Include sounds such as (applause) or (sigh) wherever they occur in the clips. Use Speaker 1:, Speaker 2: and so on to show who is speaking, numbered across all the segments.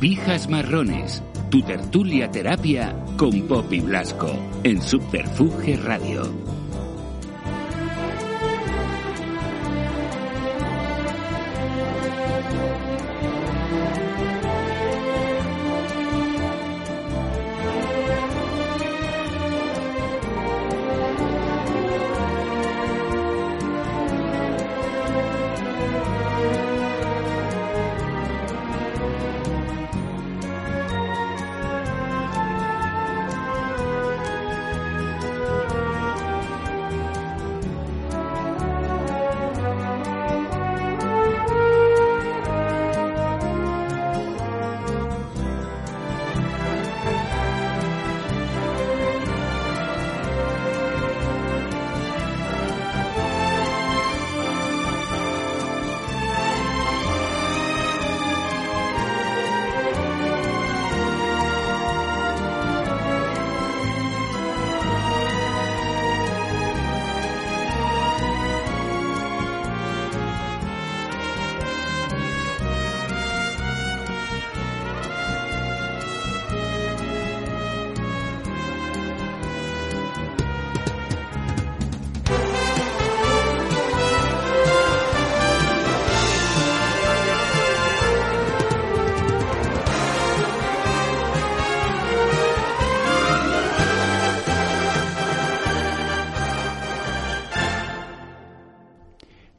Speaker 1: Pijas Marrones, tu tertulia terapia con Poppy Blasco en Subterfuge Radio.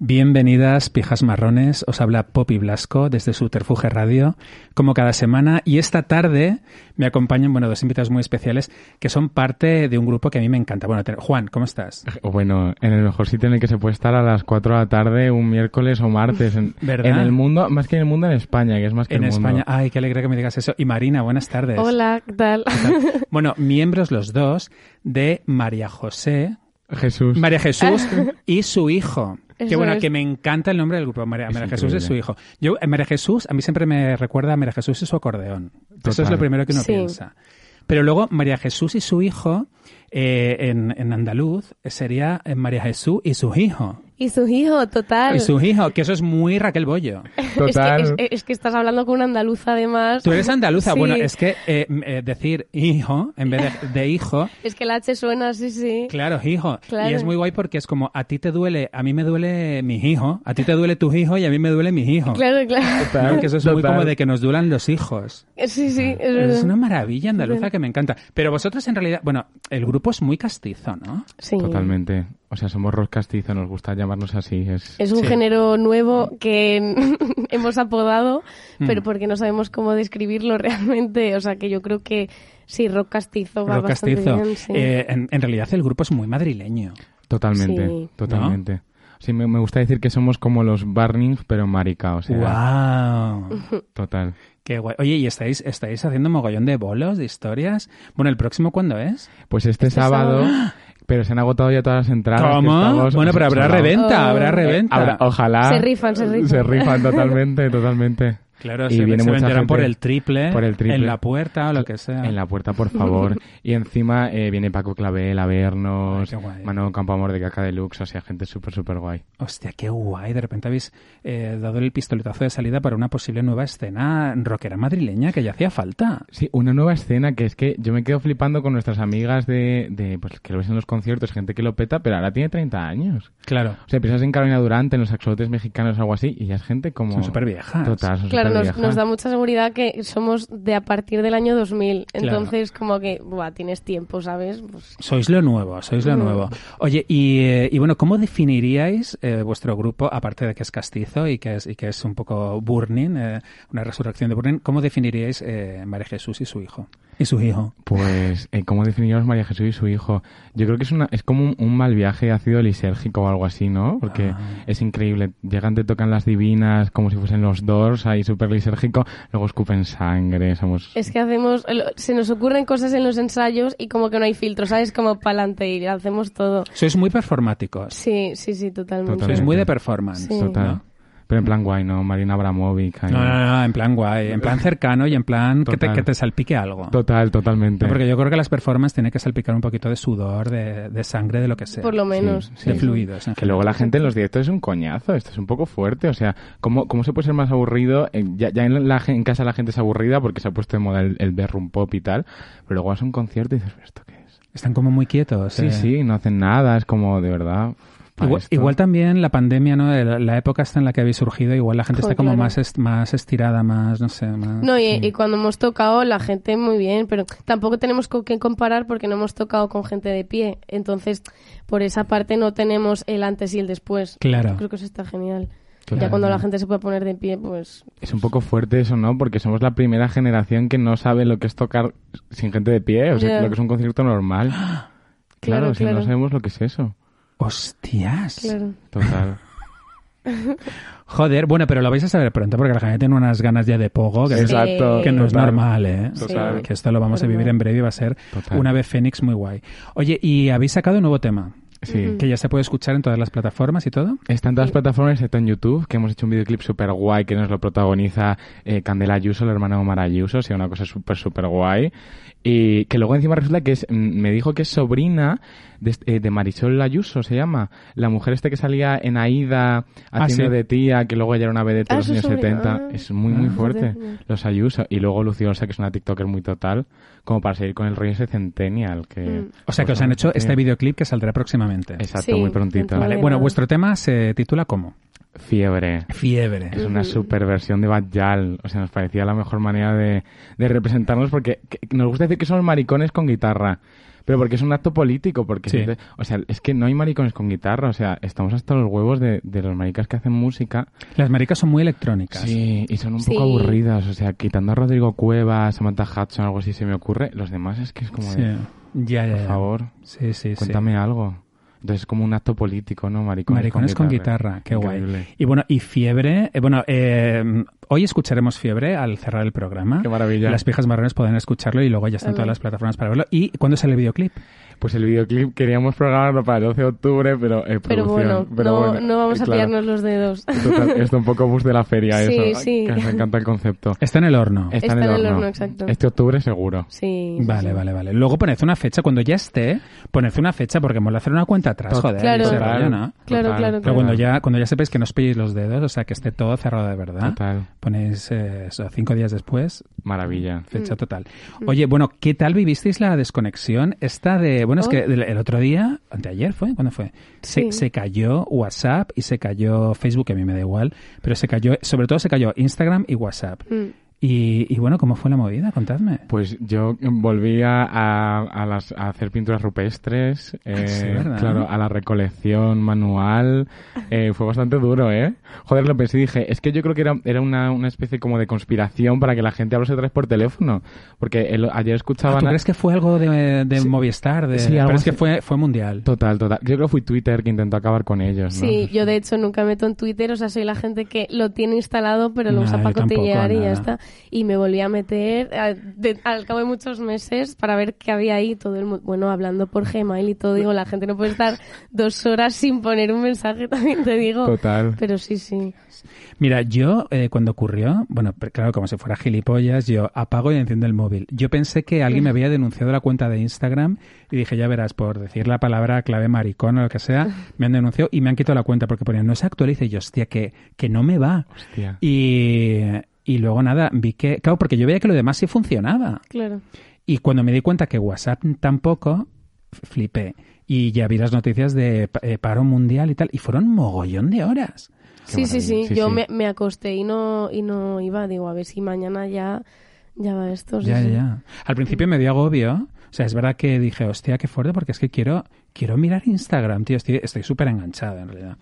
Speaker 2: Bienvenidas, pijas marrones. Os habla Poppy Blasco desde Subterfuge Radio, como cada semana. Y esta tarde me acompañan, bueno, dos invitados muy especiales que son parte de un grupo que a mí me encanta. Bueno, te- Juan, ¿cómo estás?
Speaker 3: (laughs) Bueno, en el mejor sitio en el que se puede estar a las 4 de la tarde, un miércoles o martes. En,
Speaker 2: ¿Verdad?
Speaker 3: en el mundo, más que en el mundo, en España, que es más que
Speaker 2: En
Speaker 3: el mundo.
Speaker 2: España. Ay, qué alegre que me digas eso. Y Marina, buenas tardes.
Speaker 4: Hola, ¿qué tal? (laughs)
Speaker 2: Bueno, miembros los dos de María José,
Speaker 3: Jesús.
Speaker 2: María
Speaker 4: (laughs)
Speaker 2: Jesús y su hijo.
Speaker 4: Eso
Speaker 2: que bueno,
Speaker 4: es.
Speaker 2: que me encanta el nombre del grupo. María, María Jesús y
Speaker 3: increíble.
Speaker 2: su hijo. Yo, eh, María Jesús, a mí siempre me recuerda a María Jesús y su acordeón. Eso es
Speaker 3: Total.
Speaker 2: lo primero que uno
Speaker 4: Sí.
Speaker 2: piensa. Pero luego María Jesús y su hijo, eh, en, en andaluz, eh, sería eh, María Jesús y sus hijos.
Speaker 4: y sus hijos, total.
Speaker 2: Y sus hijos, que eso es muy Raquel
Speaker 4: (laughs)
Speaker 2: Bollo.
Speaker 3: Total.
Speaker 4: Es, eh, que, es- es que estás hablando con una andaluza, además.
Speaker 2: Tú eres andaluza.
Speaker 4: Sí.
Speaker 2: Bueno, es que eh, m- eh, decir hijo en vez de, de hijo,
Speaker 4: Es que la H suena, sí, sí.
Speaker 2: claro, hijo.
Speaker 4: Claro.
Speaker 2: Y es muy guay porque es como a ti te duele, a mí me duele mis hijos, a ti te duele tus hijos y a mí me duele mis hijos.
Speaker 4: Claro, claro. (laughs)
Speaker 2: ¿no? Que eso es muy
Speaker 3: Total.
Speaker 2: como de que nos duran los hijos.
Speaker 4: Sí, sí, es
Speaker 2: Es
Speaker 4: verdad.
Speaker 2: una maravilla andaluza que me encanta. Pero vosotros en realidad, bueno, el grupo es muy castizo, ¿no?
Speaker 4: Sí.
Speaker 3: Totalmente. O sea, somos rock castizo, nos gusta llamarnos así. Es...
Speaker 4: Es un
Speaker 2: Sí.
Speaker 4: género nuevo que (laughs) hemos apodado,
Speaker 2: Mm.
Speaker 4: pero porque no sabemos cómo describirlo (laughs) realmente. O sea, que yo creo que sí, rock castizo va
Speaker 2: Rock
Speaker 4: bastante
Speaker 2: castizo.
Speaker 4: bien. sí.
Speaker 2: Eh, en, en realidad el grupo es muy madrileño.
Speaker 3: Totalmente,
Speaker 4: Sí.
Speaker 3: totalmente. Sí, me, me gusta decir que somos como los Barnings, pero marica, o sea,
Speaker 4: (laughs)
Speaker 2: ¡Wow!
Speaker 3: total.
Speaker 2: Qué guay. Oye, ¿y estáis, estáis haciendo mogollón de bolos, de historias? Bueno, ¿el próximo cuándo es?
Speaker 3: Pues este, sábado, pero se han agotado ya todas las entradas. que
Speaker 2: ¿Cómo?
Speaker 3: estamos-
Speaker 2: Bueno, pero habrá
Speaker 3: sold out.
Speaker 2: reventa,
Speaker 4: Oh.
Speaker 2: habrá reventa.
Speaker 3: Habrá- ojalá.
Speaker 4: Se rifan, se rifan.
Speaker 3: Se rifan totalmente, totalmente.
Speaker 2: Claro,
Speaker 3: Y
Speaker 2: se,
Speaker 3: viene
Speaker 2: se
Speaker 3: mucha
Speaker 2: venderán
Speaker 3: gente
Speaker 2: por el, triple,
Speaker 3: por el triple.
Speaker 2: en la puerta o lo que sea.
Speaker 3: En la puerta, por
Speaker 2: (laughs)
Speaker 3: favor. y encima eh, viene Paco Clavel a vernos,
Speaker 2: Ay, qué guay.
Speaker 3: Manuel Campoamor de Caca Deluxe, o sea, gente súper, súper guay.
Speaker 2: Hostia, qué guay. De repente habéis eh, dado el pistoletazo de salida para una posible nueva escena rockera madrileña que ya hacía falta.
Speaker 3: Sí, una nueva escena que es que yo me quedo flipando con nuestras amigas de, de pues que lo ves en los conciertos, gente que lo peta, pero ahora tiene 30 años.
Speaker 2: Claro.
Speaker 3: O sea, piensas en Carolina Durante, en los axolotes mexicanos o algo así, y ya es gente como...
Speaker 2: Son súper viejas.
Speaker 3: Total, son
Speaker 4: Claro, nos,
Speaker 3: superviejas.
Speaker 4: nos da mucha seguridad que somos de a partir del año 2000. Entonces, como que, buah, tienes tiempo, ¿sabes? Pues,
Speaker 2: Sois lo nuevo, sois lo nuevo. Oye, y, eh, y bueno, ¿cómo definiríais eh, vuestro grupo, aparte de que es castizo y que es, y que es un poco burning, eh, una resurrección de burning, ¿cómo definiríais eh, María Jesús y su hijo? y su hijo.
Speaker 3: Pues, eh, ¿cómo definiríamos María Jesús y su hijo? Yo creo que es una es como un, un mal viaje ácido lisérgico o algo así, ¿no? Porque
Speaker 2: Ah.
Speaker 3: es increíble. Llegan, te tocan las divinas como si fuesen los Doors, ahí súper lisérgico, luego escupen sangre, somos...
Speaker 4: Es que hacemos, se nos ocurren cosas en los ensayos y como que no hay filtro, ¿sabes? Como pa'lante y hacemos todo.
Speaker 2: Sois muy performáticos.
Speaker 4: Sí, sí, sí, totalmente.
Speaker 3: Totalmente.
Speaker 2: Sois muy de performance.
Speaker 4: Sí.
Speaker 3: Total.
Speaker 2: ¿no?
Speaker 3: Pero en plan guay, ¿no? Marina Abramovic. ahí.
Speaker 2: No, no, no, en plan guay, en plan cercano y en plan que te,
Speaker 3: Total.
Speaker 2: que te salpique algo.
Speaker 3: Total, totalmente.
Speaker 2: No, porque yo creo que las performances tienen que salpicar un poquito de sudor, de, de sangre, de lo que sea.
Speaker 4: Por lo menos.
Speaker 3: Sí, sí.
Speaker 2: de fluidos. en
Speaker 3: Que luego
Speaker 2: general.
Speaker 3: la gente en los directos es un coñazo, esto es un poco fuerte, o sea, ¿cómo, cómo se puede ser más aburrido? Eh, Ya, ya en, la, gen- en casa la gente es aburrida porque se ha puesto de moda el, el berrum pop y tal, pero luego vas a un concierto y dices, ¿esto qué es?
Speaker 2: Están como muy quietos.
Speaker 3: Sí,
Speaker 2: eh.
Speaker 3: sí, no hacen nada, es como de verdad... pa'
Speaker 2: Igual,
Speaker 3: esto.
Speaker 2: igual también la pandemia, ¿no? El- La, época hasta en la que habéis surgido, igual la gente
Speaker 4: Joder,
Speaker 2: está como
Speaker 4: claro.
Speaker 2: más, est- más estirada, más, no sé, más...
Speaker 4: No, y, y cuando hemos tocado, la gente muy bien, pero tampoco tenemos con qué comparar porque no hemos tocado con gente de pie. Entonces, por esa parte no tenemos el antes y el después.
Speaker 2: Claro.
Speaker 4: Creo que eso está genial.
Speaker 2: Claro.
Speaker 4: Ya cuando la gente se puede poner de pie, pues
Speaker 3: Es un poco fuerte eso, ¿no? Porque somos la primera generación que no sabe lo que es tocar sin gente de pie, o sea,
Speaker 4: Ya.
Speaker 3: lo que es un concierto normal.
Speaker 4: (gasps) Claro,
Speaker 3: si no
Speaker 4: claro.
Speaker 3: sabemos lo que es eso.
Speaker 2: ¡Hostias!
Speaker 4: claro. (laughs)
Speaker 3: Total.
Speaker 2: Joder, bueno, pero lo vais a saber pronto porque la gente tiene unas ganas ya de pogo que,
Speaker 4: Sí.
Speaker 2: es-
Speaker 4: Exacto.
Speaker 2: que no es
Speaker 3: Total.
Speaker 2: normal, ¿eh?
Speaker 4: Total.
Speaker 2: Que esto lo vamos a vivir en breve y va a ser
Speaker 3: Total.
Speaker 2: una vez Fénix muy guay. Oye, y habéis sacado un nuevo tema
Speaker 3: Sí.
Speaker 2: que ya se puede escuchar en todas las plataformas y todo.
Speaker 3: Está en todas las plataformas, excepto en YouTube, que hemos hecho un videoclip súper guay que nos lo protagoniza eh, Candela Ayuso, la hermana de Omar Ayuso, o sea, una cosa súper, súper guay. Y que luego encima resulta que es, mm, me dijo que es sobrina de, este- eh, de Marisol Ayuso, se llama. La mujer esta que salía en Aida haciendo
Speaker 2: sí.
Speaker 3: de tía, que luego ella era una vedette de
Speaker 4: Ah,
Speaker 3: los
Speaker 4: su
Speaker 3: años
Speaker 4: sobrina.
Speaker 3: 70.
Speaker 4: Ah.
Speaker 3: Es muy, muy
Speaker 2: Ah.
Speaker 3: fuerte.
Speaker 4: Joder.
Speaker 3: Los Ayuso. Y luego Luciosa, que es una TikToker muy total, como para seguir con el rollo ese centennial. Que,
Speaker 4: Mm.
Speaker 2: O sea, que
Speaker 3: Pues
Speaker 2: os han hecho este videoclip que saldrá próximamente.
Speaker 3: Exacto,
Speaker 4: Sí,
Speaker 3: muy prontito.
Speaker 4: dentro
Speaker 2: Vale,
Speaker 4: de
Speaker 2: bueno,
Speaker 4: nada.
Speaker 2: vuestro tema se titula ¿cómo?
Speaker 3: Fiebre.
Speaker 2: Fiebre.
Speaker 3: Es una superversión de Bajal. O sea, nos parecía la mejor manera de, de representarnos porque que- que nos gusta decir que somos maricones con guitarra. Pero porque es un acto político, porque
Speaker 2: Sí.
Speaker 3: siempre- o sea, es que no hay maricones con guitarra, o sea, estamos hasta los huevos de, de los maricas que hacen música.
Speaker 2: Las maricas son muy electrónicas.
Speaker 3: Sí, y son un poco
Speaker 4: Sí.
Speaker 3: aburridas, o sea, quitando a Rodrigo Cuevas, Samantha Hudson, algo así se me ocurre, los demás es que es como,
Speaker 2: Sí.
Speaker 3: de,
Speaker 2: Ya, ya,
Speaker 3: por
Speaker 2: ya.
Speaker 3: favor,
Speaker 2: Sí, sí, sí.
Speaker 3: cuéntame algo. Entonces es como un acto político, ¿no? Maricones,
Speaker 2: Maricones con guitarra, qué
Speaker 3: Increíble.
Speaker 2: guay. Y bueno, y Fiebre, eh, bueno, eh, hoy escucharemos Fiebre al cerrar el programa.
Speaker 3: Qué maravilla.
Speaker 2: Las pijas marrones pueden escucharlo y luego ya están todas las plataformas para verlo. ¿Y cuándo sale el videoclip?
Speaker 3: Pues el videoclip queríamos programarlo para el 12 de octubre, pero eh,
Speaker 4: Pero
Speaker 3: producción,
Speaker 4: bueno, no, no vamos
Speaker 3: eh,
Speaker 4: a
Speaker 3: claro.
Speaker 4: pillarnos los dedos.
Speaker 3: Total, Esto un poco bus de la feria,
Speaker 4: Sí,
Speaker 3: eso. Ay,
Speaker 4: sí.
Speaker 3: que me encanta el
Speaker 4: (laughs)
Speaker 3: concepto.
Speaker 2: Está en el horno.
Speaker 3: Está,
Speaker 4: Está en el horno, exacto.
Speaker 3: Este octubre seguro.
Speaker 4: Sí. sí,
Speaker 2: Vale,
Speaker 4: sí.
Speaker 2: vale, vale. Luego poned una fecha, cuando ya esté, poned una fecha porque mola hacer una cuenta atrás, joder.
Speaker 4: Claro.
Speaker 2: ese
Speaker 4: Total.
Speaker 2: rollo, ¿no?
Speaker 4: Claro,
Speaker 3: Total.
Speaker 4: claro,
Speaker 2: Pero
Speaker 4: claro.
Speaker 2: cuando ya, cuando ya sepáis que no os pilléis los dedos, o sea, que esté todo cerrado de verdad,
Speaker 3: Total.
Speaker 2: ponéis eh, eso, cinco días después,
Speaker 3: Maravilla.
Speaker 4: Mm.
Speaker 2: Fecha total. Oye, bueno, ¿qué tal vivisteis la desconexión? Esta de. Bueno, es
Speaker 4: Oh.
Speaker 2: que del- el otro día, anteayer fue, ¿cuándo fue? Se,
Speaker 4: Sí.
Speaker 2: se cayó WhatsApp y se cayó Facebook, que a mí me da igual, pero se cayó, sobre todo se cayó Instagram y WhatsApp.
Speaker 4: Mm.
Speaker 2: Y, y bueno, ¿cómo fue la movida? Contadme.
Speaker 3: Pues yo volví a, a- a las, a hacer pinturas rupestres, eh,
Speaker 2: Ah, Sí, ¿verdad?
Speaker 3: claro, a la recolección manual. eh, fue bastante duro, ¿eh? Joder, lo pensé y dije, es que yo creo que era, era una, una especie como de conspiración para que la gente hablase otra vez por teléfono. Porque el- ayer
Speaker 2: Ah,
Speaker 3: escuchaban...
Speaker 2: ¿Tú
Speaker 3: a-
Speaker 2: crees que fue algo de, de
Speaker 3: Sí.
Speaker 2: Movistar? De,
Speaker 3: Sí, algo
Speaker 2: pero es que
Speaker 3: así.
Speaker 2: fue, fue mundial.
Speaker 3: Total, total. Yo creo que fue Twitter que intentó acabar con ellos,
Speaker 2: pues
Speaker 3: ¿no?
Speaker 4: Sí, yo de hecho nunca meto en Twitter, o sea, soy la gente que lo tiene instalado, pero lo
Speaker 2: Nah,
Speaker 4: usa
Speaker 2: yo
Speaker 4: para
Speaker 2: tampoco,
Speaker 4: cotillear y ya
Speaker 2: nada.
Speaker 4: está. Y me volví a meter a- de- al cabo de muchos meses para ver qué había ahí, todo el mu- bueno, hablando por Gmail y todo, digo, la gente no puede estar dos horas sin poner un mensaje, (laughs) también te digo.
Speaker 3: Total.
Speaker 4: Pero sí, sí.
Speaker 2: Mira, yo eh, cuando ocurrió, bueno, pero claro, como si fuera gilipollas, yo apago y enciendo el móvil. Yo pensé que alguien me había denunciado la cuenta de Instagram y dije, ya verás, por decir la palabra clave maricón o lo que sea, me han denunciado y me han quitado la cuenta porque ponían, no se actualiza. Y yo, hostia, que, que no me va.
Speaker 3: Hostia.
Speaker 2: Y, y luego nada, vi que, claro, porque yo veía que lo demás sí funcionaba.
Speaker 4: Claro.
Speaker 2: Y cuando me di cuenta que WhatsApp tampoco, f- flipé. Y ya vi las noticias de pa- eh, paro mundial y tal, y fueron mogollón de horas.
Speaker 4: Sí, sí, sí,
Speaker 3: maravilla. Sí,
Speaker 4: Yo
Speaker 3: sí.
Speaker 4: Me, me acosté y no y no iba, digo, a ver si mañana ya ya va esto. sí,
Speaker 2: Ya,
Speaker 4: sí.
Speaker 2: ya. Al principio me dio agobio. O sea, es verdad que dije, hostia, qué fuerte, porque es que quiero, quiero mirar Instagram, tío. Estoy estoy súper enganchado, en realidad.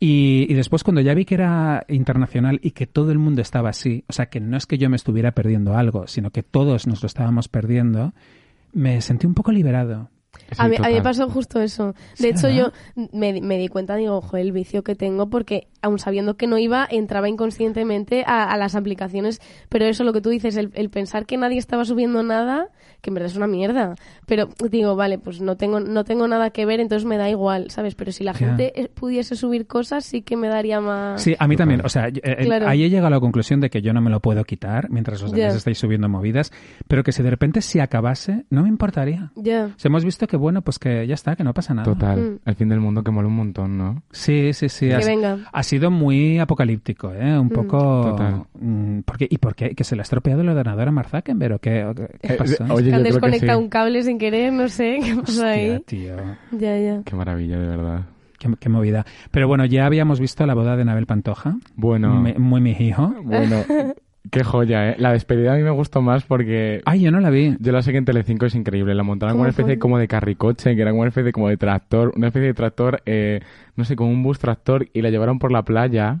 Speaker 2: Y, y después, cuando ya vi que era internacional y que todo el mundo estaba así, o sea, que no es que yo me estuviera perdiendo algo, sino que todos nos lo estábamos perdiendo, me sentí un poco liberado.
Speaker 4: A
Speaker 3: Sí,
Speaker 4: mí, a mí me
Speaker 3: total.
Speaker 4: pasó justo eso.
Speaker 2: Sí,
Speaker 4: De hecho,
Speaker 2: ¿verdad?
Speaker 4: yo me, me di cuenta, digo, ojo, el vicio que tengo, porque aun sabiendo que no iba, entraba inconscientemente a, a las aplicaciones. Pero eso, lo que tú dices, el, el pensar que nadie estaba subiendo nada, que en verdad es una mierda. Pero digo, vale, pues no tengo, no tengo nada que ver, entonces me da igual, ¿sabes? Pero si la
Speaker 2: Ya.
Speaker 4: gente eh, pudiese subir cosas, sí que me daría más.
Speaker 2: Sí, a mí
Speaker 3: Total.
Speaker 2: también. O sea, yo- eh, eh,
Speaker 4: Ah. Claro.
Speaker 2: ahí he llegado a la conclusión de que yo no me lo puedo quitar mientras los demás
Speaker 4: Ya.
Speaker 2: estáis subiendo movidas, pero que si de repente si acabase, no me importaría.
Speaker 4: Ya.
Speaker 2: O sea, hemos visto que bueno, pues que ya está, que no pasa nada.
Speaker 3: Total.
Speaker 4: Mm.
Speaker 3: El fin del mundo que mola un montón, ¿no?
Speaker 2: Sí, sí, sí.
Speaker 4: Que
Speaker 2: ha-
Speaker 4: venga.
Speaker 2: Ha sido muy apocalíptico, ¿eh? Un
Speaker 4: Mm.
Speaker 2: poco...
Speaker 3: Total.
Speaker 2: Mm, ¿por qué? ¿Y por qué? ¿Que se le ha estropeado el ordenador a Mark Zuckerberg o qué, o qué- qué pasó?
Speaker 3: Eh, oye,
Speaker 4: Que
Speaker 3: yo creo que
Speaker 4: han
Speaker 3: sí.
Speaker 4: desconectado un cable sin querer, no sé qué pasa
Speaker 2: Hostia,
Speaker 4: Pues ahí.
Speaker 2: tío.
Speaker 4: Ya, ya.
Speaker 3: Qué maravilla, de verdad.
Speaker 2: Qué, qué movida. Pero bueno, ya habíamos visto la boda de Nabel Pantoja.
Speaker 3: Bueno,
Speaker 2: Me- muy mi hijo.
Speaker 3: bueno, qué joya, ¿eh? La despedida a mí me gustó más porque
Speaker 2: Ay, yo no la vi.
Speaker 3: Yo la sé que en Telecinco es increíble. La montaron
Speaker 4: ¿Cómo
Speaker 3: como una especie
Speaker 4: fue?
Speaker 3: como de carricoche, que era como una especie como de tractor, una especie de tractor, eh, no sé, como un bus tractor, y la llevaron por la playa.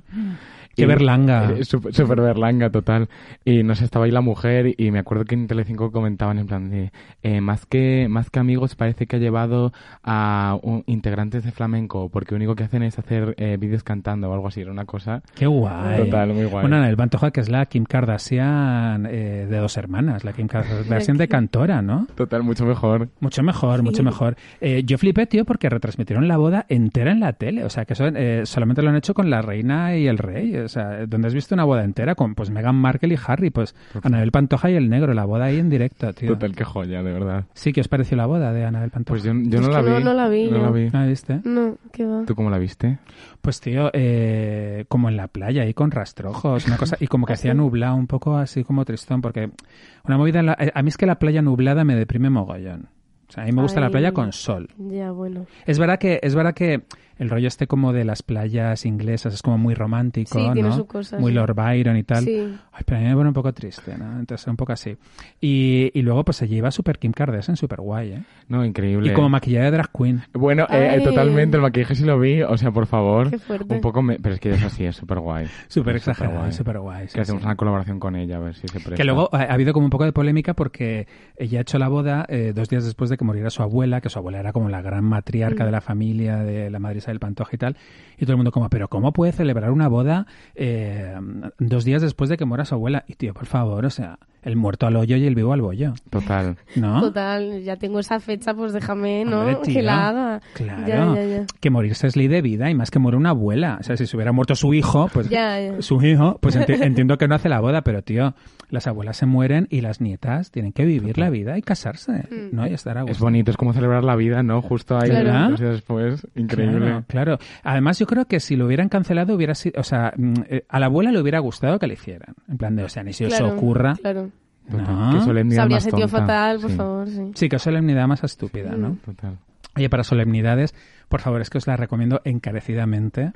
Speaker 2: Qué
Speaker 3: Y-
Speaker 2: berlanga.
Speaker 3: eh, Súper súper berlanga, total. Y no sé, estaba ahí la mujer, y me acuerdo que en Telecinco comentaban en plan de, eh, más que más que amigos parece que ha llevado a un- integrantes de flamenco, porque lo único que hacen es hacer eh, vídeos cantando o algo así. Era una cosa
Speaker 2: Qué guay.
Speaker 3: total, muy guay.
Speaker 2: Bueno, Nabel Pantoja, que es la Kim Kardashian eh, de dos hermanas, la Kim Kardashian de cantora, ¿no?
Speaker 3: Total, mucho mejor.
Speaker 2: Mucho mejor, mucho mejor. Eh, yo flipé, tío, porque retransmitieron la boda entera en la tele. O sea, que eso eh, solamente lo han hecho con la reina y el rey. O sea, donde has visto una boda entera con pues Meghan Markle y Harry, pues Anabel Pantoja y el negro, la boda ahí en directo, tío.
Speaker 3: Total, qué joya, de verdad.
Speaker 2: Sí, ¿qué os pareció la boda de Anabel Pantoja?
Speaker 3: Pues yo, yo
Speaker 4: Es
Speaker 3: no,
Speaker 4: que
Speaker 3: la vi,
Speaker 4: no- no la vi
Speaker 3: No
Speaker 4: yo.
Speaker 3: la vi.
Speaker 2: ¿No la viste?
Speaker 4: No, qué va.
Speaker 3: ¿Tú cómo la viste?
Speaker 2: Pues tío, eh, como en la playa ahí con rastrojos, una cosa, y como que hacía nublado un poco así como tristón, porque una movida, en la- eh, a mí es que la playa nublada me deprime mogollón. O sea, a mí me gusta la
Speaker 4: Ay.
Speaker 2: playa con sol.
Speaker 4: Ya, bueno.
Speaker 2: Es verdad que es verdad que el rollo este como de las playas inglesas es como muy romántico,
Speaker 4: Sí, tiene
Speaker 2: ¿no?
Speaker 4: su cosa,
Speaker 2: muy
Speaker 4: sí.
Speaker 2: Lord Byron y tal.
Speaker 4: Sí.
Speaker 2: Ay, pero a mí me pone un poco triste, ¿no? Entonces un poco así. Y, y luego pues allí iba super Kim Kardashian, super guay, ¿eh?
Speaker 3: No, increíble.
Speaker 2: Y como maquillada de drag queen.
Speaker 3: bueno, eh,
Speaker 4: Ay.
Speaker 3: totalmente, el maquillaje sí lo vi, o sea, por favor.
Speaker 4: Qué fuerte.
Speaker 3: Un poco, me- pero es que es así, es súper guay.
Speaker 2: (laughs) Súper exagerada,
Speaker 3: guay.
Speaker 2: súper guay. sí,
Speaker 3: Que hacemos
Speaker 2: sí.
Speaker 3: una colaboración con ella, a ver si se presta.
Speaker 2: Que luego eh, ha, ha habido como un poco de polémica porque ella ha hecho la boda eh, dos días después de que muriera su abuela, que su abuela era como la gran matriarca de la familia, de la madre Isabel Pantoja y tal. Y todo el mundo como, pero ¿cómo puede celebrar una boda eh, dos días después de que muera su abuela? Y tío, por favor, o sea, el muerto al hoyo y el vivo al bollo, (laughs)
Speaker 3: Total.
Speaker 2: ¿no?
Speaker 4: Total, ya tengo esa fecha, pues déjame, ¿no?
Speaker 2: ¿Ah? Hombre, tía,
Speaker 4: que la haga.
Speaker 2: Claro,
Speaker 4: Ya, ya, ya.
Speaker 2: que morirse es ley de vida y más que muere una abuela. O sea, si se hubiera muerto su hijo, pues
Speaker 4: Ya, ya.
Speaker 2: su hijo, pues
Speaker 4: (laughs)
Speaker 2: enti- entiendo que no hace la boda, pero tío, las abuelas se mueren y las nietas tienen que vivir la vida y casarse,
Speaker 4: Mm.
Speaker 2: ¿no? Y estar a
Speaker 3: Es
Speaker 2: gusto.
Speaker 3: bonito, es como celebrar la vida, ¿no? Justo ahí,
Speaker 2: Claro.
Speaker 3: dos días después. Increíble.
Speaker 2: Claro, claro. Además, yo creo que si lo hubieran cancelado, hubiera sido. O sea, mm, eh, a la abuela le hubiera gustado que le hicieran. En plan de, o sea, ni si os
Speaker 4: Claro,
Speaker 2: ocurra.
Speaker 4: Claro.
Speaker 3: Total.
Speaker 2: No.
Speaker 3: Qué solemnidad
Speaker 4: Se habría
Speaker 3: más
Speaker 4: sentido
Speaker 3: tonta.
Speaker 4: fatal, por
Speaker 3: Sí,
Speaker 4: favor, sí.
Speaker 2: Sí, que solemnidad más estúpida, ¿no?
Speaker 3: Total.
Speaker 2: Oye, para solemnidades, por favor, es que os la recomiendo encarecidamente.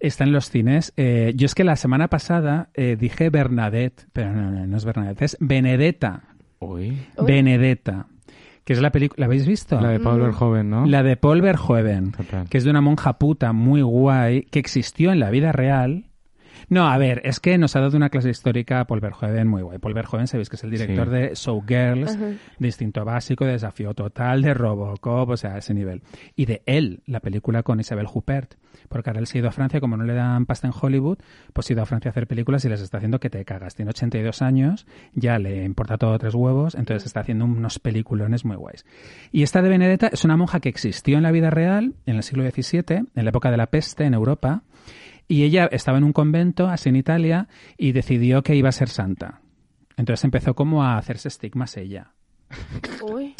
Speaker 2: Está en los cines. Eh, yo es que la semana pasada eh, dije Bernadette, pero no, no, no es Bernadette, es Benedetta.
Speaker 3: Uy.
Speaker 4: Uy.
Speaker 2: Benedetta, que es la película. ¿La habéis visto?
Speaker 3: La de Pablo
Speaker 4: Mm.
Speaker 3: el Joven, ¿no?
Speaker 2: La de Paul Verhoeven,
Speaker 3: Total.
Speaker 2: que es de una monja puta muy guay que existió en la vida real. No, a ver, es que nos ha dado una clase histórica a Paul Verhoeven muy guay. Paul Verhoeven, sabéis que es el director
Speaker 3: Sí.
Speaker 2: de Showgirls,
Speaker 4: Ajá.
Speaker 2: de Instinto Básico, de Desafío Total, de Robocop, o sea, a ese nivel. Y de él, la película con Isabel Huppert. Porque ahora él se ha ido a Francia, como no le dan pasta en Hollywood, pues se ha ido a Francia a hacer películas y les está haciendo que te cagas. Tiene 82 años, ya le importa todo tres huevos, entonces está haciendo unos peliculones muy guays. Y esta de Benedetta es una monja que existió en la vida real, en el siglo XVII, en la época de la peste en Europa, y ella estaba en un convento, así en Italia, y decidió que iba a ser santa. Entonces empezó como a hacerse estigmas ella.
Speaker 4: Uy.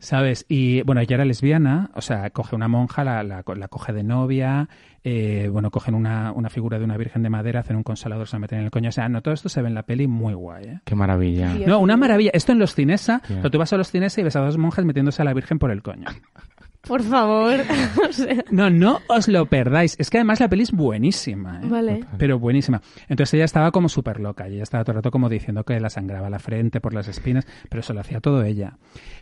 Speaker 2: ¿Sabes? Y bueno, ella era lesbiana, o sea, coge una monja, la, la co- la coge de novia, eh, bueno, cogen una, una figura de una virgen de madera, hacen un consolador, se la meten en el coño. O sea, no, todo esto se ve en la peli muy guay, ¿eh?
Speaker 3: Qué maravilla.
Speaker 4: Dios.
Speaker 2: No, una maravilla. Esto en los cinesa,
Speaker 3: Ya.
Speaker 2: o tú vas a los cinesa y ves a dos monjas metiéndose a la virgen por el coño.
Speaker 4: Por favor. (laughs) o sea,
Speaker 2: No, no os lo perdáis. Es que además la peli es buenísima. ¿eh?
Speaker 4: vale.
Speaker 2: Pero buenísima. Entonces ella estaba como súper loca y ella estaba todo el rato como diciendo que la sangraba la frente por las espinas, pero eso lo hacía todo ella.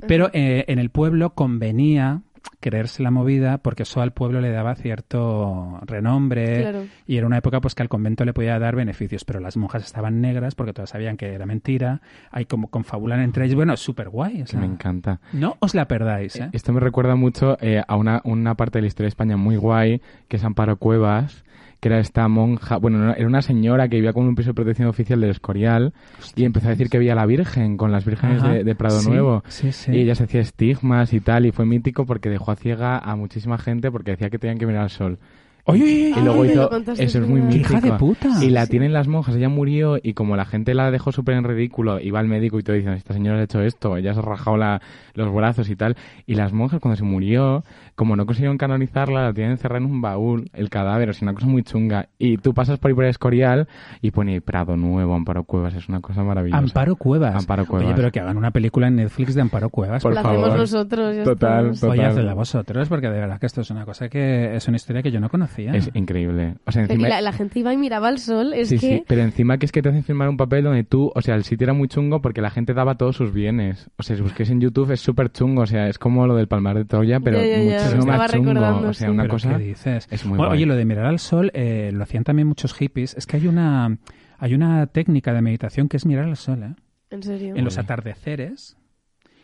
Speaker 2: Pero eh, en el pueblo convenía creerse la movida porque eso al pueblo le daba cierto renombre
Speaker 4: Claro.
Speaker 2: y era una época pues que al convento le podía dar beneficios pero las monjas estaban negras porque todas sabían que era mentira hay como confabulan entre ellas bueno súper guay
Speaker 3: que me encanta.
Speaker 2: no os la perdáis ¿eh?
Speaker 3: Esto me recuerda mucho eh, a una, una parte de la historia de España muy guay, que es Amparo Cuevas, que era esta monja, bueno, no, era una señora que vivía como en un piso de protección oficial del Escorial y empezó a decir que veía a la Virgen con las vírgenes
Speaker 2: Ajá.
Speaker 3: de, de Prado
Speaker 2: Sí,
Speaker 3: Nuevo.
Speaker 2: sí, sí.
Speaker 3: Y ella se hacía estigmas y tal, y fue mítico porque dejó a ciega a muchísima gente porque decía que tenían que mirar al sol.
Speaker 2: Oye, oye, oye,
Speaker 3: Y luego
Speaker 4: Ay, me lo
Speaker 3: hizo,
Speaker 4: contaste,
Speaker 3: eso es
Speaker 4: es
Speaker 3: muy
Speaker 4: verdad.
Speaker 2: ¡Qué
Speaker 3: mítico.
Speaker 2: hija de puta!
Speaker 3: Y la tienen las monjas, ella murió y como la gente la dejó súper en ridículo, iba al médico y todo diciendo, esta señora ha hecho esto, ella se ha rajado la- los brazos y tal. Y las monjas cuando se murió, como no consiguieron canonizarla, la tienen encerrada en un baúl, el cadáver, es una cosa muy chunga. Y tú pasas por ahí por el Escorial y pone Prado Nuevo, Amparo Cuevas, es una cosa maravillosa.
Speaker 2: Amparo Cuevas.
Speaker 3: Amparo Cuevas.
Speaker 2: Oye, pero que hagan una película en Netflix de Amparo Cuevas.
Speaker 3: Por
Speaker 4: lo
Speaker 3: favor.
Speaker 4: hacemos nosotros. ya
Speaker 3: Total,
Speaker 4: estamos.
Speaker 3: total.
Speaker 2: Oye, hacedla vosotros, porque de verdad que esto es una cosa que es una historia que yo no conocía.
Speaker 3: Es increíble. O sea,
Speaker 4: Pero que
Speaker 3: encima...
Speaker 4: la, la gente iba y miraba al sol. Es
Speaker 3: sí,
Speaker 4: que.
Speaker 3: sí, pero encima que es que te hacen firmar un papel donde tú, o sea, el sitio era muy chungo porque la gente daba todos sus bienes. O sea, si busquéis en YouTube es súper chungo, o sea, es como lo del Palmar de Troya, pero
Speaker 4: Ya, ya, ya,
Speaker 3: muchísimo
Speaker 4: lo estaba
Speaker 3: más chungo.
Speaker 4: recordando,
Speaker 3: O sea,
Speaker 4: sí.
Speaker 3: una
Speaker 2: Pero,
Speaker 3: cosa...
Speaker 2: ¿qué dices?
Speaker 3: es muy
Speaker 2: Bueno,
Speaker 3: guay.
Speaker 2: oye, lo de mirar al sol eh, lo hacían también muchos hippies. Es que hay una, hay una técnica de meditación que es mirar al sol, ¿eh?
Speaker 4: En serio.
Speaker 2: En los atardeceres,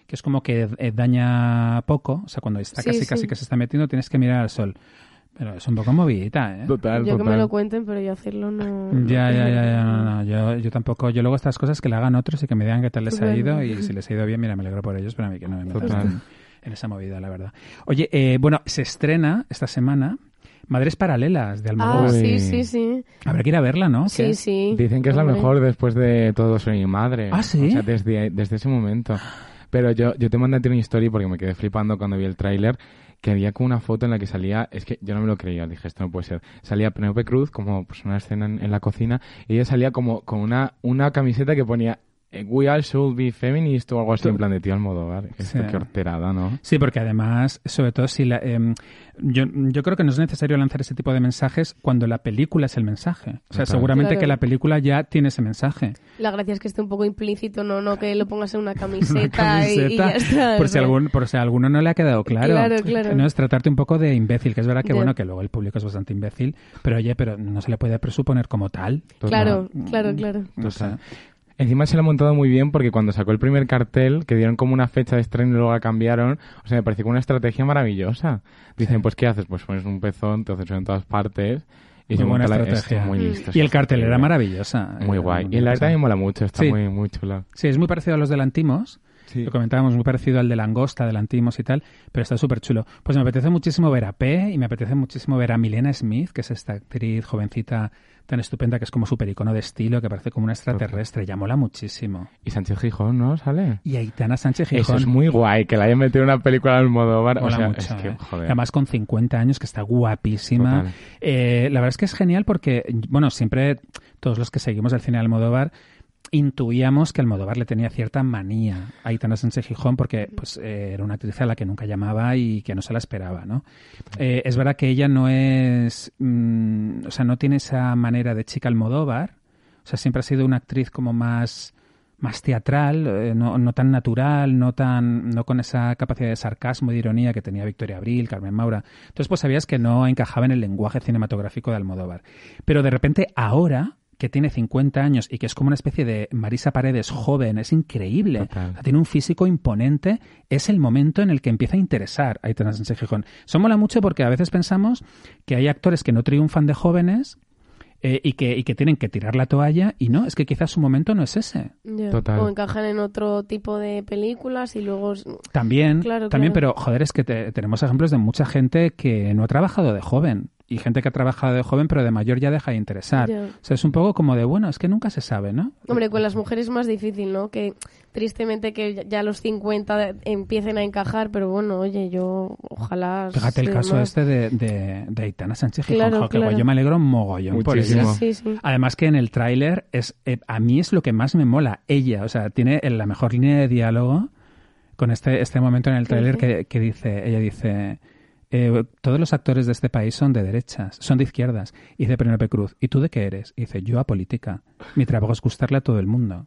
Speaker 2: que es como que eh, daña poco. O sea, cuando está
Speaker 4: Sí,
Speaker 2: casi,
Speaker 4: sí.
Speaker 2: casi que se está metiendo, tienes que mirar al sol. Pero es un poco movidita, ¿eh?
Speaker 3: Total,
Speaker 4: Yo que me
Speaker 3: total.
Speaker 4: lo cuenten, pero yo hacerlo no.
Speaker 2: Ya, ya, ya, ya, no, no, yo, yo tampoco. Yo luego estas cosas que le hagan otros y que me digan qué tal les ha
Speaker 4: Bueno.
Speaker 2: ido y si les ha ido bien, mira, me alegro por ellos, pero a mí que no me metas
Speaker 3: Total.
Speaker 2: en, en esa movida, la verdad. Oye, eh, bueno, se estrena esta semana Madres Paralelas de
Speaker 4: Ah,
Speaker 2: Almodóvar.
Speaker 3: Uy.
Speaker 4: sí, sí, sí.
Speaker 2: Habrá que ir a verla, ¿no?
Speaker 4: Sí,
Speaker 2: ¿Qué?
Speaker 4: sí.
Speaker 3: Dicen que es la
Speaker 4: Hombre.
Speaker 3: mejor después de Todo soy mi madre.
Speaker 2: ¿Ah, sí?
Speaker 3: O sea, desde, desde ese momento. Pero yo, yo te mandé a ti una historia porque me quedé flipando cuando vi el tráiler que había como una foto en la que salía, es que yo no me lo creía, dije, esto no puede ser. Salía Penelope Cruz como pues una escena en, en la cocina y ella salía como con una, una camiseta que ponía eh, We all should be feminist o algo así en plan de tío Almodóvar. Esto
Speaker 2: Sí.
Speaker 3: qué horterada, ¿no?
Speaker 2: Sí, porque además, sobre todo si la, em, yo, yo creo que no es necesario lanzar ese tipo de mensajes cuando la película es el mensaje. O sea,
Speaker 3: Total.
Speaker 2: seguramente
Speaker 4: Claro.
Speaker 2: que la película ya tiene ese mensaje.
Speaker 4: La gracia es que esté un poco implícito, no, no que lo pongas en una camiseta,
Speaker 2: (laughs) una
Speaker 4: y, y ya está.
Speaker 2: por si algún por si a alguno no le ha quedado claro.
Speaker 4: Claro, claro.
Speaker 2: No es tratarte un poco de imbécil, que es verdad que
Speaker 4: Ya.
Speaker 2: bueno que luego el público es bastante imbécil, pero oye, pero no se le puede presuponer como tal.
Speaker 4: Claro,
Speaker 2: Mm,
Speaker 4: claro, claro.
Speaker 2: No sé.
Speaker 3: Total. Encima se lo ha montado muy bien porque cuando sacó el primer cartel, que dieron como una fecha de estreno y luego la cambiaron, o sea, me pareció como una estrategia maravillosa. Dicen, pues ¿qué haces? Pues pones un pezón, te haces en todas partes. Y
Speaker 2: Muy
Speaker 3: se
Speaker 2: buena
Speaker 3: monta la- es
Speaker 2: estrategia.
Speaker 4: Mm.
Speaker 3: muy listo.
Speaker 2: Y el cartel era
Speaker 3: Sí.
Speaker 2: maravillosa.
Speaker 3: Muy
Speaker 2: Era
Speaker 3: guay.
Speaker 2: una
Speaker 3: Y el arte
Speaker 2: cosa-
Speaker 3: también mola mucho, está
Speaker 2: Sí.
Speaker 3: muy, muy chula.
Speaker 2: Sí, es muy parecido a los de Lantimos. Lo comentábamos, muy parecido al de Langosta, de Lantimos y tal, pero está súper chulo. Pues me apetece muchísimo ver a P y me apetece muchísimo ver a Milena Smith, que es esta actriz jovencita tan estupenda que es como súper icono de estilo, que parece como una extraterrestre. Ya mola muchísimo.
Speaker 3: Y Sánchez Gijón, ¿no? ¿Sale?
Speaker 2: Y Aitana Sánchez Gijón.
Speaker 3: Eso es muy guay, que la hayan metido en una película de Almodóvar.
Speaker 2: Mola
Speaker 3: o sea,
Speaker 2: mucho,
Speaker 3: es que,
Speaker 2: ¿eh?
Speaker 3: joder.
Speaker 2: Además con 50 años, que está guapísima.
Speaker 3: Total.
Speaker 2: Eh, la verdad es que es genial porque, bueno, siempre todos los que seguimos el cine de Almodóvar intuíamos que Almodóvar le tenía cierta manía a Aitana Sánchez Gijón porque pues, eh, era una actriz a la que nunca llamaba y que no se la esperaba, ¿no? Eh, es verdad que ella no es... mm, o sea, no tiene esa manera de chica Almodóvar. O sea, siempre ha sido una actriz como más más teatral, eh, no, no tan natural, no tan no con esa capacidad de sarcasmo y de ironía que tenía Victoria Abril, Carmen Maura. Entonces, pues sabías que no encajaba en el lenguaje cinematográfico de Almodóvar. Pero de repente ahora que tiene 50 años y que es como una especie de Marisa Paredes joven, es increíble.
Speaker 3: Total.
Speaker 2: O sea, tiene un físico imponente, es el momento en el que empieza a interesar a Aitana Sánchez Gijón. Eso mola mucho porque a veces pensamos que hay actores que no triunfan de jóvenes eh, y, que, y que tienen que tirar la toalla y no, es que quizás su momento no es ese.
Speaker 4: Ya.
Speaker 3: Total.
Speaker 4: O encajan en otro tipo de películas y luego. s-
Speaker 2: También,
Speaker 4: Claro,
Speaker 2: también,
Speaker 4: claro.
Speaker 2: pero joder, es que te- tenemos ejemplos de mucha gente que no ha trabajado de joven y gente que ha trabajado de joven pero de mayor ya deja de interesar.
Speaker 4: Ya.
Speaker 2: O sea, es un poco como de, bueno, es que nunca se sabe, ¿no?
Speaker 4: Hombre, con las mujeres es más difícil, ¿no? Que tristemente que ya- ya a los 50 de- empiecen a encajar, pero bueno, oye, yo ojalá.
Speaker 2: Fíjate el
Speaker 4: sea
Speaker 2: caso
Speaker 4: más.
Speaker 2: este de, de, de Aitana Sánchez Gijón,
Speaker 4: Claro,
Speaker 2: jo, que guay,
Speaker 4: claro.
Speaker 2: yo me alegro mogollón por
Speaker 3: Muchísimo.
Speaker 2: ella.
Speaker 4: Sí, sí.
Speaker 2: Además que en el tráiler es eh, a mí es lo que más me mola ella, o sea, tiene el- la mejor línea de diálogo con este, este momento en el
Speaker 4: ¿Qué
Speaker 2: tráiler
Speaker 4: dice?
Speaker 2: que, que dice, ella dice, eh, todos los actores de este país son de derechas, son de izquierdas. Y dice Penélope Cruz, ¿y tú de qué eres? Y dice, yo a política. Mi trabajo es gustarle a todo el mundo.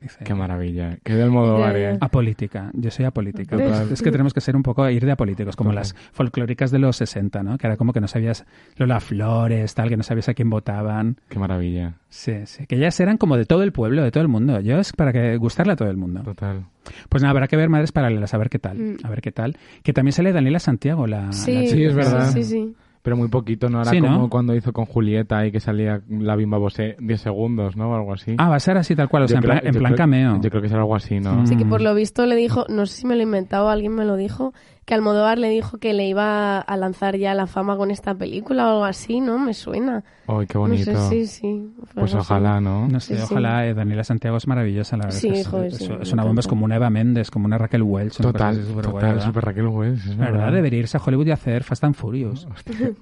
Speaker 2: Dice,
Speaker 3: Qué maravilla. Qué del modo ¿eh?
Speaker 4: Ya,
Speaker 3: varia.
Speaker 4: ya.
Speaker 2: a política, yo soy apolítica.
Speaker 4: ¿Ves?
Speaker 2: Pues es que tenemos que ser un poco ir de apolíticos, como
Speaker 3: Total.
Speaker 2: las folclóricas de los 60, ¿no? Que era como que no sabías Lola Flores, tal, que no sabías a quién votaban.
Speaker 3: Qué maravilla.
Speaker 2: Sí, sí, que ellas eran como de todo el pueblo, de todo el mundo. Yo es para que gustarle a todo el mundo.
Speaker 3: Total.
Speaker 2: Pues nada, habrá que ver Madres Paralelas, a ver qué tal,
Speaker 4: Mm.
Speaker 2: a ver qué tal. Que también sale Daniela Santiago, la, la
Speaker 4: Sí,
Speaker 2: chica.
Speaker 3: Sí, es verdad.
Speaker 4: Sí, sí.
Speaker 3: Pero muy poquito, ¿no? Ahora
Speaker 2: Sí, ¿no?
Speaker 3: como cuando hizo con Julieta y que salía la bimba Bosé 10 segundos, ¿no? O algo así.
Speaker 2: Ah, va a ser así tal cual, o
Speaker 3: Yo
Speaker 2: sea, en
Speaker 3: creo-
Speaker 2: plan, en
Speaker 3: yo
Speaker 2: plan
Speaker 3: creo-
Speaker 2: cameo.
Speaker 3: Yo creo que será algo así, ¿no?
Speaker 4: Sí, que por
Speaker 2: Mm.
Speaker 4: lo visto le dijo, no sé si me lo he inventado, alguien me lo dijo, que Almodóvar le dijo que le iba a lanzar ya la fama con esta película o algo así, ¿no? Me suena.
Speaker 3: Ay, qué bonito.
Speaker 4: No sé, sí, sí. Fue
Speaker 3: Pues
Speaker 4: algo así.
Speaker 3: ojalá, ¿no?
Speaker 2: No sé,
Speaker 4: Sí, sí.
Speaker 2: ojalá eh, Daniela Santiago es maravillosa, la verdad.
Speaker 4: Sí,
Speaker 2: es, que es-
Speaker 4: joder, sí,
Speaker 2: es-
Speaker 4: me
Speaker 2: es una bomba, es
Speaker 4: encanta.
Speaker 2: como una Eva Méndez, como una Raquel Welch. una cosa
Speaker 3: Total,
Speaker 2: así superguay,
Speaker 3: total,
Speaker 2: ¿verdad?
Speaker 3: super Raquel Wells. es
Speaker 2: La
Speaker 3: verdad.
Speaker 2: verdad, debería irse a Hollywood y hacer Fast and Furious.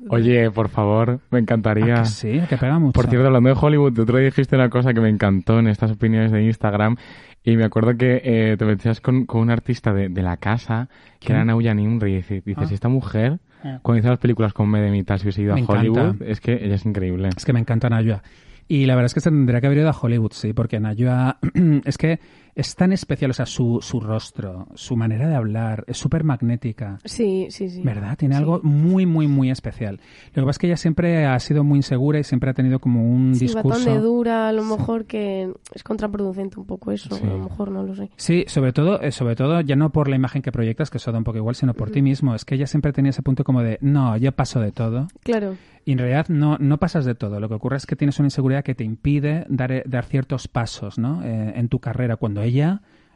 Speaker 3: Oye, por favor, me encantaría.
Speaker 2: ¿A que sí, ¿A que pega mucho.
Speaker 3: Por cierto, hablando de Hollywood, tú otro día dijiste una cosa que me encantó en estas opiniones de Instagram y me acuerdo que eh, te metías con, con un artista de, de la casa que
Speaker 2: ¿Quién?
Speaker 3: era Nauya Nimri. Dices,
Speaker 2: Ah.
Speaker 3: esta mujer,
Speaker 2: Ah.
Speaker 3: cuando hizo las películas con Medemita, si hubiese ido a
Speaker 2: Me encanta.
Speaker 3: Hollywood, es que ella es increíble.
Speaker 2: Es que me encanta Nayua. Y la verdad es que se tendría que haber ido a Hollywood, sí, porque Nayua (clears throat) es que es tan especial, o sea, su, su rostro, su manera de hablar, es súper magnética.
Speaker 4: Sí, sí, sí.
Speaker 2: ¿Verdad? Tiene
Speaker 4: Sí.
Speaker 2: algo muy, muy, muy especial. Lo que pasa es que ella siempre ha sido muy insegura y siempre ha tenido como un
Speaker 4: Sí, va tan
Speaker 2: discurso.
Speaker 4: de dura, a lo mejor que es contraproducente un poco eso,
Speaker 3: Sí.
Speaker 4: a lo mejor no lo sé.
Speaker 2: Sí, sobre todo, eh, sobre todo ya no por la imagen que proyectas, que eso da un poco igual, sino por ti mismo. Es que ella siempre tenía ese punto como de, no, yo paso de todo.
Speaker 4: Claro,
Speaker 2: Y en realidad no, no pasas de todo. Lo que ocurre es que tienes una inseguridad que te impide dar, eh, dar ciertos pasos ¿no? Eh, en tu carrera cuando ella...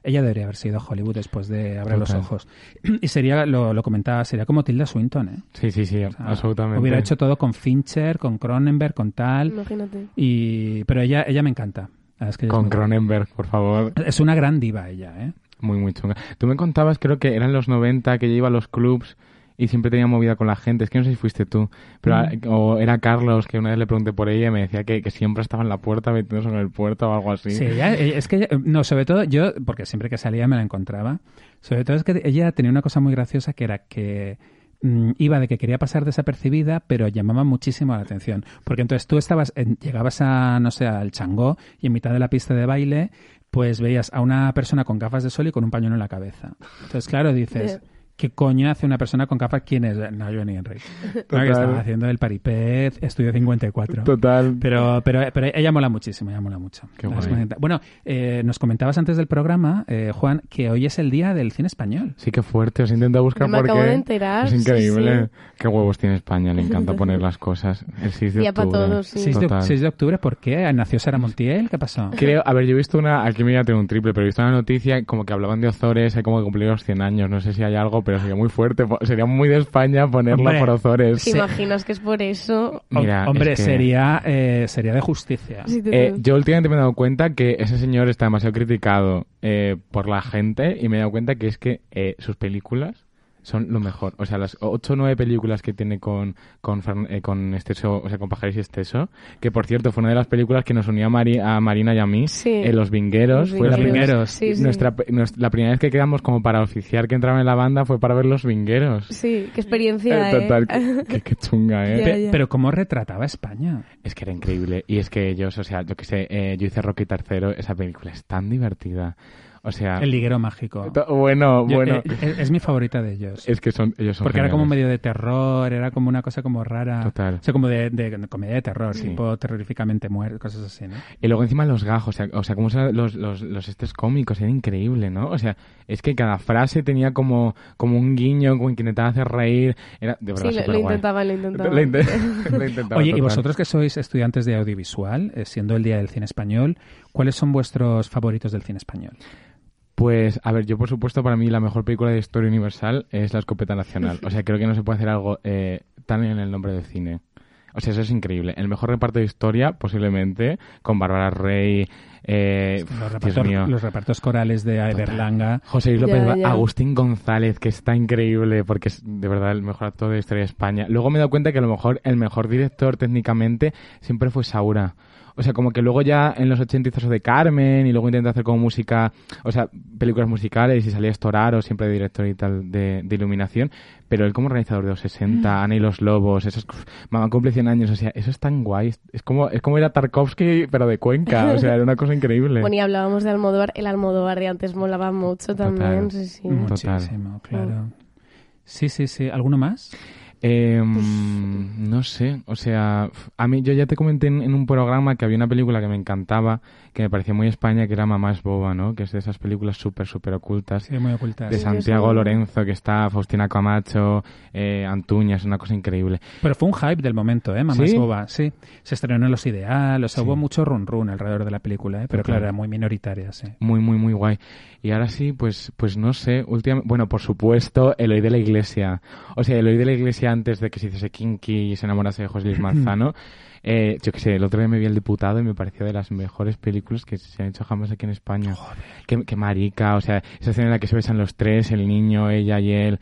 Speaker 2: Ella debería haber sido a Hollywood después de abrir los
Speaker 3: Total.
Speaker 2: ojos. (clears throat) Y sería, lo, lo comentaba, sería como Tilda Swinton, ¿eh?
Speaker 3: Sí, sí, sí,
Speaker 2: O sea,
Speaker 3: absolutamente.
Speaker 2: Hubiera hecho todo con Fincher, con Cronenberg, con tal.
Speaker 4: imagínate.
Speaker 2: Y, pero ella, ella me encanta. La verdad Es, que ella
Speaker 3: Con
Speaker 2: es muy-
Speaker 3: Cronenberg, por favor.
Speaker 2: es una gran diva ella, ¿eh?
Speaker 3: Muy, muy chunga. Tú me contabas, creo que eran los 90, que yo iba a los clubs y siempre tenía movida con la gente. Es que no sé si fuiste tú,
Speaker 4: Mm.
Speaker 3: pero ah, o era Carlos, que una vez le pregunté por ella y me decía que, que siempre estaba en la puerta metiéndose en el puerta o algo así.
Speaker 2: Sí, ella- ella- es que ella- no, sobre todo yo, porque siempre que salía me la encontraba, sobre todo es que ella tenía una cosa muy graciosa que era que mm, iba de que quería pasar desapercibida, pero llamaba muchísimo la atención, porque entonces tú estabas, en- llegabas a, no sé, al changó y en mitad de la pista de baile, pues veías a una persona con gafas de sol y con un pañuelo en la cabeza. Entonces, claro, dices...
Speaker 4: Ya.
Speaker 2: ¿Qué coño hace una persona con gafas? ¿Quién es? No, yo ni Enrique. No, que
Speaker 3: Total.
Speaker 2: estaba haciendo el paripet, estudio 54.
Speaker 3: Total.
Speaker 2: Pero, pero, pero ella mola muchísimo, ella mola mucho.
Speaker 3: Qué
Speaker 2: La
Speaker 3: guay.
Speaker 2: verdad. Bueno, eh, nos comentabas antes del programa, eh, Juan, que hoy es el día del cine español.
Speaker 3: Sí, que fuerte. Os intenta buscar
Speaker 4: Me
Speaker 3: porque
Speaker 4: acabo de enterar,
Speaker 3: es
Speaker 4: sí,
Speaker 3: increíble.
Speaker 4: sí.
Speaker 3: Qué huevos tiene España. Le
Speaker 4: (laughs)
Speaker 3: encanta poner las cosas. El 6 de
Speaker 4: Día para
Speaker 3: octubre.
Speaker 4: todos, sí. Mm.
Speaker 2: 6 de,
Speaker 3: Total.
Speaker 2: 6 de octubre, ¿por qué? ¿Nació Sara Montiel? ¿Qué pasó?
Speaker 3: Creo, a ver, yo he visto una, aquí me voy a tener un triple, pero he visto una noticia como que hablaban de Ozores, hay como que cumplir los 100 años, no sé si hay algo, pero sería muy fuerte, po- sería muy de España ponerla
Speaker 2: Hombre.
Speaker 3: por Ozores.
Speaker 4: ¿Te imaginas que es por eso?
Speaker 2: Hom-
Speaker 3: Mira,
Speaker 2: Hombre,
Speaker 3: es que-
Speaker 2: sería, eh, sería de justicia.
Speaker 4: Sí, te-
Speaker 3: Eh, yo últimamente me he dado cuenta que ese señor está demasiado criticado eh, por la gente y me he dado cuenta que es que eh, sus películas son lo mejor. O sea, las ocho o 9 películas que tiene con con, Fern- eh, con Esteso, o sea, con Pajares y Esteso, que por cierto fue una de las películas que nos unía a, Mari- a Marina y a mí,
Speaker 4: Sí.
Speaker 3: eh, Los Vingueros.
Speaker 4: Los
Speaker 3: fue la
Speaker 4: Vingueros.
Speaker 3: primera-
Speaker 4: Sí, sí.
Speaker 3: nuestra, pe- nuestra- la primera vez que quedamos como para oficiar que entraba en la banda fue para ver Los Vingueros.
Speaker 4: Sí, qué experiencia,
Speaker 3: Eh, total,
Speaker 4: (laughs) ¿eh?
Speaker 3: qué, qué chunga, ¿eh?
Speaker 4: Ya,
Speaker 2: Pe-
Speaker 4: ya.
Speaker 2: Pero ¿cómo retrataba España?
Speaker 3: Es que era increíble. Y es que ellos, o sea, yo que sé, eh, yo hice Rocky Tercero, esa película es tan divertida. O sea,
Speaker 2: El liguero mágico.
Speaker 3: to- bueno,
Speaker 2: Yo-
Speaker 3: Ah. bueno.
Speaker 2: eh, es, es mi favorita de ellos.
Speaker 3: es que son, ellos son
Speaker 2: Porque era como
Speaker 3: geniales.
Speaker 2: medio de terror, era como una cosa como rara.
Speaker 3: Total.
Speaker 2: O sea, como de, de- de comedia de terror,
Speaker 3: Sí.
Speaker 2: tipo terroríficamente muerto, cosas así, ¿no?
Speaker 3: Y luego encima los gajos, o sea, o sea como son los, los, los estos cómicos, era increíble, ¿no? O sea, es que cada frase tenía como, como un guiño, como que intentaba hacer reír. Era de verdad
Speaker 4: Sí, lo, lo
Speaker 3: superguay.
Speaker 4: intentaba, lo intentaba.
Speaker 3: Lo
Speaker 4: (laughs)
Speaker 3: inte- (laughs) lo intentaba,
Speaker 2: Oye, y
Speaker 3: total.
Speaker 2: vosotros que sois estudiantes de audiovisual, eh, siendo el Día del Cine Español, ¿cuáles son vuestros favoritos del cine español?
Speaker 3: Pues, a ver, yo por supuesto, para mí la mejor película de historia universal es La Escopeta Nacional. O sea, creo que no se puede hacer algo eh, tan en el nombre del cine. O sea, eso es increíble. El mejor reparto de historia, posiblemente, con Bárbara Rey, eh,
Speaker 2: Los
Speaker 3: pf,
Speaker 2: repartos,
Speaker 3: Dios mío,
Speaker 2: los repartos corales de Berlanga.
Speaker 3: José Luis López,
Speaker 4: Ya,
Speaker 3: Ga-
Speaker 4: ya.
Speaker 3: Agustín González, que está increíble, porque es de verdad el mejor actor de la historia de España. Luego me he dado cuenta que a lo mejor el mejor director técnicamente siempre fue Saura. O sea, como que luego ya en los 80 hizo eso de Carmen y luego intentó hacer como música, o sea, películas musicales y salía Estoraro siempre de director y tal de, de iluminación. Pero él como organizador de los 60,
Speaker 4: Mm.
Speaker 3: Ana y los Lobos, esos, mamá cumple 100 años, o sea, eso es tan guay. Es- Es como, es como ir a Tarkovsky, pero de Cuenca, o sea, era una cosa increíble.
Speaker 4: (laughs) Bueno, y hablábamos de Almodóvar. El Almodóvar de antes molaba mucho
Speaker 3: Total.
Speaker 4: también. Sí, sí.
Speaker 3: Total.
Speaker 2: Muchísimo, claro. Sí, sí, sí. ¿Alguno más?
Speaker 3: Eh, no sé, o sea, f- a mí yo ya te comenté en, en un programa que había una película que me encantaba, que me parecía muy España, que era Mamá es boba, ¿no? Que es de esas películas súper, súper ocultas.
Speaker 2: Sí, muy ocultas.
Speaker 3: De
Speaker 4: Sí, yo
Speaker 3: Santiago
Speaker 4: soy-
Speaker 3: Lorenzo, que está Faustina Camacho, eh, Antuña, es una cosa increíble.
Speaker 2: Pero fue un hype del momento, ¿eh? Mamá
Speaker 3: ¿Sí?
Speaker 2: es boba, sí. Se estrenó en Los Ideal, o sea,
Speaker 3: Sí.
Speaker 2: hubo mucho run run alrededor de la película, ¿eh? Pero
Speaker 3: Ok.
Speaker 2: claro, era muy minoritaria, sí.
Speaker 3: Muy, muy, muy guay. Y ahora sí, pues, pues no sé, últimamente, bueno, por supuesto, Eloy de la Iglesia. O sea, Eloy de la Iglesia antes de que se hiciese kinky y se enamorase de José (laughs) Luis Manzano. Eh, yo qué sé, el otro día me vi El Diputado y me pareció de las mejores películas que se han hecho jamás aquí en España. Qué, qué marica, o sea, esa escena en la que se besan los tres, el niño, ella y él.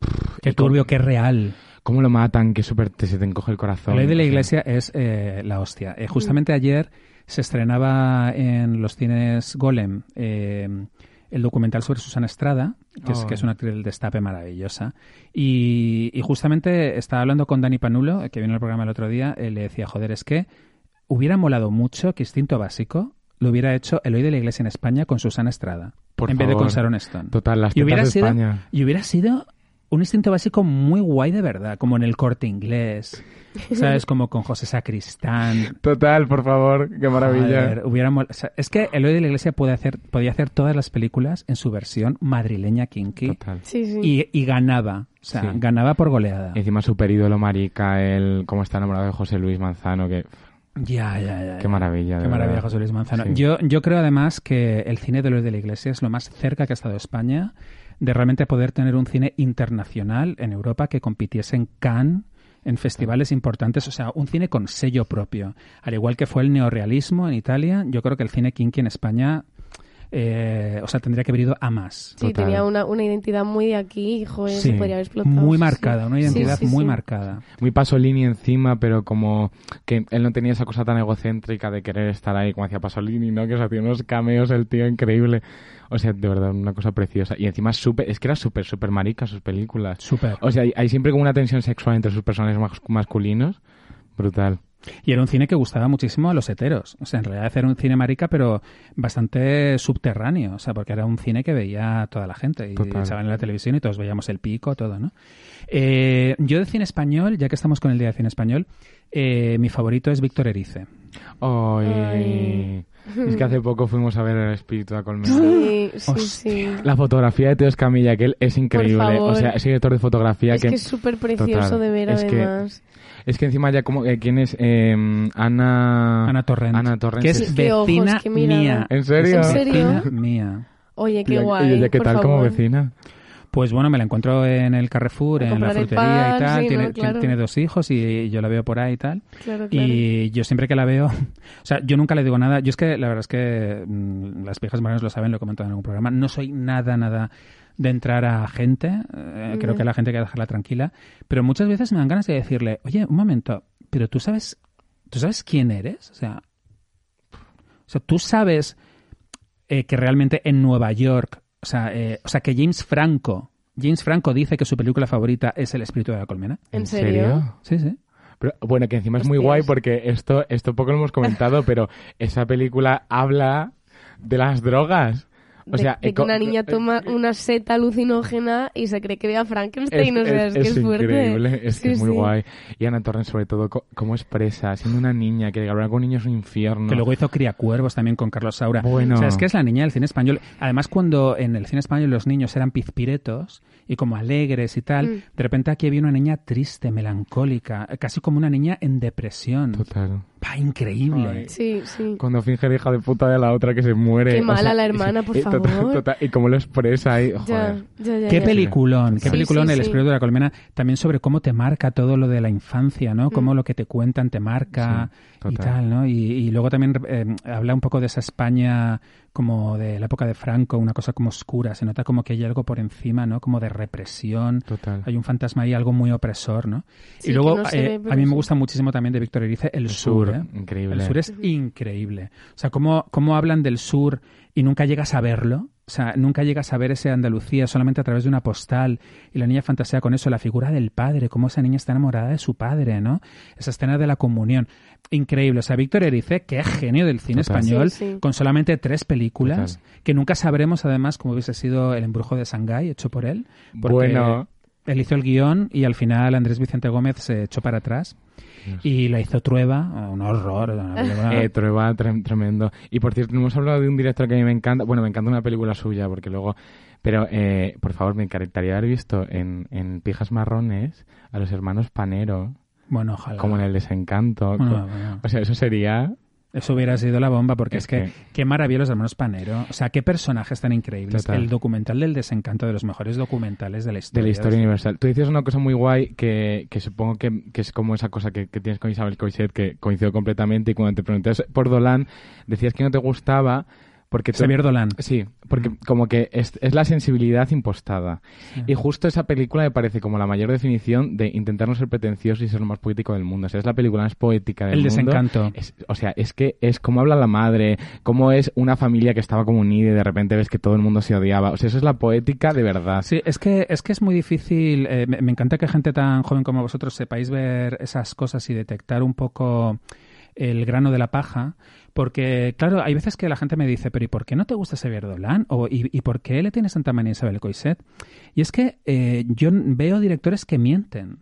Speaker 3: Pff,
Speaker 2: Qué
Speaker 3: y cómo-
Speaker 2: turbio, qué real.
Speaker 3: ¿Cómo lo matan? Que súper te, se te encoge el
Speaker 2: La
Speaker 3: corazón.
Speaker 2: ley de la
Speaker 3: O sea,
Speaker 2: iglesia es eh, la hostia. Eh, justamente ayer se estrenaba en los cines Golem eh, el documental sobre Susana Estrada, que, es,
Speaker 3: Oh.
Speaker 2: que es una actriz del destape maravillosa. Y, y justamente estaba hablando con Dani Panulo, eh, que vino al programa el otro día, eh, le decía, joder, es que hubiera molado mucho que Instinto Básico lo hubiera hecho el hoy de la iglesia en España con Susana Estrada,
Speaker 3: Por
Speaker 2: en vez de
Speaker 3: favor.
Speaker 2: con Sharon Stone.
Speaker 3: Total, las
Speaker 2: Y hubiera,
Speaker 3: tetas de
Speaker 2: sido,
Speaker 3: España.
Speaker 2: y hubiera sido un instinto básico muy guay de verdad, como en el corte inglés, ¿sabes? Como con José Sacristán.
Speaker 3: Total, por favor, qué maravilla.
Speaker 2: Joder, hubiera mol- o sea, es que el de la Iglesia puede hacer, podía hacer todas las películas en su versión madrileña kinky
Speaker 3: Total.
Speaker 4: Sí, sí.
Speaker 2: y, y ganaba, o sea,
Speaker 3: Sí.
Speaker 2: ganaba por goleada.
Speaker 3: Encima super ídolo marica, el cómo está enamorado de José Luis Manzano, que
Speaker 2: Ya, ya, ya.
Speaker 3: qué
Speaker 2: ya.
Speaker 3: maravilla. de
Speaker 2: Qué maravilla,
Speaker 3: verdad.
Speaker 2: José Luis Manzano.
Speaker 3: Sí.
Speaker 2: Yo, yo creo además que el cine de Luis de la Iglesia es lo más cerca que ha estado España de realmente poder tener un cine internacional en Europa que compitiese en Cannes, en festivales importantes, o sea, un cine con sello propio. Al igual que fue el neorrealismo en Italia, yo creo que el cine kinky en España, eh, o sea, tendría que haber ido a más.
Speaker 4: Sí,
Speaker 3: Total.
Speaker 4: tenía una, una identidad muy de aquí, joder,
Speaker 2: Sí.
Speaker 4: Pues se podría haber explotado.
Speaker 2: Muy
Speaker 4: sí,
Speaker 2: marcada,
Speaker 4: sí.
Speaker 2: una identidad
Speaker 4: Sí, sí,
Speaker 2: muy
Speaker 4: sí.
Speaker 2: marcada.
Speaker 3: Muy Pasolini encima, pero como que él no tenía esa cosa tan egocéntrica de querer estar ahí como hacía Pasolini, ¿no? Que se hacía unos cameos el tío increíble. O sea, de verdad, una cosa preciosa. Y encima súper, es que era súper, súper marica sus películas.
Speaker 2: Súper.
Speaker 3: O sea, hay, hay siempre como una tensión sexual entre sus personajes mas- masculinos. Brutal.
Speaker 2: Y era un cine que gustaba muchísimo a los heteros. O sea, en realidad era un cine marica, pero bastante subterráneo. O sea, porque era un cine que veía toda la gente. Y
Speaker 3: Total.
Speaker 2: echaban en la televisión y todos veíamos el pico, todo, ¿no? Eh, yo de cine español, ya que estamos con el día de cine español, eh, mi favorito es Víctor Erice.
Speaker 3: Ay.
Speaker 4: Ay.
Speaker 3: Es que hace poco fuimos a ver el espíritu a Colmena.
Speaker 4: Sí, sí, sí.
Speaker 3: La fotografía de Teo Escamilla, que él es increíble.
Speaker 4: favor.
Speaker 3: O sea, es director de fotografía.
Speaker 4: Es que es súper precioso
Speaker 3: Total.
Speaker 4: de ver,
Speaker 3: Es que-
Speaker 4: además.
Speaker 3: es que encima ya como... eh, ¿Quién es? Eh, Ana...
Speaker 2: Ana Torrent.
Speaker 3: Ah, Ana Torrent,
Speaker 2: Que es
Speaker 4: sí. Qué ojos,
Speaker 2: vecina
Speaker 4: qué mirada.
Speaker 2: mía.
Speaker 3: ¿En serio?
Speaker 4: ¿En serio?
Speaker 2: Vecina mía.
Speaker 4: Oye,
Speaker 3: Y-
Speaker 4: qué
Speaker 3: y
Speaker 4: guay.
Speaker 3: ella, ¿qué
Speaker 4: por
Speaker 3: tal como
Speaker 4: favor.
Speaker 3: vecina?
Speaker 2: Pues bueno, me la encuentro en el Carrefour,
Speaker 4: A
Speaker 2: en la
Speaker 4: comprar el
Speaker 2: frutería y
Speaker 4: pan,
Speaker 2: tal.
Speaker 4: sí,
Speaker 2: tiene,
Speaker 4: ¿no? Claro.
Speaker 2: tiene dos hijos y yo la veo por ahí y tal.
Speaker 4: Claro, claro.
Speaker 2: Y yo siempre que la veo, (laughs) o sea, yo nunca le digo nada. Yo es que la verdad es que mm, las viejas marrones lo saben, lo he comentado en algún programa. No soy nada, nada de entrar a gente. eh, Creo
Speaker 4: Ya.
Speaker 2: que la gente hay que dejarla tranquila. Pero muchas veces me dan ganas de decirle, oye, un momento, pero tú sabes, tú sabes quién eres, o sea, o sea, tú sabes eh, que realmente en Nueva York, o sea, eh, o sea, que James Franco, James Franco dice que su película favorita es El Espíritu de la Colmena.
Speaker 4: ¿En serio?
Speaker 2: Sí, sí.
Speaker 3: Pero, bueno, que encima es muy
Speaker 4: Hostias.
Speaker 3: guay porque esto, esto poco lo hemos
Speaker 4: (laughs)
Speaker 3: comentado, pero esa película habla de las drogas. O
Speaker 4: De-
Speaker 3: sea,
Speaker 4: de,
Speaker 3: eh,
Speaker 4: que
Speaker 3: co-
Speaker 4: una niña
Speaker 3: eh,
Speaker 4: toma una seta alucinógena y se cree que ve a Frankenstein. o sea, es, que es fuerte.
Speaker 3: increíble, es que
Speaker 4: Sí,
Speaker 3: es muy
Speaker 4: sí.
Speaker 3: guay. Y Ana Torrent, sobre todo, co- cómo expresa, siendo una niña, que hablar con niños es un infierno.
Speaker 2: Que luego hizo Cría Cuervos también con Carlos Saura.
Speaker 3: Bueno.
Speaker 2: O sea, es que es la niña del cine español. Además, cuando en el cine español los niños eran pizpiretos y como alegres y tal,
Speaker 4: Mm.
Speaker 2: de repente aquí había una niña triste, melancólica, casi como una niña en depresión.
Speaker 3: Total.
Speaker 2: Pa, increíble.
Speaker 3: Ay.
Speaker 4: Sí, sí.
Speaker 3: Cuando finge la hija de puta de la otra que se muere.
Speaker 4: Qué
Speaker 3: o
Speaker 4: mala
Speaker 3: sea,
Speaker 4: la hermana, por
Speaker 3: y, eh, total,
Speaker 4: favor.
Speaker 3: total, y cómo lo expresa ahí.
Speaker 4: Ya,
Speaker 3: Joder.
Speaker 4: ya, ya.
Speaker 2: Qué
Speaker 4: ya.
Speaker 2: peliculón, qué
Speaker 4: Sí,
Speaker 2: peliculón
Speaker 4: sí,
Speaker 2: El
Speaker 4: sí.
Speaker 2: Espíritu de la Colmena, también sobre cómo te marca todo lo de la infancia, ¿no? Cómo
Speaker 4: Mm.
Speaker 2: lo que te cuentan te marca
Speaker 3: Sí,
Speaker 2: y
Speaker 3: total.
Speaker 2: tal, ¿no? Y, y luego también eh, habla un poco de esa España como de la época de Franco, una cosa como oscura, se nota como que hay algo por encima, ¿no? Como de represión,
Speaker 3: Total.
Speaker 2: hay un fantasma ahí, algo muy opresor, ¿no?
Speaker 4: Sí,
Speaker 2: y
Speaker 4: que
Speaker 2: luego,
Speaker 4: no se
Speaker 2: eh,
Speaker 4: ve, pero
Speaker 2: a mí me
Speaker 4: sí.
Speaker 2: gusta muchísimo también de Víctor Erice el, sur, ¿eh?
Speaker 3: increíble.
Speaker 2: El sur es increíble. O sea, cómo, cómo hablan del sur y nunca llegas a verlo. O sea, nunca llegas a ver ese Andalucía solamente a través de una postal. Y la niña fantasea con eso, la figura del padre, cómo esa niña está enamorada de su padre, ¿no? Esa escena de la comunión. Increíble. O sea, Víctor Erice, qué genio del cine
Speaker 3: Total.
Speaker 2: español,
Speaker 4: Sí, sí.
Speaker 2: con solamente tres películas, que nunca sabremos además cómo hubiese sido El embrujo de Shanghái, hecho por él. porque
Speaker 3: Bueno.
Speaker 2: Él hizo el guión y al final Andrés Vicente Gómez se echó para atrás y la hizo Trueba, un horror. una película-
Speaker 3: Eh, Trueba, trem- tremendo. Y por cierto, no hemos hablado de un director que a mí me encanta. Bueno, me encanta una película suya, porque luego. Pero, eh, por favor, me encantaría haber visto en, en Pijas Marrones a los hermanos Panero,
Speaker 2: bueno, ojalá.
Speaker 3: como en El Desencanto.
Speaker 2: Bueno,
Speaker 3: Co-
Speaker 2: bueno.
Speaker 3: O sea, eso sería.
Speaker 2: Eso hubiera sido la bomba, porque
Speaker 3: Es
Speaker 2: es, que,
Speaker 3: que-
Speaker 2: qué maravilla los hermanos Panero. O sea, qué personajes tan increíbles.
Speaker 3: Total.
Speaker 2: El documental del desencanto, de los mejores documentales de la
Speaker 3: De
Speaker 2: historia.
Speaker 3: la historia universal. Tú decías una cosa muy guay que, que supongo que, que es como esa cosa que, que tienes con Isabel Coixet, que coincido completamente. Y cuando te preguntas por Dolan, decías que no te gustaba porque te,
Speaker 2: Xavier Dolan.
Speaker 3: Sí, porque
Speaker 2: Mm.
Speaker 3: como que es, es la sensibilidad impostada. Y justo esa película me parece como la mayor definición de intentar no ser pretencioso y ser lo más poético del mundo. O sea, es la película más poética del
Speaker 2: El
Speaker 3: mundo.
Speaker 2: desencanto.
Speaker 3: Es- o sea, es que es como habla la madre, cómo es una familia que estaba como unida y de repente ves que todo el mundo se odiaba. O sea, eso es la poética de verdad.
Speaker 2: Sí, es que es que es muy difícil. eh, me, me encanta que gente tan joven como vosotros sepáis ver esas cosas y detectar un poco el grano de la paja, porque claro, hay veces que la gente me dice, pero ¿y por qué no te gusta Xavier Dolan? O, ¿y, y por qué le tienes tanta manía a Isabel Coixet? Y es que eh, yo veo directores que mienten.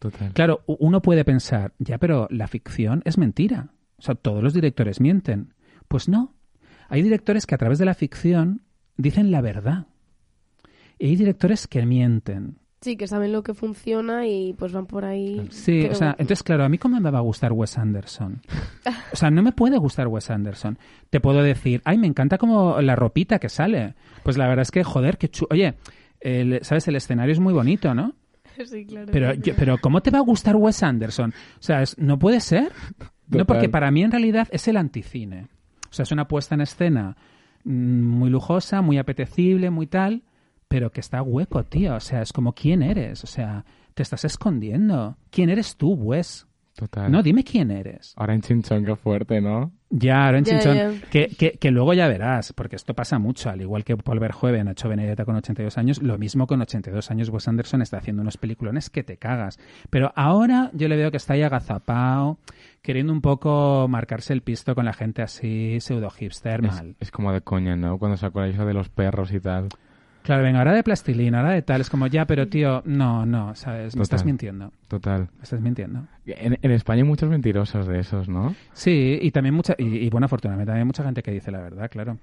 Speaker 3: Total.
Speaker 2: Claro, u- uno puede pensar, ya, pero la ficción es mentira. O sea, todos los directores mienten. Pues no. Hay directores que a través de la ficción dicen la verdad. Y hay directores que mienten.
Speaker 4: Sí, que saben lo que funciona y pues van por ahí.
Speaker 2: Sí,
Speaker 4: pero-
Speaker 2: o sea, entonces, claro, a mí cómo me va a gustar Wes Anderson. O sea, no me puede gustar Wes Anderson. Te puedo decir, ay, me encanta como la ropita que sale. Pues la verdad es que, joder, que chulo. Oye, el- ¿sabes? El escenario es muy bonito, ¿no?
Speaker 4: (laughs) Sí, claro.
Speaker 2: Pero, yo- pero ¿cómo te va a gustar Wes Anderson? O sea, es- no puede ser.
Speaker 3: Total.
Speaker 2: No, porque para mí en realidad es el anticine. O sea, es una puesta en escena mm, muy lujosa, muy apetecible, muy tal, pero que está hueco, tío. O sea, es como quién eres. O sea, te estás escondiendo. ¿Quién eres tú, Wes?
Speaker 3: Total.
Speaker 2: No, dime quién eres.
Speaker 3: Ahora en Chinchón, qué fuerte, ¿no?
Speaker 2: Ya, ahora en
Speaker 4: Ya,
Speaker 2: Chinchón,
Speaker 4: ya.
Speaker 2: Que, que- que luego ya verás, porque esto pasa mucho, al igual que Paul Verhoeven ha hecho Benedetta con 82 años, lo mismo con 82 años Wes Anderson está haciendo unos peliculones que te cagas. Pero ahora yo le veo que está ahí agazapao, queriendo un poco marcarse el pisto con la gente así pseudo hipster
Speaker 3: Es,
Speaker 2: mal.
Speaker 3: es como de coña, ¿no? Cuando sacó la isla de los perros y tal.
Speaker 2: Claro, venga, ahora de plastilina, ahora de tal, es como ya, pero tío, no, no, sabes, me estás
Speaker 3: Total.
Speaker 2: mintiendo,
Speaker 3: Total.
Speaker 2: me estás mintiendo.
Speaker 3: En, en España hay muchos mentirosos de esos, ¿no?
Speaker 2: Sí, y también mucha, y, y bueno, afortunadamente también hay mucha gente que dice la verdad, claro.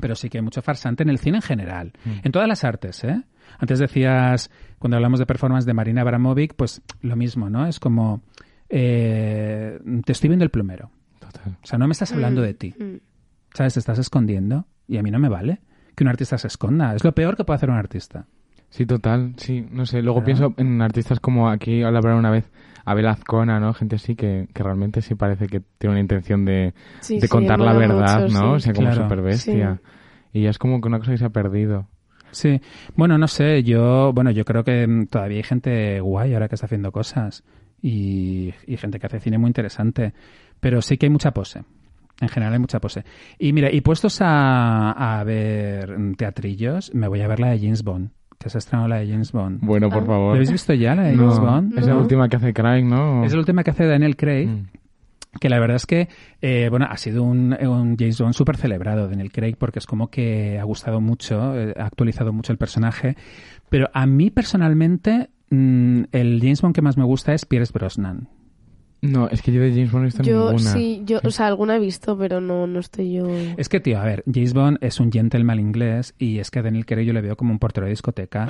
Speaker 2: Pero sí que hay mucho farsante en el cine en general, en todas las artes, ¿eh? Antes decías, cuando hablamos de performance de Marina Abramovic, pues lo mismo, ¿no? Es como, eh, te estoy viendo el plumero.
Speaker 3: Total.
Speaker 2: O sea, no me estás hablando de ti.
Speaker 4: Mm.
Speaker 2: ¿Sabes? Te estás escondiendo y a mí no me vale que un artista se esconda. Es lo peor que puede hacer un artista.
Speaker 3: Sí, total, sí, no sé. Luego
Speaker 2: ¿Verdad?
Speaker 3: pienso en artistas como aquí hablaron una vez, Abel Azcona, ¿no? Gente así que, que realmente sí parece que tiene una intención de,
Speaker 4: Sí,
Speaker 3: de
Speaker 4: sí,
Speaker 3: contar la
Speaker 4: mola
Speaker 3: verdad,
Speaker 4: mucho,
Speaker 3: ¿no? O
Speaker 4: sí.
Speaker 3: sea, como
Speaker 2: Claro.
Speaker 3: súper bestia. Y ya es como que una cosa que se ha perdido.
Speaker 2: Sí, bueno, no sé, yo, bueno, yo creo que mm, todavía hay gente guay ahora que está haciendo cosas y, y gente que hace cine muy interesante, pero sí que hay mucha pose. En general hay mucha pose. Y mira, y puestos a, a ver mm, teatrillos, me voy a ver la de James Bond, que se ha estrenado la de James Bond.
Speaker 3: Bueno,
Speaker 4: Ah.
Speaker 3: por
Speaker 2: ¿Lo
Speaker 3: favor.
Speaker 2: habéis visto ya, la de
Speaker 3: No,
Speaker 2: James Bond?
Speaker 3: Es la última que hace Craig, ¿no?
Speaker 2: Es la última que hace Daniel Craig
Speaker 3: Mm.
Speaker 2: que la verdad es que, eh, bueno, ha sido un, un James Bond súper celebrado, Daniel Craig, porque es como que ha gustado mucho, eh, ha actualizado mucho el personaje. Pero a mí personalmente, mm, el James Bond que más me gusta es Pierce Brosnan.
Speaker 3: No, es que yo de James Bond no he visto
Speaker 4: Yo
Speaker 3: ninguna.
Speaker 4: sí, yo, o sea, alguna he visto, pero no, no estoy yo.
Speaker 2: Es que, tío, a ver, James Bond es un gentleman inglés y es que a Daniel Craig yo le veo como un portero de discoteca,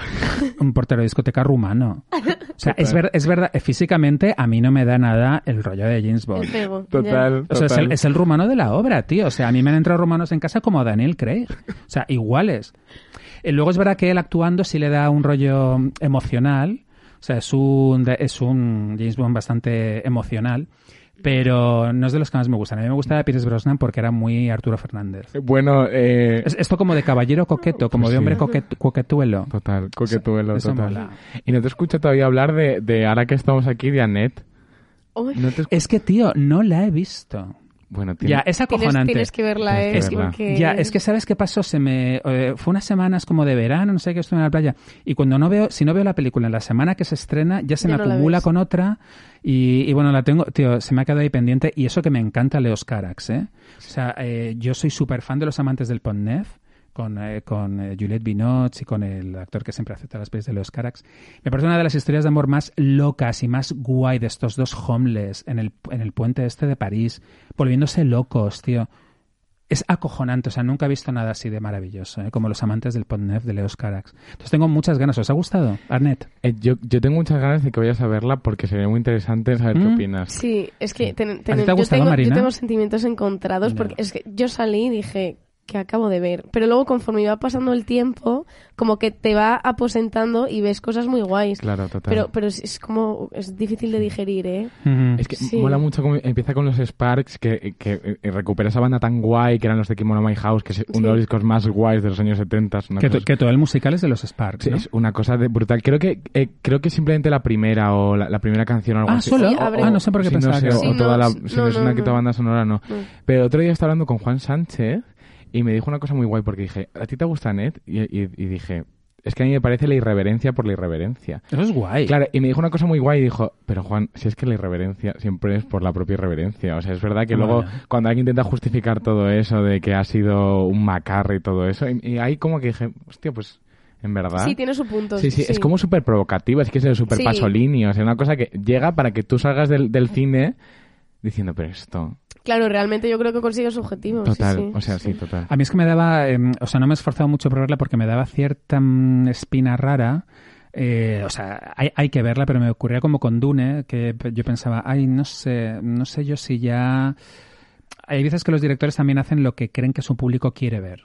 Speaker 2: un portero de discoteca rumano. O sea, es, ver- es verdad, eh, físicamente a mí no me da nada el rollo de James
Speaker 4: El
Speaker 2: Bond.
Speaker 4: pego, ya.
Speaker 3: Total,
Speaker 2: O sea, es el,
Speaker 3: total.
Speaker 2: es el rumano de la obra, tío. O sea, a mí me han entrado rumanos en casa como Daniel Craig. O sea, iguales. Eh, luego es verdad que él actuando sí le da un rollo emocional. O sea, es un, es un James Bond bastante emocional. pero no es de los que más me gustan. A mí me gustaba Pierce Brosnan porque era muy Arturo Fernández.
Speaker 3: Bueno, eh,
Speaker 2: Es- esto como de caballero coqueto, como
Speaker 3: Pues
Speaker 2: de
Speaker 3: sí. Pues
Speaker 2: hombre coquet- coquetuelo.
Speaker 3: Total, coquetuelo,
Speaker 2: Eso
Speaker 3: total.
Speaker 2: mola.
Speaker 3: Y no te escucho todavía hablar de, de ahora que estamos aquí, de Annette.
Speaker 4: Uy,
Speaker 3: No te escu-
Speaker 2: Es que, tío, no la he visto.
Speaker 3: Bueno, tiene-
Speaker 2: Ya, es
Speaker 4: tienes,
Speaker 2: acojonante.
Speaker 4: tienes que verla,
Speaker 3: Tienes que
Speaker 4: eh,
Speaker 3: verla.
Speaker 4: porque-
Speaker 2: Ya, es que sabes qué pasó, se me eh, fue unas semanas como de verano, no sé qué, estuve en la playa y cuando no veo, si no veo la película en la semana que se estrena, ya se
Speaker 4: Ya
Speaker 2: me
Speaker 4: no la
Speaker 2: acumula
Speaker 4: ves.
Speaker 2: con otra y, y bueno, la tengo, tío, se me ha quedado ahí pendiente y eso que me encanta Leos Carax, ¿eh? O sea, eh, yo soy súper fan de Los Amantes del Pont Neuf con, eh, con eh, Juliette Binoche y con el actor que siempre hace todas las pelis de Leos Carax. Me parece una de las historias de amor más locas y más guay de estos dos homeless en el, en el puente este de París, volviéndose locos, tío. Es acojonante, o sea, nunca he visto nada así de maravilloso, ¿eh? como los amantes del Podnev de Leos Carax. Entonces tengo muchas ganas. ¿Os ha gustado, Arnet?
Speaker 3: Eh, yo, yo tengo muchas ganas de que vayas a verla porque sería muy interesante saber qué
Speaker 2: Mm.
Speaker 3: opinas.
Speaker 4: Sí, es que ten-
Speaker 2: te ha
Speaker 4: ten- yo,
Speaker 2: gustado,
Speaker 4: tengo, yo
Speaker 2: Marina?
Speaker 4: tengo sentimientos encontrados
Speaker 2: No.
Speaker 4: porque es que yo salí y dije que acabo de ver, pero luego conforme iba pasando el tiempo, como que te va aposentando y ves cosas muy guays.
Speaker 3: Claro, total.
Speaker 4: Pero, pero es, es como, es difícil de digerir, ¿eh?
Speaker 3: Es que
Speaker 4: Sí.
Speaker 3: mola mucho cómo empieza con los Sparks, que, que, eh, recupera esa banda tan guay que eran los de Kimono My House, que es uno
Speaker 4: Sí.
Speaker 3: de los discos más guays de los años 70. una
Speaker 2: que, to-
Speaker 3: cosa-
Speaker 2: que todo el musical es de los Sparks,
Speaker 3: Sí,
Speaker 2: ¿no?
Speaker 3: es una cosa de brutal. Creo que eh, creo que simplemente la primera o la, la primera canción o algo
Speaker 2: Ah,
Speaker 3: así.
Speaker 2: solo.
Speaker 4: Sí, abre-
Speaker 2: ah, no sé por qué
Speaker 3: Sí, no
Speaker 2: pensaba
Speaker 3: sé,
Speaker 2: que
Speaker 3: o-
Speaker 4: Sí,
Speaker 3: o
Speaker 4: no,
Speaker 3: toda la,
Speaker 4: sí,
Speaker 3: si
Speaker 4: no,
Speaker 3: no es una
Speaker 4: no, Mm.
Speaker 3: quita
Speaker 4: no.
Speaker 3: banda sonora, no.
Speaker 4: No.
Speaker 3: Pero el otro día estaba hablando con Juan Sánchez y me dijo una cosa muy guay porque dije, ¿a ti te gusta Net? Y, y- y dije, es que a mí me parece la irreverencia por la irreverencia.
Speaker 2: Eso es guay.
Speaker 3: Claro, y me dijo una cosa muy guay y dijo, pero Juan, si es que la irreverencia siempre es por la propia irreverencia. O sea, es verdad que luego
Speaker 2: Bueno.
Speaker 3: cuando alguien intenta justificar todo eso de que ha sido un macarre y todo eso, y, y ahí como que dije, hostia, pues en verdad...
Speaker 4: Sí, tiene su punto.
Speaker 3: Sí, sí, es como súper provocativa, es que es el súper
Speaker 4: Sí.
Speaker 3: pasolini, o sea, una cosa que llega para que tú salgas del, del cine diciendo, pero esto,
Speaker 4: Claro, realmente yo creo que consigue su objetivo. Oh, sí,
Speaker 3: total,
Speaker 4: sí.
Speaker 3: o sea, sí, total.
Speaker 2: A mí es que me daba, em, o sea, no me he esforzado mucho por verla porque me daba cierta mm, espina rara. Eh, o sea, hay, hay que verla, pero me ocurría como con Dune, que pe- yo pensaba, ay, no sé, no sé yo si ya... Hay veces que los directores también hacen lo que creen que su público quiere ver.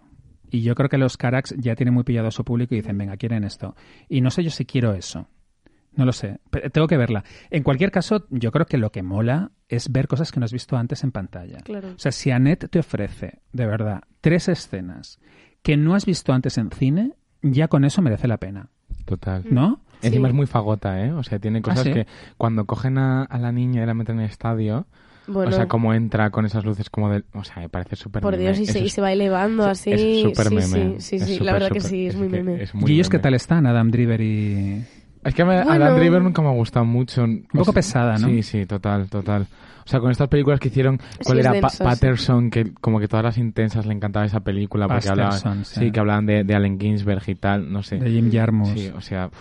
Speaker 2: Y yo creo que los Carax ya tienen muy pillado a su público y dicen, venga, quieren esto. Y no sé yo si quiero eso. No lo sé. Pe- tengo que verla. En cualquier caso, yo creo que lo que mola es ver cosas que no has visto antes en pantalla.
Speaker 4: Claro.
Speaker 2: O sea, si Annette te ofrece, de verdad, tres escenas que no has visto antes en cine, ya con eso merece la pena,
Speaker 3: Total.
Speaker 2: ¿no?
Speaker 4: Mm, Sí.
Speaker 3: Encima es muy fagota, ¿eh? O sea, tiene cosas
Speaker 2: ¿Ah, sí?
Speaker 3: que cuando cogen a, a la niña y la meten en el estadio,
Speaker 4: Bueno,
Speaker 3: o sea, cómo entra con esas luces como del... O sea, me parece súper
Speaker 4: por
Speaker 3: meme.
Speaker 4: Dios, y
Speaker 3: Eso
Speaker 4: se, y
Speaker 3: es-
Speaker 4: se va elevando
Speaker 3: eso
Speaker 4: así.
Speaker 3: Es súper
Speaker 4: sí,
Speaker 3: meme.
Speaker 4: sí, sí,
Speaker 3: Es
Speaker 4: sí,
Speaker 3: súper,
Speaker 4: la verdad que
Speaker 3: súper-
Speaker 4: sí, es muy
Speaker 3: que
Speaker 4: meme.
Speaker 3: es muy
Speaker 2: ¿Y ellos qué
Speaker 3: meme.
Speaker 2: tal están? Adam Driver y...
Speaker 3: Es que a mí Adam
Speaker 4: Bueno.
Speaker 3: Driver nunca me ha gustado mucho. Un
Speaker 2: poco pesada, ¿no?
Speaker 3: Sí, sí, total, total. O sea, con estas películas que hicieron, ¿cuál
Speaker 4: Sí, es
Speaker 3: era Pa-
Speaker 4: densa, sí.
Speaker 3: Patterson? Que como que todas las intensas le encantaba esa película porque
Speaker 2: Patterson,
Speaker 3: hablaban,
Speaker 2: sí.
Speaker 3: sí. que hablaban de, de Allen Ginsberg y tal, no sé.
Speaker 2: de Jim Jarmusch?
Speaker 3: Sí, o sea, pff,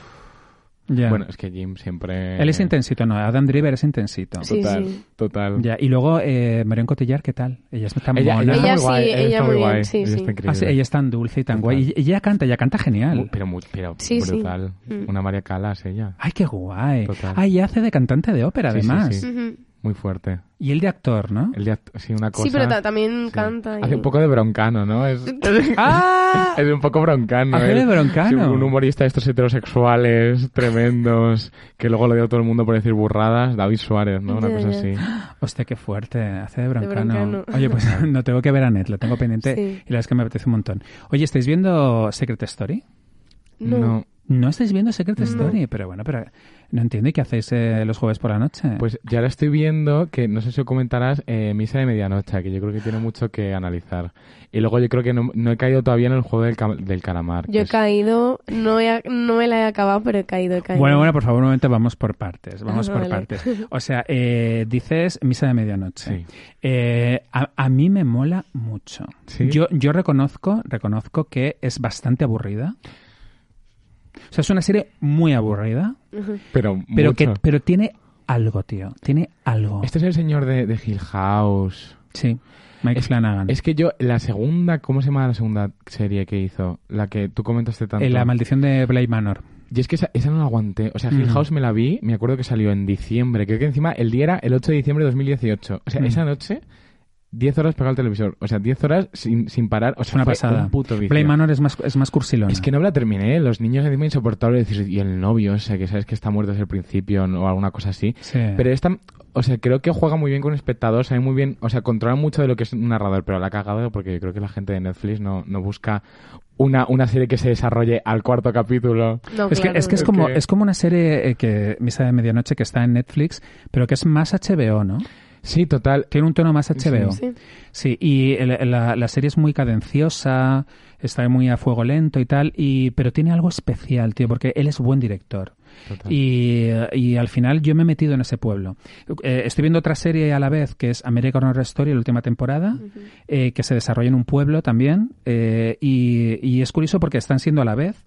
Speaker 2: Ya.
Speaker 3: bueno, es que Jim siempre...
Speaker 2: Él es intensito, no, Adam Driver es intensito.
Speaker 4: Sí.
Speaker 3: Total, total.
Speaker 2: Ya. Y luego, eh, Marion Cotillard, ¿qué tal? Ella es tan
Speaker 3: Ella,
Speaker 2: mona.
Speaker 3: ella está muy guay,
Speaker 4: Ella sí, ella
Speaker 3: está
Speaker 4: muy
Speaker 3: muy
Speaker 4: bien,
Speaker 3: guay.
Speaker 4: sí,
Speaker 3: ella
Speaker 4: sí.
Speaker 3: está
Speaker 2: Ah, sí,
Speaker 3: increíble.
Speaker 2: ella es tan dulce y tan guay. Y y ella canta, ella canta
Speaker 3: Mu-
Speaker 2: genial.
Speaker 3: Pero, muy- pero
Speaker 4: Sí, sí.
Speaker 3: brutal.
Speaker 4: Mm.
Speaker 3: Una María Calas, ella.
Speaker 2: Ay, qué guay.
Speaker 3: Total.
Speaker 2: Ah, y hace de cantante de ópera,
Speaker 3: Sí, sí,
Speaker 2: además.
Speaker 3: sí.
Speaker 4: Ujú.
Speaker 3: Muy fuerte.
Speaker 2: Y él de actor, ¿no?
Speaker 3: El día, sí, una cosa...
Speaker 4: Sí, pero ta- también
Speaker 3: Sí.
Speaker 4: canta. y-
Speaker 3: Hace un poco de broncano, ¿no?
Speaker 4: (laughs)
Speaker 3: Es, es- (laughs)
Speaker 2: ¡Ah!
Speaker 3: es un poco broncano.
Speaker 2: Hace
Speaker 3: él.
Speaker 2: de Ah, broncano.
Speaker 3: Sí, un humorista de estos heterosexuales tremendos que luego lo dio a todo el mundo por decir burradas. David Suárez, ¿no? Una
Speaker 4: Ya,
Speaker 3: cosa
Speaker 4: ya.
Speaker 3: así.
Speaker 4: (gasps)
Speaker 2: Hostia, qué fuerte, hace de broncano.
Speaker 4: broncano.
Speaker 2: Oye,
Speaker 4: (laughs)
Speaker 2: pues no tengo que ver a Net, lo tengo pendiente
Speaker 4: Sí.
Speaker 2: y la verdad es que me apetece un montón. Oye, ¿estáis viendo Secret Story?
Speaker 4: No.
Speaker 2: No estáis viendo Secret Story, pero bueno, pero no entiendo y qué hacéis eh, los jueves por la noche.
Speaker 3: Pues ya ahora estoy viendo que, no sé si os comentarás, eh, Misa de Medianoche, que yo creo que tiene mucho que analizar. Y luego yo creo que no, no he caído todavía en el juego del, ca- del calamar. que
Speaker 4: Yo he
Speaker 3: es-
Speaker 2: Pues
Speaker 4: caído, no, he- no me la he acabado, pero he caído, he caído.
Speaker 2: bueno, bueno, por favor, un momento, vamos por partes, vamos
Speaker 4: Ah,
Speaker 2: por
Speaker 4: vale. (laughs)
Speaker 2: partes. O sea, eh, dices misa de medianoche.
Speaker 3: Sí.
Speaker 2: Eh, a, a mí me mola mucho.
Speaker 3: ¿Sí?
Speaker 2: Yo, yo reconozco, reconozco que es bastante aburrida. O sea, es una serie muy aburrida,
Speaker 3: Pero,
Speaker 2: pero
Speaker 3: mucho.
Speaker 2: que pero tiene algo, tío. Tiene algo.
Speaker 3: Este es el señor de, de Hill House.
Speaker 2: Sí, Mike
Speaker 3: Es-
Speaker 2: Flanagan.
Speaker 3: Es que yo, la segunda, ¿cómo se llama la segunda serie que hizo? La que tú comentaste tanto.
Speaker 2: Eh, la maldición de Blade Manor.
Speaker 3: Y es que esa, esa no la aguanté. O sea, Hill
Speaker 2: Ujú.
Speaker 3: House me la vi, me acuerdo que salió en diciembre. Creo que encima el día era el 8 de diciembre de 2018. O sea,
Speaker 2: Mm.
Speaker 3: esa noche 10 horas pegado al televisor. O sea, 10 horas sin, sin parar. O sea,
Speaker 2: Es una
Speaker 3: fue
Speaker 2: pasada.
Speaker 3: un puto vicio.
Speaker 2: Play Manor es más, es más cursilona.
Speaker 3: Es que no me la terminé, ¿eh? los niños encima insoportables, decir, y el novio, o sea, que sabes que está muerto desde el principio ¿no? o alguna cosa así.
Speaker 2: Sí.
Speaker 3: Pero esta, o sea, creo que juega muy bien con espectadores, sabe muy bien, o sea, controla mucho de lo que es un narrador, pero la ha cagado porque creo que la gente de Netflix no, no busca una, una serie que se desarrolle al cuarto capítulo.
Speaker 4: No,
Speaker 2: Es que,
Speaker 4: claro,
Speaker 2: es, que es
Speaker 3: Es
Speaker 2: como,
Speaker 3: que-
Speaker 2: es como una serie eh, que Misa de Medianoche que está en Netflix, pero que es más HBO, ¿no?
Speaker 3: Sí, total.
Speaker 2: Tiene un tono más HBO.
Speaker 4: Sí.
Speaker 2: Sí, y el- la, la serie es muy cadenciosa, está muy a fuego lento y tal, y, pero tiene algo especial, tío, porque él es buen director.
Speaker 3: Total.
Speaker 2: Y, eh, y al final yo me he metido en ese pueblo. Eh, estoy viendo otra serie a la vez, que es American Horror Story, la última temporada, eh, que se desarrolla en un pueblo también, eh, y, y es curioso porque están siendo a la vez.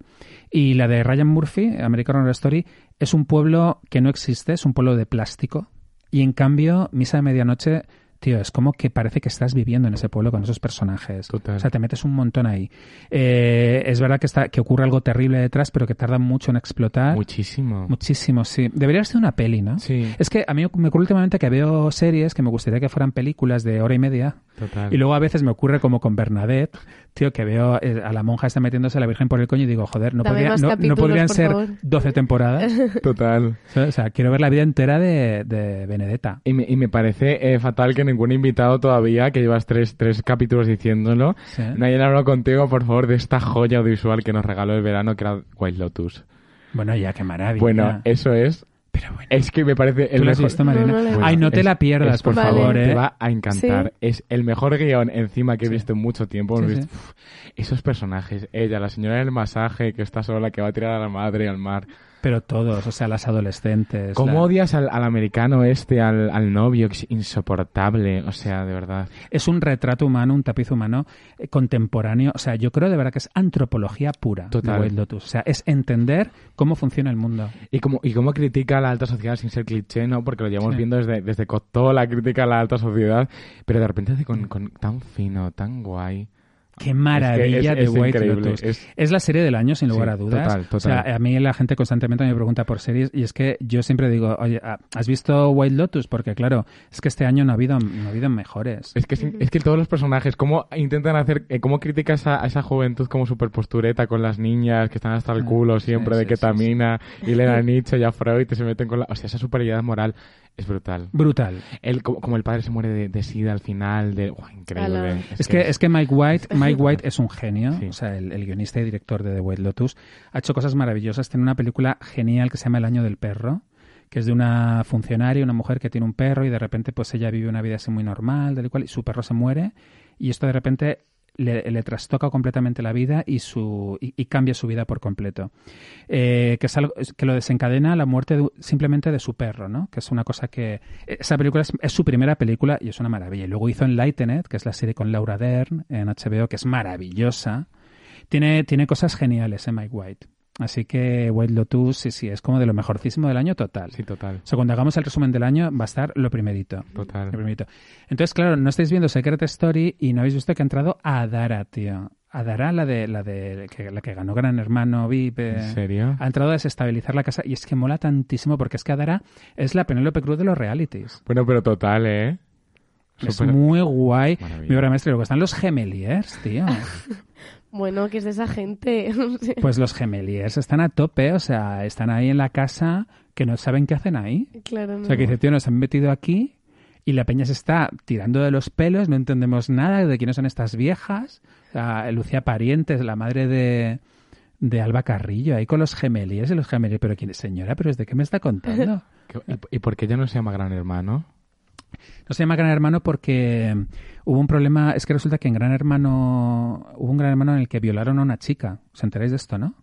Speaker 2: Y la de Ryan Murphy, American Horror Story, es un pueblo que no existe, es un pueblo de plástico. Y en cambio, Misa de Medianoche, tío, es como que parece que estás viviendo en ese pueblo con esos personajes.
Speaker 3: Total.
Speaker 2: O sea, te metes un montón ahí. Eh, es verdad que, está, que ocurre algo terrible detrás, pero que tarda mucho en explotar.
Speaker 3: Muchísimo.
Speaker 2: Muchísimo, sí. Debería ser una peli, ¿no?
Speaker 3: Sí,
Speaker 2: Es que a mí me ocurre últimamente que veo series que me gustaría que fueran películas de hora y media.
Speaker 3: total.
Speaker 2: Y luego a veces me ocurre como con Bernadette, tío, que veo eh, a la monja está metiéndose a la Virgen por el coño y digo, joder, no,
Speaker 4: Dame
Speaker 2: podría-
Speaker 4: más
Speaker 2: no- no
Speaker 4: capítulos,
Speaker 2: podrían
Speaker 4: por
Speaker 2: ser
Speaker 4: favor.
Speaker 2: 12 temporadas.
Speaker 4: (laughs)
Speaker 3: total.
Speaker 2: o sea, quiero ver la vida entera de, de Benedetta.
Speaker 3: Y me, y me parece eh, fatal que ningún invitado todavía, que llevas tres, tres capítulos diciéndolo,
Speaker 2: Sí.
Speaker 3: no haya hablado contigo, por favor, de esta joya audiovisual que nos regaló el verano, que era White Lotus.
Speaker 2: Bueno, ya, qué maravilla.
Speaker 3: Bueno, eso es.
Speaker 2: Pero bueno.
Speaker 3: Es que me parece
Speaker 2: ¿Tú
Speaker 3: el
Speaker 2: la has
Speaker 3: mejor.
Speaker 2: visto, Marina?
Speaker 4: No, no la he
Speaker 2: Ay, no te
Speaker 3: es-
Speaker 2: la pierdas,
Speaker 3: es-
Speaker 2: por
Speaker 4: Vale.
Speaker 2: favor, ¿eh?
Speaker 3: Te va a encantar.
Speaker 4: Sí.
Speaker 3: Es el mejor guión encima que he
Speaker 2: Sí.
Speaker 3: visto en mucho tiempo.
Speaker 2: Sí,
Speaker 3: He
Speaker 2: sí.
Speaker 3: visto- Uf, esos personajes, ella, la señora del masaje que está sola, que va a tirar a la madre al mar.
Speaker 2: Pero todos, o sea, las adolescentes.
Speaker 3: ¿Cómo
Speaker 2: la-
Speaker 3: odias al, al americano este, al, al novio? Que es insoportable. O sea, de verdad.
Speaker 2: Es un retrato humano, un tapiz humano eh, contemporáneo. O sea, yo creo de verdad que es antropología pura
Speaker 3: Total.
Speaker 2: de Wild Lotus. O sea, es entender cómo funciona el mundo.
Speaker 3: Y cómo, y cómo critica a la alta sociedad sin ser cliché, ¿no? Porque lo llevamos
Speaker 2: Sí.
Speaker 3: viendo desde, desde Cocteau, la crítica a la alta sociedad. Pero de repente hace con, con- tan fino, tan guay.
Speaker 2: Qué maravilla
Speaker 3: es- es
Speaker 2: de Wild
Speaker 3: increíble,
Speaker 2: Lotus.
Speaker 3: es-
Speaker 2: Es... la serie del año, sin lugar
Speaker 3: Sí,
Speaker 2: a dudas.
Speaker 3: total, total.
Speaker 2: O sea, a mí la gente constantemente me pregunta por series y es que yo siempre digo, oye, ah, ¿has visto Wild Lotus? Porque claro, es que este año no ha habido, no ha habido mejores.
Speaker 3: Es que, es- es que todos los personajes, cómo intentan hacer, eh, cómo criticas a, a esa juventud como super postureta con las niñas que están hasta el
Speaker 2: Ah,
Speaker 3: culo
Speaker 2: sí,
Speaker 3: siempre de
Speaker 2: sí,
Speaker 3: ketamina
Speaker 2: (laughs)
Speaker 3: y le dan Nietzsche y a Freud y se meten con la... O sea, esa superioridad moral es brutal.
Speaker 2: Brutal.
Speaker 3: El, como, como el padre se muere de, de sida al final, de... ¡Guau,
Speaker 4: Ala.
Speaker 3: increíble!
Speaker 2: Es que, es que Mike White, Mike White es un genio,
Speaker 3: Sí.
Speaker 2: o sea, el, el guionista y director de The White Lotus. Ha hecho cosas maravillosas. Tiene una película genial que se llama El año del perro, que es de una funcionaria, una mujer que tiene un perro y de repente pues ella vive una vida así muy normal, del cual, y su perro se muere y esto de repente le, le trastoca completamente la vida y, su, y, y cambia su vida por completo. Eh, que, es algo- es- que lo desencadena la muerte de- simplemente de su perro, ¿no? Que es una cosa que... eh, Esa película es, es su primera película y es una maravilla. Y luego hizo Enlightened, que es la serie con Laura Dern en HBO, que es maravillosa. Tiene, tiene cosas geniales, ¿eh, Mike White? Así que White Lotus, sí, sí, es como de lo mejorcísimo del año total.
Speaker 3: Sí, total,
Speaker 2: O sea, cuando hagamos el resumen del año va a estar lo primerito.
Speaker 3: total.
Speaker 2: Lo primerito. Entonces, claro, no estáis viendo Secret Story y no habéis visto que ha entrado Adara, tío. Adara, la de la de que, la que ganó Gran Hermano VIP. eh,
Speaker 3: ¿En serio?
Speaker 2: Ha entrado a desestabilizar la casa y es que mola tantísimo porque es que Adara es la Penélope Cruz de los realities.
Speaker 3: Bueno, pero total, ¿eh?
Speaker 2: Es
Speaker 3: Súper-
Speaker 2: muy guay.
Speaker 3: Maravilla.
Speaker 2: Mi obra maestra, y luego están los gemeliers, tío.
Speaker 4: Bueno, que es de esa gente. (laughs)
Speaker 2: Pues los gemeliers están a tope, o sea, están ahí en la casa que no saben qué hacen ahí.
Speaker 4: claro, no.
Speaker 2: O sea, que dice, tío, nos han metido aquí y la peña se está tirando de los pelos, no entendemos nada de quiénes son estas viejas. O sea, Lucía Parientes, la madre de, de Alba Carrillo, ahí con los gemeliers y los gemeliers. Pero, ¿quién, señora, ¿pero de qué me está contando?
Speaker 3: ¿Y, y por qué ya no se llama Gran Hermano?
Speaker 2: No se llama Gran Hermano porque eh, hubo un problema, es que resulta que en Gran Hermano, hubo un Gran Hermano en el que violaron a una chica. ¿Os enteráis de esto, no?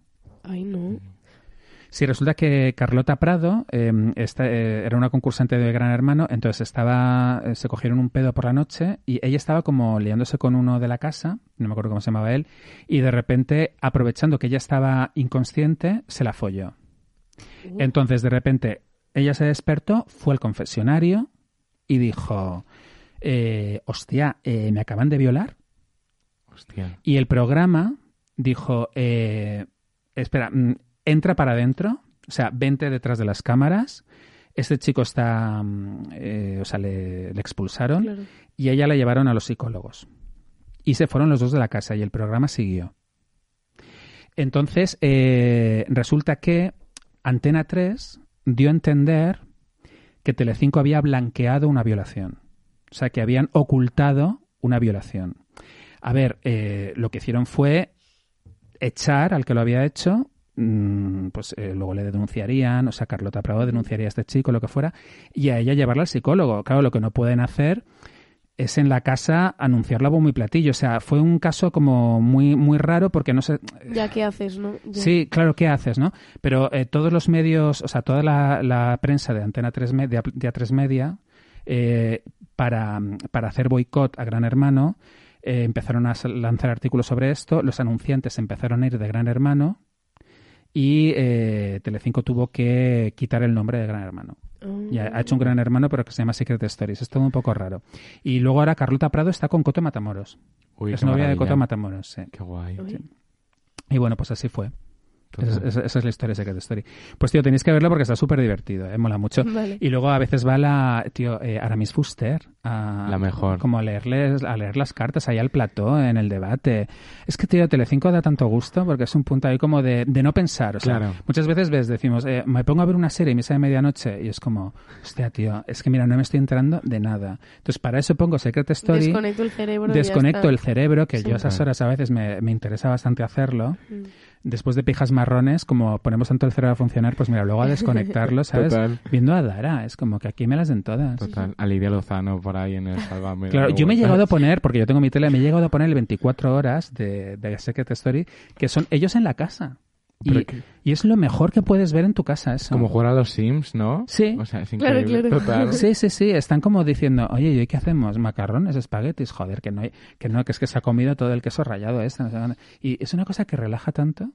Speaker 4: Ay, no.
Speaker 2: Sí, resulta que Carlota Prado eh, esta- eh, era una concursante de Gran Hermano, entonces estaba, eh, se cogieron un pedo por la noche y ella estaba como liándose con uno de la casa, no me acuerdo cómo se llamaba él, y de repente, aprovechando que ella estaba inconsciente, se la folló. Entonces, de repente, ella se despertó, fue al confesionario y dijo, eh, hostia, eh, me acaban de violar.
Speaker 3: Hostia.
Speaker 2: Y el programa dijo, eh, espera, mm, entra para adentro, o sea, vente detrás de las cámaras. Este chico está, mm, eh, o sea, le, le expulsaron
Speaker 4: Claro.
Speaker 2: y ella la llevaron a los psicólogos. Y se fueron los dos de la casa y el programa siguió. Entonces, eh, resulta que Antena 3 dio a entender que Telecinco había blanqueado una violación. O sea, que habían ocultado una violación. A ver, eh, lo que hicieron fue echar al que lo había hecho, mm, pues eh, luego le denunciarían, o sea, Carlota Prado denunciaría a este chico, lo que fuera, y a ella llevarla al psicólogo. Claro, lo que no pueden hacer es en la casa anunciarla bombo y platillo. O sea, fue un caso como muy, muy raro porque no se,
Speaker 4: Ya, ¿qué haces, no? Ya.
Speaker 2: Sí, claro, ¿qué haces, no? Pero eh, todos los medios, o sea, toda la, la prensa de Antena 3 Me- de, A- de A3 Media, eh, para, para hacer boicot a Gran Hermano, eh, empezaron a sal- lanzar artículos sobre esto, los anunciantes empezaron a ir de Gran Hermano y eh, Telecinco tuvo que quitar el nombre de Gran Hermano.
Speaker 4: Ah,
Speaker 2: Y ha ha hecho un Gran Hermano, pero que se llama Secret Stories. Es todo un poco raro. Y luego ahora Carlota Prado está con Coto Matamoros.
Speaker 3: Uy,
Speaker 2: es
Speaker 3: qué
Speaker 2: novia de
Speaker 3: maravilla.
Speaker 2: Coto Matamoros, sí.
Speaker 3: Qué guay.
Speaker 4: Uy.
Speaker 2: Y bueno, pues así fue.
Speaker 3: Total.
Speaker 2: Esa, esa- esa es la historia de Secret Story. Pues tío, tenéis que verlo porque está súper divertido, ¿eh? mola mucho.
Speaker 4: Vale.
Speaker 2: Y luego a veces va la, tío, eh, Aramis Fuster a...
Speaker 3: La mejor.
Speaker 2: Como a, leerles, a leer las cartas ahí al plató, en el debate. Es que, tío, Telecinco da tanto gusto porque es un punto ahí como de, de no pensar. O sea,
Speaker 3: Claro.
Speaker 2: muchas veces ves, decimos, eh, me pongo a ver una serie y me sale medianoche y es como, hostia, tío, es que mira, no me estoy enterando de nada. Entonces, para eso pongo Secret Story.
Speaker 4: Desconecto el cerebro. y ya
Speaker 2: desconecto
Speaker 4: está.
Speaker 2: el cerebro, que
Speaker 4: Sí. Mm.
Speaker 2: yo a esas
Speaker 3: Claro.
Speaker 2: horas a veces me, me interesa bastante hacerlo. Después de pijas marrones, como ponemos tanto el cerebro a funcionar, pues mira, luego a desconectarlo, (laughs) ¿sabes?
Speaker 3: Total.
Speaker 2: Viendo a Dara, es como que aquí me las den todas.
Speaker 3: Total. A Lidia Lozano por ahí en el Sálvame.
Speaker 2: Claro,
Speaker 3: dando
Speaker 2: yo me he
Speaker 3: vueltas. (laughs)
Speaker 2: llegado a poner, porque yo tengo mi tele, me he llegado a poner el 24 horas de, de Secret Story, que son ellos en la casa.
Speaker 3: Pero
Speaker 2: Y,
Speaker 3: que-
Speaker 2: y es lo mejor que puedes ver en tu casa, eso.
Speaker 3: Como jugar a los Sims, ¿no?
Speaker 2: Sí.
Speaker 3: O sea, es
Speaker 4: Claro,
Speaker 3: increíble.
Speaker 4: claro.
Speaker 3: Total.
Speaker 2: Sí, sí, sí, están como diciendo, oye, ¿y qué hacemos? ¿Macarrones, espaguetis? Joder, que no, hay- que no, que es que se ha comido todo el queso rallado este. no sé dónde". Y es una cosa que relaja tanto.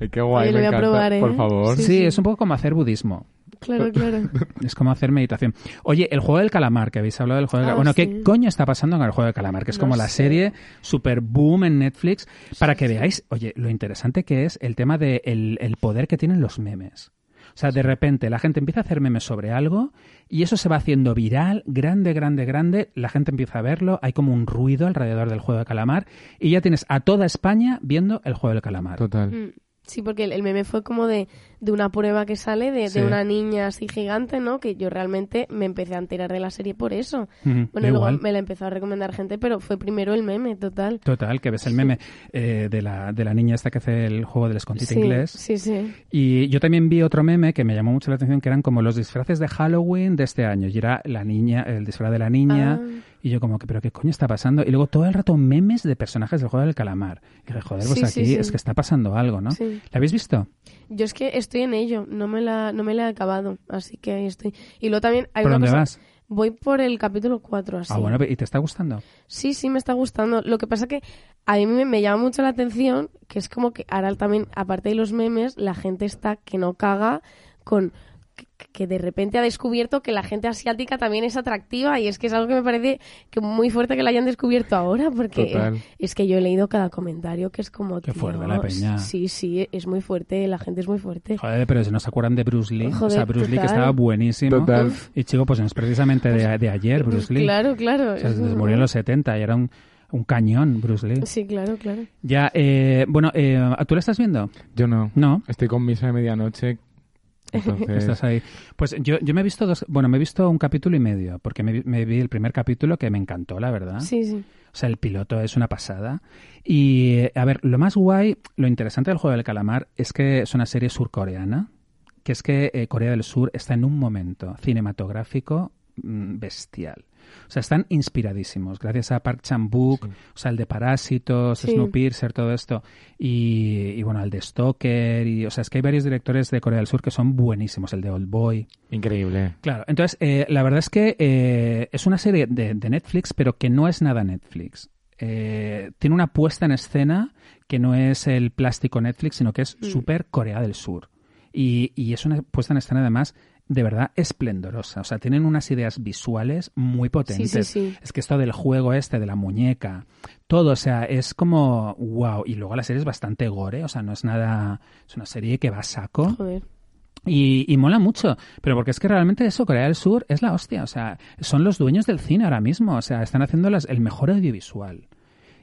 Speaker 3: Ay, qué guay,
Speaker 4: Oye, lo
Speaker 3: me
Speaker 4: voy a
Speaker 3: encanta.
Speaker 4: probar, ¿eh?
Speaker 3: Por favor.
Speaker 2: Sí,
Speaker 4: Sí,
Speaker 2: es un poco como hacer budismo.
Speaker 4: Claro,
Speaker 2: (laughs)
Speaker 4: claro.
Speaker 2: Es como hacer meditación. Oye, el juego del calamar, que habéis hablado del juego del
Speaker 4: Ah,
Speaker 2: calamar. Bueno, ¿qué
Speaker 4: sí.
Speaker 2: coño está pasando con el juego del calamar? Que es
Speaker 4: No
Speaker 2: como la
Speaker 4: sé.
Speaker 2: serie super boom en Netflix. Para que veáis, oye, lo interesante que es el tema del el poder que tienen los memes. O sea, de repente la gente empieza a hacer memes sobre algo y eso se va haciendo viral, grande, grande, grande. La gente empieza a verlo, hay como un ruido alrededor del juego del calamar y ya tienes a toda España viendo el juego del calamar.
Speaker 3: Total.
Speaker 4: Mm. Sí, porque el, el meme fue como de, de una prueba que sale de, de
Speaker 2: Sí.
Speaker 4: una niña así gigante, ¿no? Que yo realmente me empecé a enterar de la serie por eso.
Speaker 2: Ujú,
Speaker 4: Bueno,
Speaker 2: da
Speaker 4: luego
Speaker 2: igual.
Speaker 4: me la empezó a recomendar gente, pero fue primero el meme, total.
Speaker 2: Total, que ves el meme eh, de, la, de la niña esta que hace el juego del escondite
Speaker 4: sí,
Speaker 2: inglés.
Speaker 4: sí, sí.
Speaker 2: Y yo también vi otro meme que me llamó mucho la atención, que eran como los disfraces de Halloween de este año. Y era la niña, el disfraz de la niña.
Speaker 4: Ah.
Speaker 2: Y yo como que, pero ¿qué coño está pasando? Y luego todo el rato memes de personajes del juego del calamar. Y dije, joder, pues
Speaker 4: Sí,
Speaker 2: aquí
Speaker 4: sí, sí.
Speaker 2: es que está pasando algo, ¿no?
Speaker 4: Sí.
Speaker 2: ¿La habéis visto?
Speaker 4: Yo es que estoy en ello, no me la, no me la he acabado, así que ahí estoy. Y luego también hay
Speaker 2: ¿Por
Speaker 4: una
Speaker 2: dónde
Speaker 4: cosa-
Speaker 2: vas?
Speaker 4: Voy por el capítulo 4, así.
Speaker 2: Ah, bueno, ¿y te está gustando?
Speaker 4: Sí, sí, me está gustando. Lo que pasa que a mí me, me llama mucho la atención que es como que ahora también, aparte de los memes, la gente está que no caga con que- que de repente ha descubierto que la gente asiática también es atractiva y es que es algo que me parece que muy fuerte que la hayan descubierto ahora porque
Speaker 3: Total.
Speaker 4: eh, es que yo he leído cada comentario que es como
Speaker 2: Qué
Speaker 4: "Tío,
Speaker 2: fuerte la peña".
Speaker 4: sí sí es muy fuerte la gente es muy fuerte
Speaker 2: Joder, pero si no se acuerdan de Bruce Lee. o sea,
Speaker 4: Joder,
Speaker 2: Bruce Lee que
Speaker 4: total.
Speaker 2: estaba buenísimo.
Speaker 3: Total.
Speaker 2: Y chico, pues no es precisamente de, de ayer Bruce Lee.
Speaker 4: Pues claro claro
Speaker 2: O sea,
Speaker 4: es
Speaker 2: se
Speaker 4: verdad.
Speaker 2: murió en los 70 y era un, un cañón Bruce Lee.
Speaker 4: sí claro claro
Speaker 2: Ya, eh, bueno, eh, ¿tú la estás viendo?
Speaker 3: Yo no.
Speaker 2: No.
Speaker 3: Estoy con misa de
Speaker 4: (laughs)
Speaker 3: medianoche. Entonces...
Speaker 2: Estás ahí. Pues yo, yo me he visto dos, bueno, me he visto un capítulo y medio, porque me, vi- me vi el primer capítulo que me encantó, la verdad.
Speaker 4: sí sí
Speaker 2: O sea, el piloto es una pasada. Y, eh, a ver, lo más guay, lo interesante del juego del calamar es que es una serie surcoreana, que es que eh, Corea del Sur está en un momento cinematográfico mm, bestial. O sea, están inspiradísimos, gracias a Park Chan-wook,
Speaker 3: Sí.
Speaker 2: o sea, el de Parásitos,
Speaker 4: Sí.
Speaker 2: Snowpiercer, todo esto, y, y, bueno, el de Stoker, y, o sea, es que hay varios directores de Corea del Sur que son buenísimos, el de Old Boy.
Speaker 3: Increíble.
Speaker 2: Claro, entonces eh, la verdad es que eh, es una serie de, de Netflix, pero que no es nada Netflix. Eh, tiene una puesta en escena que no es el plástico Netflix, sino que
Speaker 4: Mm.
Speaker 2: es súper Corea del Sur. Y, y es una puesta en escena además de verdad esplendorosa. O sea, tienen unas ideas visuales muy potentes.
Speaker 4: sí.
Speaker 2: Es que esto del juego este, de la muñeca, todo, o sea, es como wow. Y luego la serie es bastante gore, o sea, no es nada... Es una serie que va a saco.
Speaker 4: joder
Speaker 2: Y, y mola mucho, pero porque es que realmente eso, Corea del Sur es la hostia, o sea, son los dueños del cine ahora mismo, o sea, están haciendo las- el mejor audiovisual.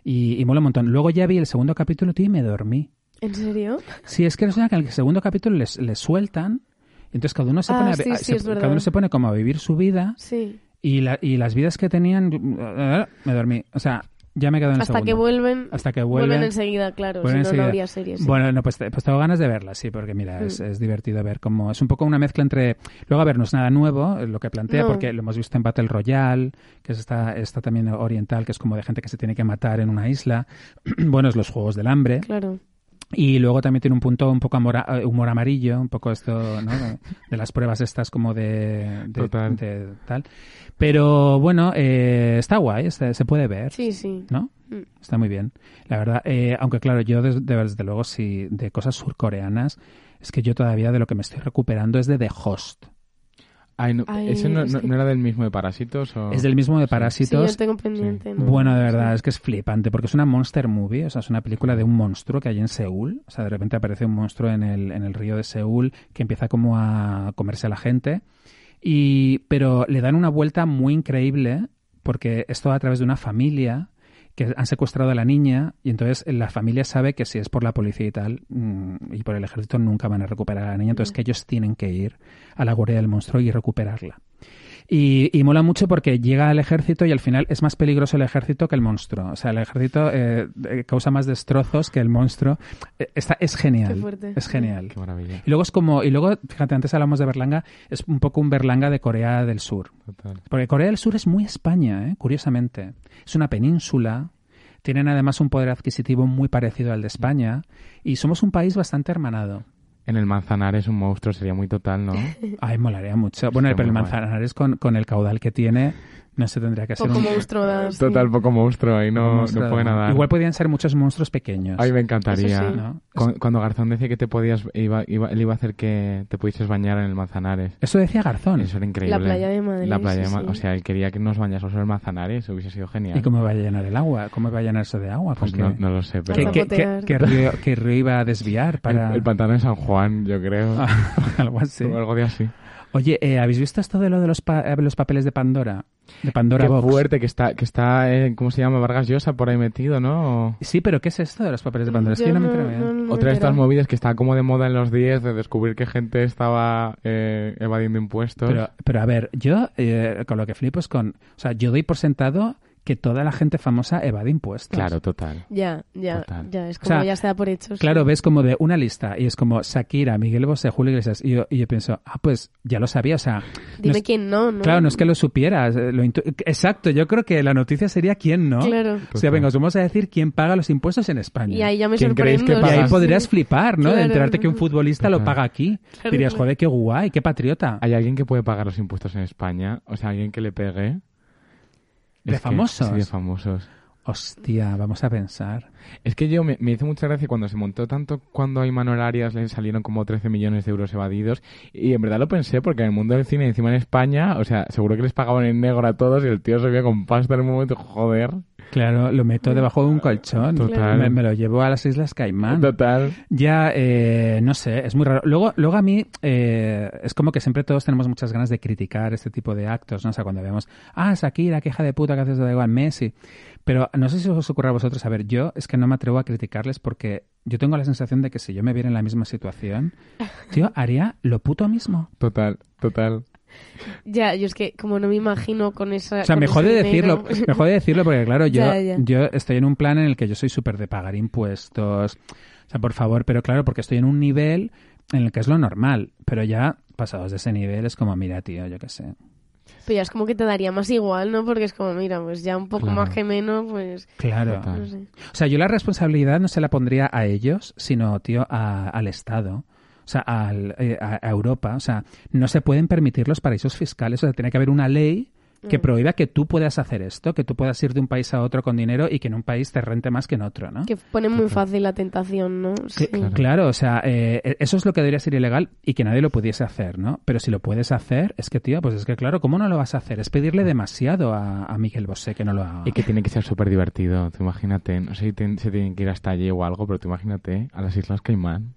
Speaker 2: Y, y mola un montón. Luego ya vi el segundo capítulo, tío, y me dormí.
Speaker 4: ¿En serio?
Speaker 2: Sí, es que resulta que en el segundo capítulo les, les sueltan, y entonces cada uno se
Speaker 4: Ah,
Speaker 2: pone a
Speaker 4: sí,
Speaker 2: vi- a-
Speaker 4: sí,
Speaker 2: se-
Speaker 4: es verdad.
Speaker 2: cada uno se pone como a vivir su vida
Speaker 4: Sí.
Speaker 2: y, la- y las vidas que tenían, eh, me dormí. O sea, ya me quedo en el
Speaker 4: Hasta que
Speaker 2: segundo.
Speaker 4: vuelven.
Speaker 2: Hasta que
Speaker 4: vuelven.
Speaker 2: vuelven.
Speaker 4: enseguida, claro.
Speaker 2: Vuelven
Speaker 4: si
Speaker 2: enseguida.
Speaker 4: no, no habría series. sí. Mm.
Speaker 2: Bueno, no, pues, te- pues tengo ganas de verla, sí, porque mira, es, es divertido ver cómo es un poco una mezcla entre. Luego, a ver, no es nada nuevo eh, lo que plantea,
Speaker 4: No.
Speaker 2: porque lo hemos visto en Battle Royale, que es esta, esta también oriental, que es como de gente que se tiene que matar en una isla. (clears throat) bueno, es los Juegos del Hambre.
Speaker 4: Claro.
Speaker 2: Y luego también tiene un punto un poco amora- eh, humor amarillo, un poco esto, ¿no? De, de las pruebas estas como de, de-
Speaker 3: Total.
Speaker 2: de tal. Pero bueno, eh, está guay, se, se puede ver.
Speaker 4: Sí, sí.
Speaker 2: ¿No?
Speaker 4: Mm.
Speaker 2: Está muy bien. La verdad, eh, aunque claro, yo des- de- desde luego, si de cosas surcoreanas, es que yo todavía de lo que me estoy recuperando es de The Host.
Speaker 3: Ay, no,
Speaker 4: Ay,
Speaker 3: ¿Ese no,
Speaker 4: es
Speaker 3: no-
Speaker 4: que-
Speaker 3: no era del mismo de Parásitos? O...
Speaker 2: Es del mismo de
Speaker 4: Sí, yo
Speaker 2: Parásitos.
Speaker 4: tengo pendiente. ¿no?
Speaker 2: Bueno, de verdad,
Speaker 4: Sí.
Speaker 2: es que es flipante, porque es una monster movie, o sea, es una película de un monstruo que hay en Seúl, o sea, de repente aparece un monstruo en el, en el río de Seúl que empieza como a comerse a la gente, y, pero le dan una vuelta muy increíble, porque esto a través de una familia que han secuestrado a la niña y entonces la familia sabe que si es por la policía y tal mm, y por el ejército nunca van a recuperar a la niña, entonces que ellos tienen que ir a la guardia del monstruo y recuperarla. Y, y mola mucho porque llega el ejército y al final es más peligroso el ejército que el monstruo. O sea, el ejército eh, eh, causa más destrozos que el monstruo. Eh, Está, es genial.
Speaker 4: Qué fuerte.
Speaker 2: Es genial.
Speaker 3: Qué maravilla.
Speaker 2: (laughs) Y luego es como, y luego, fíjate, antes hablamos de Berlanga, es un poco un Berlanga de Corea del Sur.
Speaker 3: Total.
Speaker 2: Porque Corea del Sur es muy España, ¿eh? curiosamente. Es una península, tienen además un poder adquisitivo muy parecido al de España y somos un país bastante
Speaker 3: (laughs)
Speaker 2: hermanado.
Speaker 3: En el Manzanares un monstruo sería muy
Speaker 4: (laughs)
Speaker 3: total, ¿no?
Speaker 2: Ay, molaría mucho. Bueno,
Speaker 3: Está
Speaker 2: pero el
Speaker 3: muy guay.
Speaker 2: Manzanares con, con el caudal que tiene, no se tendría que ser
Speaker 4: Poco
Speaker 2: un...
Speaker 4: monstruo da, sí.
Speaker 3: Total, poco monstruo, ahí
Speaker 2: un
Speaker 3: no,
Speaker 2: monstruo.
Speaker 3: no puede nadar.
Speaker 2: Igual podrían ser muchos monstruos pequeños.
Speaker 3: A mí me encantaría.
Speaker 4: Eso sí.
Speaker 2: ¿no?
Speaker 3: Cu- Cuando Garzón decía que te podías, iba, iba- él iba a hacer que te pudieses bañar en el Manzanares.
Speaker 2: Eso decía Garzón.
Speaker 3: Eso era increíble.
Speaker 4: La playa de Madrid,
Speaker 3: La playa de
Speaker 4: sí,
Speaker 3: Ma-
Speaker 4: sí.
Speaker 3: O sea, él quería que nos bañásemos en el Manzanares, hubiese sido genial.
Speaker 2: ¿Y cómo va a llenar el agua? ¿Cómo va a llenarse de agua?
Speaker 3: Pues
Speaker 2: ¿Con
Speaker 3: no,
Speaker 2: qué-
Speaker 3: no lo sé, pero
Speaker 2: ¿Qué,
Speaker 4: Para
Speaker 2: qué- qué-
Speaker 4: zapotear.
Speaker 2: qué río, qué río iba a desviar para...? Ah,
Speaker 3: el, el pantano de San Juan, yo creo.
Speaker 2: (laughs) Algo así.
Speaker 3: O algo de así.
Speaker 2: Oye, eh, ¿habéis visto esto de lo de los, pa- eh, los papeles de Pandora? De Pandora
Speaker 3: Qué
Speaker 2: Box.
Speaker 3: fuerte que está, que está eh, ¿cómo se llama? Vargas Llosa por ahí metido, ¿no? O-
Speaker 2: Sí, pero ¿qué es esto de los papeles de Pandora? Es que yo no me entero bien.
Speaker 3: Otra de estas
Speaker 4: movidas.
Speaker 3: movidas que estaba como de moda en los 10 de descubrir que gente estaba eh, evadiendo impuestos.
Speaker 2: Pero, pero a ver, yo eh, con lo que flipo es con... O sea, yo doy por sentado que toda la gente famosa evade impuestos.
Speaker 3: claro, total.
Speaker 4: Ya, ya,
Speaker 3: Total.
Speaker 4: ya. Es
Speaker 2: O
Speaker 4: como
Speaker 2: sea,
Speaker 4: ya se da por hechos.
Speaker 2: Claro, ves como de una lista y es como Shakira, Miguel Bosé, Julio Iglesias. Y yo, y yo pienso, ah, pues ya lo sabía, o sea... no
Speaker 4: Dime
Speaker 2: es-
Speaker 4: quién no, ¿no?
Speaker 2: Claro, no es que lo supieras. eh, lo intu- Exacto, yo creo que la noticia sería quién no.
Speaker 4: Claro.
Speaker 2: O sea,
Speaker 3: Total.
Speaker 2: venga, os vamos a decir quién paga los impuestos en España.
Speaker 4: Y ahí ya me
Speaker 3: ¿Quién creéis
Speaker 4: sorprendo.
Speaker 3: que
Speaker 2: Y
Speaker 4: sí,
Speaker 2: ahí
Speaker 3: pagas?
Speaker 2: podrías
Speaker 4: sí.
Speaker 2: flipar, ¿no? De
Speaker 4: Claro.
Speaker 2: enterarte que un futbolista lo paga aquí.
Speaker 4: Claro,
Speaker 2: Dirías,
Speaker 4: claro.
Speaker 2: joder, qué guay, qué patriota.
Speaker 3: ¿Hay alguien que puede pagar los impuestos en España? O sea, alguien que le pegue.
Speaker 2: ¿De
Speaker 3: Es que-
Speaker 2: famosos?
Speaker 3: sí, de famosos.
Speaker 2: Hostia, vamos a pensar.
Speaker 3: Es que yo me, me hizo mucha gracia cuando se montó tanto cuando a Imanol Arias le salieron como 13 millones de euros evadidos. Y en verdad lo pensé porque en el mundo del cine, encima en España, o sea, seguro que les pagaban en negro a todos y el tío se vio con pasta en un momento, joder.
Speaker 2: Claro, lo meto debajo de un colchón.
Speaker 3: Total.
Speaker 2: Me, me lo llevo a las Islas Caimán.
Speaker 3: Total.
Speaker 2: Ya, eh, no sé, es muy raro. Luego, luego a mí eh, es como que siempre todos tenemos muchas ganas de criticar este tipo de actos, ¿no? O sea, cuando vemos, ah, Shakira, queja de puta que haces de igual, Messi. Pero no sé si os ocurre a vosotros, a ver, yo es que no me atrevo a criticarles porque yo tengo la sensación de que si yo me viera en la misma situación, tío, haría lo puto mismo.
Speaker 3: Total, total.
Speaker 4: Ya, yo es que como no me imagino con esa.
Speaker 2: O sea,
Speaker 4: con
Speaker 2: me
Speaker 4: ese
Speaker 2: jode
Speaker 4: (laughs) dinero. pues
Speaker 2: decirlo, me jode decirlo porque claro, yo,
Speaker 4: Ya, ya.
Speaker 2: yo estoy en un plan en el que yo soy súper de pagar impuestos, o sea, por favor, pero claro, porque estoy en un nivel en el que es lo normal, pero ya pasados de ese nivel es como, mira, tío, yo qué sé.
Speaker 4: Pero ya es como que te daría más igual, ¿no? Porque es como, mira, pues ya un poco
Speaker 3: Claro.
Speaker 4: más que menos, pues.
Speaker 2: Claro.
Speaker 3: Total.
Speaker 4: No sé.
Speaker 2: O sea, yo la responsabilidad no se la pondría a ellos, sino, tío, a- al Estado. O sea, al- eh, a, a Europa. O sea, no se pueden permitir los paraísos fiscales. O sea, tiene que haber una ley
Speaker 4: Mm.
Speaker 2: que prohíba que tú puedas hacer esto, que tú puedas ir de un país a otro con dinero y que en un país te rente más que en otro, ¿no?
Speaker 4: Que pone muy fácil la tentación, ¿no? Sí.
Speaker 2: Que- Ah. claro. o sea, eh, eso es lo que debería ser ilegal y que nadie lo pudiese hacer, ¿no? Pero si lo puedes hacer, es que, tío, pues es que, claro, ¿cómo no lo vas a hacer? Es pedirle demasiado a, a Miguel Bosé que no lo haga.
Speaker 3: Y que tiene que ser súper divertido, tú imagínate. No sé si ten- se tienen que ir hasta allí o algo, pero tú imagínate a las Islas Caimán.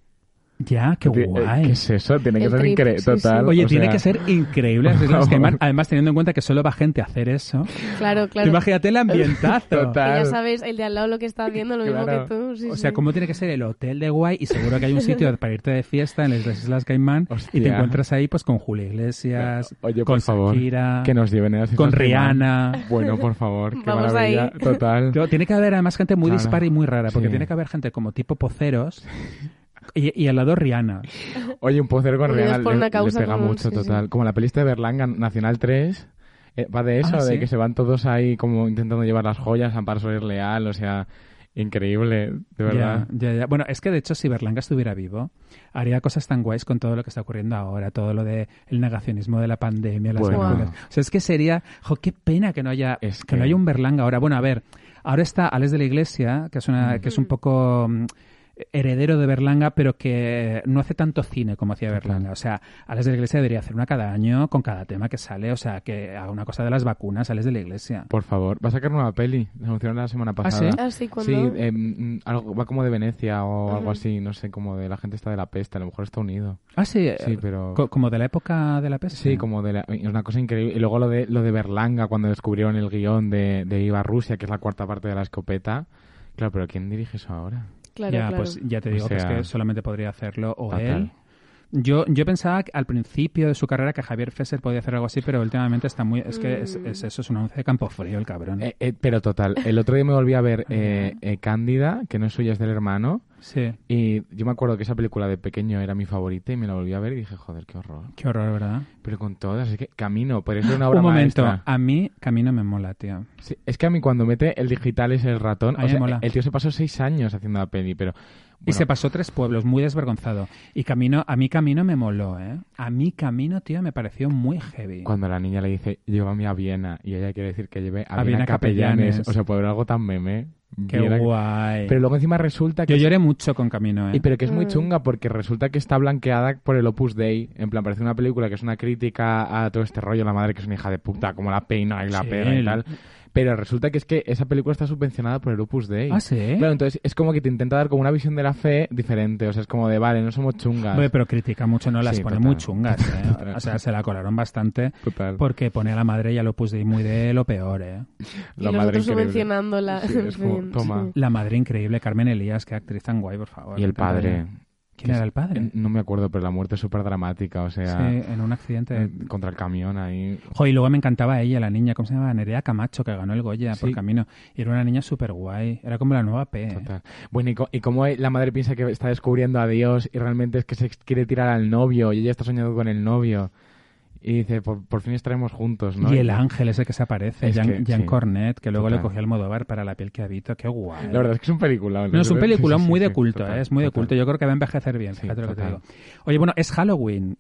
Speaker 2: Ya, qué
Speaker 3: Ti- eh,
Speaker 2: guay.
Speaker 3: ¿Qué es eso? Tiene que
Speaker 4: El
Speaker 3: ser
Speaker 4: trip,
Speaker 3: increíble.
Speaker 4: sí, sí.
Speaker 3: Total.
Speaker 2: Oye,
Speaker 3: o
Speaker 2: tiene
Speaker 3: sea,
Speaker 2: que ser increíble las Islas Caimán. Además, teniendo en cuenta que solo va gente a hacer eso.
Speaker 4: Claro,
Speaker 2: Tú
Speaker 4: claro.
Speaker 2: Imagínate el ambientazo.
Speaker 4: Que
Speaker 3: Total.
Speaker 4: ya sabes, el de al lado lo que está haciendo, lo
Speaker 3: Claro.
Speaker 4: mismo que tú. sí,
Speaker 2: O sea,
Speaker 4: sí.
Speaker 2: ¿cómo tiene que ser el hotel de guay? Y seguro que hay un sitio para irte de fiesta en las Islas Caimán y te
Speaker 3: Hostia.
Speaker 2: encuentras ahí pues con Julio Iglesias,
Speaker 3: Oye, por
Speaker 2: con
Speaker 3: favor,
Speaker 2: Shakira,
Speaker 3: que nos lleven a las
Speaker 2: con
Speaker 3: Islas Caimán.
Speaker 2: Rihanna.
Speaker 3: Bueno, por favor, qué
Speaker 4: Vamos
Speaker 3: maravilla.
Speaker 4: ahí. (laughs)
Speaker 3: Total.
Speaker 2: Claro, Tiene que haber además gente muy
Speaker 3: Claro.
Speaker 2: dispar y muy rara, porque
Speaker 3: Sí.
Speaker 2: tiene que haber gente como tipo poceros y, y al lado Rihanna.
Speaker 3: Oye, un poder con
Speaker 4: Unidos
Speaker 3: Rihanna
Speaker 4: por
Speaker 3: le,
Speaker 4: una
Speaker 3: le
Speaker 4: causa
Speaker 3: pega
Speaker 4: común,
Speaker 3: mucho,
Speaker 4: sí,
Speaker 3: total. Como la pelista de Berlanga, Nacional 3, eh, va de eso,
Speaker 2: Ah,
Speaker 3: de
Speaker 2: ¿sí?
Speaker 3: que se van todos ahí como intentando llevar las joyas, Amparo Soler Leal, o sea, increíble, de verdad.
Speaker 2: Ya, ya, ya. Bueno, es que de hecho, si Berlanga estuviera vivo, haría cosas tan guays con todo lo que está ocurriendo ahora, todo lo del el negacionismo de la pandemia, las
Speaker 3: Bueno.
Speaker 2: vacunas. O sea, es que sería, jo, qué pena que no haya,
Speaker 3: Es
Speaker 2: que... no
Speaker 3: que-
Speaker 2: haya un Berlanga ahora. Bueno, a ver, ahora está Alex de la Iglesia, que es una, que es un poco mm, heredero de Berlanga, pero que no hace tanto cine como hacía Berlanga. O sea, Alex de la Iglesia debería hacer una cada año con cada tema que sale, o sea, que haga una cosa de las vacunas, Alex de la Iglesia.
Speaker 3: Por favor, va a sacar nueva peli, la anunciaron la semana pasada.
Speaker 2: sí?
Speaker 4: Ah, sí, cuando...
Speaker 3: Sí, eh, mm, algo, va como de Venecia o algo así, no sé, como de la gente está de la peste, a lo mejor está unido.
Speaker 2: Ah, sí,
Speaker 4: Eh,
Speaker 3: Sí, pero...
Speaker 2: co- como de la época de la peste.
Speaker 3: Sí, como de la- es una cosa increíble. Y luego lo de lo de Berlanga cuando descubrieron el guión de, de Viva Rusia, que es la cuarta parte de la escopeta. Claro, pero ¿quién dirige eso ahora?
Speaker 4: Claro,
Speaker 2: ya,
Speaker 4: claro.
Speaker 2: pues ya te
Speaker 3: O
Speaker 2: digo que es
Speaker 3: sea,
Speaker 2: que solamente podría hacerlo o
Speaker 3: fatal.
Speaker 2: él. Yo, yo pensaba que al principio de su carrera que Javier Fesser podía hacer algo así, pero últimamente está muy... Es que es,
Speaker 4: Mm.
Speaker 2: es eso, es un once de campo frío el cabrón.
Speaker 3: Eh, eh, pero total, el otro día me volví a ver eh,
Speaker 2: Mm.
Speaker 3: eh, Cándida, que no es suya, es del hermano.
Speaker 2: sí,
Speaker 3: Y yo me acuerdo que esa película de pequeño era mi favorita y me la volví a ver y dije, joder, qué horror.
Speaker 2: qué horror, ¿verdad?
Speaker 3: Pero con todas, es que Camino, podría ser una obra
Speaker 2: Un momento, Ah.
Speaker 3: maestra.
Speaker 2: a mí Camino me mola, tío.
Speaker 3: Sí, es que a mí cuando mete el digital es el ratón,
Speaker 2: A
Speaker 3: o
Speaker 2: mí me
Speaker 3: sea,
Speaker 2: mola.
Speaker 3: el tío se pasó seis años haciendo la peli, pero...
Speaker 2: Y
Speaker 3: bueno,
Speaker 2: se pasó tres pueblos, muy desvergonzado. Y Camino, a mí Camino me moló, ¿eh? A mí Camino, tío, me pareció muy heavy.
Speaker 3: Cuando la niña le dice, llévame a Viena, y ella quiere decir que lleve a,
Speaker 2: A
Speaker 3: Viena
Speaker 2: Viena
Speaker 3: Capellanes.
Speaker 2: Capellanes.
Speaker 3: O sea, puede haber algo tan meme.
Speaker 2: Qué
Speaker 3: Viena-
Speaker 2: guay.
Speaker 3: Pero luego encima resulta que...
Speaker 2: Yo
Speaker 3: es-
Speaker 2: lloré mucho con Camino, ¿eh?
Speaker 3: y pero que es muy
Speaker 4: Mm.
Speaker 3: chunga porque resulta que está blanqueada por el Opus Dei. En plan, parece una película que es una crítica a todo este rollo. La madre que es una hija de puta, como la peina y la
Speaker 2: Sí,
Speaker 3: pega y
Speaker 2: la-
Speaker 3: tal. Pero resulta que es que esa película está subvencionada por el Opus Dei.
Speaker 2: Ah, ¿sí?
Speaker 3: Claro, entonces es como que te intenta dar como una visión de la fe diferente. O sea, es como de, vale, no somos chungas.
Speaker 2: Hombre, pero critica mucho, no las
Speaker 3: Sí,
Speaker 2: pone
Speaker 3: total.
Speaker 2: muy chungas, ¿eh?
Speaker 3: (laughs) Total.
Speaker 2: O sea, se la colaron bastante.
Speaker 3: Total.
Speaker 2: Porque pone a la madre y al Opus Dei muy de lo peor, ¿eh?
Speaker 4: Y
Speaker 3: La
Speaker 4: los
Speaker 3: madre
Speaker 4: otros
Speaker 3: increíble.
Speaker 4: subvencionándola.
Speaker 3: Sí, es como,
Speaker 4: En fin,
Speaker 3: toma.
Speaker 4: (laughs) sí.
Speaker 2: La madre increíble, Carmen Elías, qué actriz tan guay, por favor.
Speaker 3: Y el padre.
Speaker 2: ¿Quién era el padre?
Speaker 3: No me acuerdo, pero la muerte es súper dramática, o sea,
Speaker 2: Sí, en un accidente.
Speaker 3: eh, contra el camión ahí.
Speaker 2: Jo, y luego me encantaba ella, la niña, ¿cómo se llamaba? Nerea Camacho, que ganó el Goya por
Speaker 3: Sí.
Speaker 2: camino. Y era una niña súper guay. Era como la nueva P. ¿eh?
Speaker 3: Total. Bueno, y, co- y cómo la madre piensa que está descubriendo a Dios y realmente es que se quiere tirar al novio y ella está soñando con el novio. Y dice, por, por fin estaremos juntos, ¿no?
Speaker 2: Y el ángel ese que se aparece,
Speaker 3: Es
Speaker 2: Jean,
Speaker 3: que,
Speaker 2: Jean
Speaker 3: sí.
Speaker 2: Cornet, que luego le
Speaker 3: Total.
Speaker 2: cogió al Modovar para la piel que habito. Qué guay.
Speaker 3: La verdad es que es un ¿eh? película.
Speaker 2: No, es un peliculón muy de culto, ¿eh? es muy de culto. Yo creo que va a envejecer bien,
Speaker 3: Sí,
Speaker 2: fíjate lo que te
Speaker 3: total.
Speaker 2: digo. Oye, bueno, es Halloween.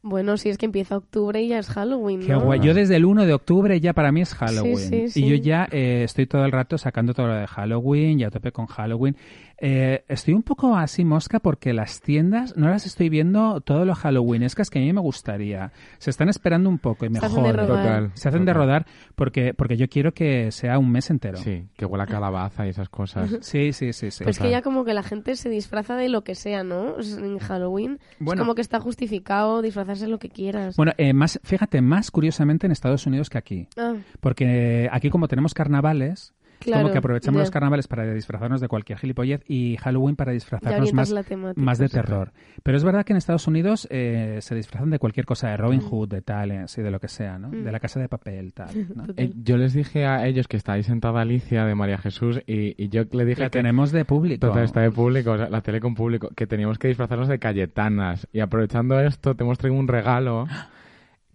Speaker 4: Bueno, sí, es que empieza octubre y ya es Halloween,
Speaker 2: Qué
Speaker 4: ¿no?
Speaker 2: guay. Yo desde el 1 de octubre ya para mí es Halloween.
Speaker 4: Sí, sí,
Speaker 2: Y yo
Speaker 4: sí.
Speaker 2: ya eh, estoy todo el rato sacando todo lo de Halloween, ya a tope con Halloween. Eh, estoy un poco así mosca porque las tiendas no las estoy viendo todo lo halloweenescas que a mí me gustaría. Se están esperando un poco y me
Speaker 4: Se hacen de
Speaker 2: joden.
Speaker 4: rogar.
Speaker 3: Total.
Speaker 2: Se hacen de
Speaker 3: Total.
Speaker 2: rodar porque, porque yo quiero que sea un mes entero.
Speaker 3: Sí, que huela a calabaza y esas cosas.
Speaker 2: (laughs) sí, sí, sí. sí.
Speaker 4: Pero es Pues que
Speaker 3: Total.
Speaker 4: ya como que la gente se disfraza de lo que sea, ¿no? Es- En Halloween
Speaker 2: Bueno.
Speaker 4: es como que está justificado disfrazarse de lo que quieras.
Speaker 2: Bueno, eh, más, fíjate, más curiosamente en Estados Unidos que aquí.
Speaker 4: Ah,
Speaker 2: Porque eh, aquí como tenemos carnavales,
Speaker 4: claro.
Speaker 2: como que aprovechamos
Speaker 4: ya.
Speaker 2: los carnavales para disfrazarnos de cualquier gilipollez y Halloween para
Speaker 4: Ya
Speaker 2: disfrazarnos
Speaker 4: orientas
Speaker 2: más,
Speaker 4: la temática.
Speaker 2: más de terror. Pero es verdad que en Estados Unidos eh, se disfrazan de cualquier cosa, de Robin
Speaker 4: Mm.
Speaker 2: Hood, de tal, eh, sí, de lo que sea, ¿no? De la casa de papel,
Speaker 4: (laughs)
Speaker 2: tal. ¿no?
Speaker 4: Total.
Speaker 3: Eh, yo les dije a ellos que estáis sentada Alicia de María Jesús y, y yo le dije
Speaker 2: La
Speaker 3: que
Speaker 2: tenemos de público.
Speaker 3: Total, está de público, o sea, la tele con público, que teníamos que disfrazarnos de Cayetanas. Y aprovechando esto, te hemos traído un regalo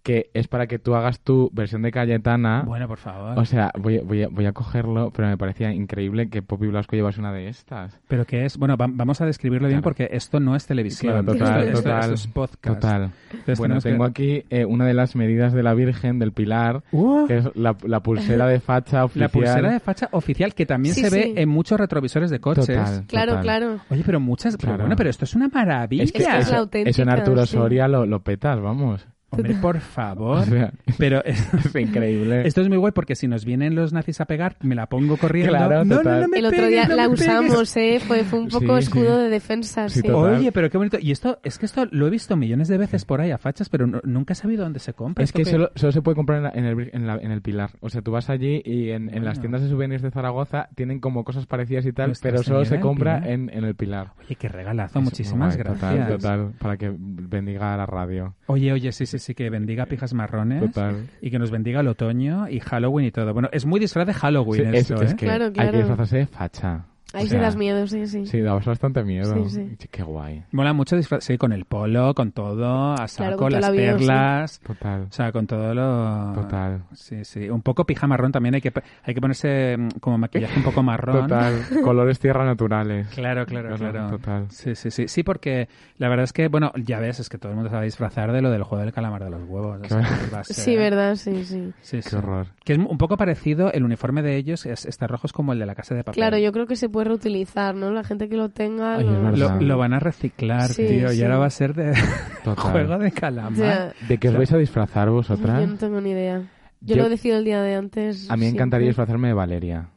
Speaker 3: que es para que tú hagas tu versión de Cayetana.
Speaker 2: Bueno, por favor.
Speaker 3: O sea, voy, a- voy a, voy a cogerlo, pero me parecía increíble que Poppy Blasco llevase una de estas.
Speaker 2: Pero que es, bueno, va- vamos a describirlo bien
Speaker 3: Claro.
Speaker 2: porque esto no es televisión.
Speaker 3: Claro, total,
Speaker 2: esto, esto-
Speaker 3: total,
Speaker 2: esto es podcast.
Speaker 3: Total.
Speaker 2: Entonces
Speaker 3: bueno,
Speaker 2: tenemos que-
Speaker 3: tengo aquí eh, una de las medidas de la Virgen del Pilar,
Speaker 2: ¡Uh!
Speaker 3: que es la, la pulsera de facha oficial.
Speaker 2: la pulsera de facha oficial que también
Speaker 4: Sí,
Speaker 2: se ve
Speaker 4: sí.
Speaker 2: en muchos retrovisores de coches.
Speaker 3: Total,
Speaker 4: Claro,
Speaker 3: total.
Speaker 4: claro.
Speaker 2: Oye, pero muchas. pero
Speaker 3: Claro.
Speaker 2: bueno, pero esto es una maravilla.
Speaker 4: que es la
Speaker 3: eso, eso en
Speaker 4: auténtica,
Speaker 3: Arturo
Speaker 4: sí.
Speaker 3: Soria lo, lo petas, vamos. (laughs)
Speaker 4: (laughs)
Speaker 2: Hombre, por favor.
Speaker 3: O sea,
Speaker 2: Pero es-
Speaker 3: es increíble.
Speaker 2: esto es muy guay porque si nos vienen los nazis a pegar, me la pongo corriendo.
Speaker 3: Claro,
Speaker 2: no,
Speaker 3: total.
Speaker 2: no, no me
Speaker 4: El otro día
Speaker 2: pegues, no
Speaker 4: la
Speaker 2: me pegues.
Speaker 4: usamos, ¿eh? Fue, fue un
Speaker 3: Sí,
Speaker 4: poco
Speaker 3: sí.
Speaker 4: escudo de defensa,
Speaker 3: Sí,
Speaker 4: sí.
Speaker 3: total.
Speaker 2: Oye, pero qué bonito. Y esto, es que esto lo he visto millones de veces por ahí a fachas, pero no- nunca he sabido dónde se compra.
Speaker 3: Es
Speaker 2: ¿Esto
Speaker 3: que
Speaker 2: qué?
Speaker 3: solo, solo se puede comprar en, la- en el, Vir- en la- en el Pilar. O sea, tú vas allí y en, en las
Speaker 2: Bueno.
Speaker 3: tiendas de souvenirs de Zaragoza tienen como cosas parecidas y tal,
Speaker 2: Nuestra
Speaker 3: pero solo se
Speaker 2: Señora del
Speaker 3: compra
Speaker 2: Pilar.
Speaker 3: en, en el Pilar.
Speaker 2: Oye, qué regalazo.
Speaker 3: Es
Speaker 2: Muchísimas
Speaker 3: guay,
Speaker 2: gracias.
Speaker 3: total, total, para que bendiga la radio.
Speaker 2: Oye, oye, sí, sí, sí, que bendiga pijas marrones.
Speaker 3: Total.
Speaker 2: Y que nos bendiga el otoño y Halloween y todo. Bueno, es muy disfraz de
Speaker 3: Sí,
Speaker 2: Halloween
Speaker 3: es,
Speaker 2: esto,
Speaker 3: es
Speaker 2: ¿eh?
Speaker 3: que
Speaker 4: Claro,
Speaker 3: hay
Speaker 4: claro.
Speaker 3: que disfrazarse de facha. O
Speaker 4: Ahí sí
Speaker 3: sea,
Speaker 4: das miedo, sí, sí.
Speaker 3: Sí, dabas bastante miedo.
Speaker 4: Sí,
Speaker 3: Qué guay.
Speaker 2: Mola mucho disfraz, sí, con el polo, con todo, a saco,
Speaker 4: con todo
Speaker 2: las
Speaker 4: el avión, sí.
Speaker 2: perlas.
Speaker 3: Total.
Speaker 2: O sea, con todo lo...
Speaker 3: Total.
Speaker 2: Sí, sí. Un poco pija marrón también hay que, hay que ponerse mm, como maquillaje un poco marrón. (laughs)
Speaker 3: Total. Colores tierra naturales.
Speaker 2: Claro, claro,
Speaker 3: Total,
Speaker 2: claro.
Speaker 3: total.
Speaker 2: Sí, sí, sí. Sí, porque la verdad es que, bueno, ya ves, es que todo el mundo se va a disfrazar de lo del juego del calamar de los huevos. o sea, que va a ser-
Speaker 4: Sí, verdad, sí, sí.
Speaker 2: Sí, sí.
Speaker 3: Qué horror.
Speaker 2: Que es un poco parecido, el uniforme de ellos es, está rojo, es como el de la casa de papel.
Speaker 4: Claro, yo creo que se puede reutilizar, ¿no? La gente que lo tenga...
Speaker 3: Oye,
Speaker 4: lo-
Speaker 3: es verdad.
Speaker 2: Lo, lo van a reciclar,
Speaker 4: Sí,
Speaker 2: tío, y
Speaker 4: sí.
Speaker 2: ahora va a ser de (laughs)
Speaker 3: Total.
Speaker 2: juego de
Speaker 4: O
Speaker 2: calamar.
Speaker 4: sea,
Speaker 3: ¿De qué os
Speaker 2: Claro.
Speaker 3: vais a disfrazar
Speaker 4: yo
Speaker 3: vosotras?
Speaker 4: no tengo ni idea. Yo,
Speaker 3: Yo-
Speaker 4: lo decido el día de antes.
Speaker 3: A mí me encantaría
Speaker 4: siempre.
Speaker 3: disfrazarme de
Speaker 4: (laughs)
Speaker 3: Valeria.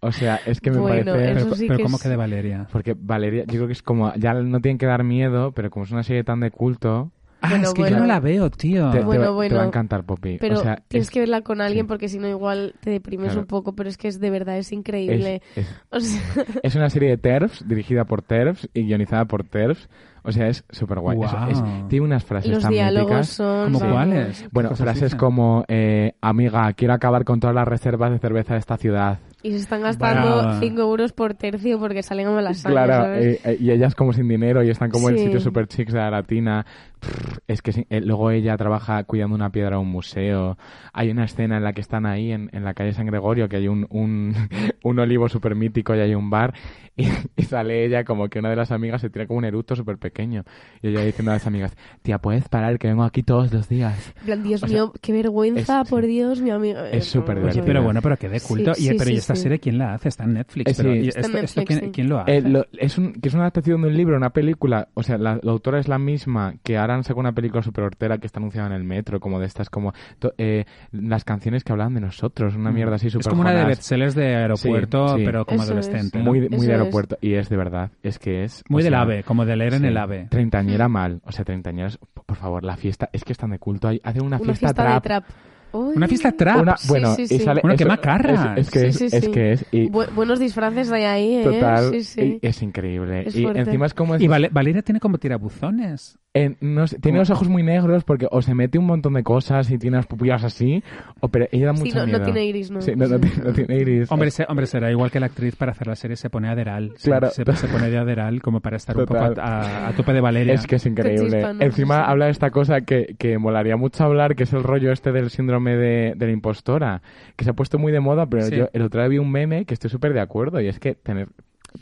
Speaker 3: O sea, es que me
Speaker 4: Bueno,
Speaker 3: parece...
Speaker 4: eso
Speaker 2: pero
Speaker 4: sí
Speaker 2: pero
Speaker 4: que
Speaker 2: ¿cómo
Speaker 4: es-
Speaker 2: que de Valeria?
Speaker 3: Porque Valeria, yo creo que es como, ya no tienen que dar miedo, pero como es una serie tan de culto,
Speaker 2: Ah,
Speaker 4: Bueno,
Speaker 2: es que yo
Speaker 4: bueno.
Speaker 2: no la veo, tío.
Speaker 3: te, te va-
Speaker 4: Bueno,
Speaker 3: te
Speaker 4: bueno.
Speaker 3: va a encantar Poppy.
Speaker 4: Pero
Speaker 3: o sea,
Speaker 4: tienes
Speaker 3: es,
Speaker 4: que verla con alguien
Speaker 3: sí.
Speaker 4: porque si no igual te deprimes
Speaker 3: Claro.
Speaker 4: un poco, pero es que es de verdad, es increíble.
Speaker 3: es, es-
Speaker 4: (laughs) O sea,
Speaker 3: es una serie de TERFs, dirigida por TERFs y guionizada por TERFs. O sea, es súper guay.
Speaker 2: Guau.
Speaker 3: tiene unas frases
Speaker 4: los
Speaker 3: tan
Speaker 4: diálogos
Speaker 3: míticas.
Speaker 4: son...
Speaker 2: ¿Cómo
Speaker 4: vamos.
Speaker 2: cuáles?
Speaker 3: Bueno,
Speaker 2: ¿Qué cosas
Speaker 3: frases
Speaker 2: dicen?
Speaker 3: como, eh, amiga, quiero acabar con todas las reservas de cerveza de esta ciudad.
Speaker 4: Y se están gastando
Speaker 2: Brava.
Speaker 4: 5 euros por tercio porque salen a las
Speaker 3: Claro, eh, eh, y ellas como sin dinero y están como en
Speaker 4: Sí.
Speaker 3: sitios super chics de la latina. Pff, Es que sí, eh, luego ella trabaja cuidando una piedra a un museo. Hay una escena en la que están ahí en, en la calle San Gregorio, que hay un, un, (laughs) un olivo súper mítico y hay un bar. Y, y sale ella como que una de las amigas se tira como un eructo súper pequeño. Y ella diciendo a las amigas, tía, puedes parar que vengo aquí todos los días.
Speaker 4: En plan, Dios
Speaker 3: o sea,
Speaker 4: mío, qué vergüenza,
Speaker 3: es-
Speaker 4: por Dios, mi amigo.
Speaker 3: es súper
Speaker 2: Oye,
Speaker 3: divertido.
Speaker 2: pero bueno, pero que de
Speaker 4: Sí,
Speaker 2: culto. y,
Speaker 4: sí,
Speaker 2: pero
Speaker 4: sí,
Speaker 2: ¿y esta
Speaker 4: sí.
Speaker 2: serie quién la hace? Está en Netflix.
Speaker 3: Eh, sí.
Speaker 2: pero, ¿y
Speaker 3: Está
Speaker 4: en
Speaker 2: esto, esto
Speaker 4: Netflix,
Speaker 2: quién,
Speaker 4: sí.
Speaker 2: quién lo hace?
Speaker 3: Eh, lo- es, un, que es una adaptación de un libro, una película. O sea, la, la autora es la misma que ahora han sacado una película super hortera que está anunciada en el metro, como de estas, como to- eh, las canciones que hablan de nosotros, una mierda así
Speaker 2: Mm. es
Speaker 3: super
Speaker 2: como una de bestsellers de aeropuerto,
Speaker 3: Sí, sí.
Speaker 2: pero como
Speaker 4: Eso
Speaker 2: adolescente.
Speaker 4: es.
Speaker 2: ¿no?
Speaker 3: Muy,
Speaker 2: Muy,
Speaker 3: de- muy
Speaker 4: Eso
Speaker 3: de
Speaker 4: es.
Speaker 3: aeropuerto. Y es de verdad, es que es. o
Speaker 2: del
Speaker 3: sea,
Speaker 2: ave, como de leer en
Speaker 3: sí,
Speaker 2: el ave.
Speaker 4: Mm.
Speaker 3: Treintañera mal. O sea, treintañeras, p- por favor, la fiesta. Es que están de culto. hay- Hacen una,
Speaker 4: Una fiesta, de trap. Uy.
Speaker 2: Una fiesta trap.
Speaker 3: Una-
Speaker 4: Sí,
Speaker 3: bueno,
Speaker 4: sí,
Speaker 3: y
Speaker 4: sí.
Speaker 3: sale-
Speaker 2: Bueno, qué
Speaker 3: eso-
Speaker 2: macarras.
Speaker 3: Es, es que
Speaker 4: Sí,
Speaker 3: es,
Speaker 4: sí,
Speaker 3: es
Speaker 4: sí.
Speaker 3: que es. Y,
Speaker 4: Bu- buenos disfraces hay ahí, ¿eh?
Speaker 3: total.
Speaker 4: Sí, sí.
Speaker 3: y es increíble.
Speaker 4: Es
Speaker 3: y
Speaker 4: fuerte.
Speaker 3: encima es como.
Speaker 2: Y Vale- Valeria tiene como tirabuzones.
Speaker 3: Eh, no sé, tiene los ojos muy negros porque o se mete un montón de cosas y tiene las pupillas así, o pero ella da
Speaker 4: Sí,
Speaker 3: mucho
Speaker 4: no, no
Speaker 3: miedo.
Speaker 4: tiene iris, ¿no?
Speaker 3: Sí, no, no
Speaker 4: Sí.
Speaker 3: tiene, no tiene iris.
Speaker 2: Hombre, se- hombre, será igual que la actriz para hacer la serie se pone aderal. Se-
Speaker 3: Claro.
Speaker 2: Se, se pone de aderal como para estar un
Speaker 3: Total.
Speaker 2: poco a, a- a tope de Valeria.
Speaker 3: es que es increíble.
Speaker 4: chispa, ¿no?
Speaker 3: Encima
Speaker 4: Sí, sí.
Speaker 3: habla de esta cosa que, que molaría mucho hablar, que es el rollo este del síndrome de, de la impostora, que se ha puesto muy de moda, pero
Speaker 2: Sí.
Speaker 3: yo el otro día vi un meme que estoy súper de acuerdo, y es que tener,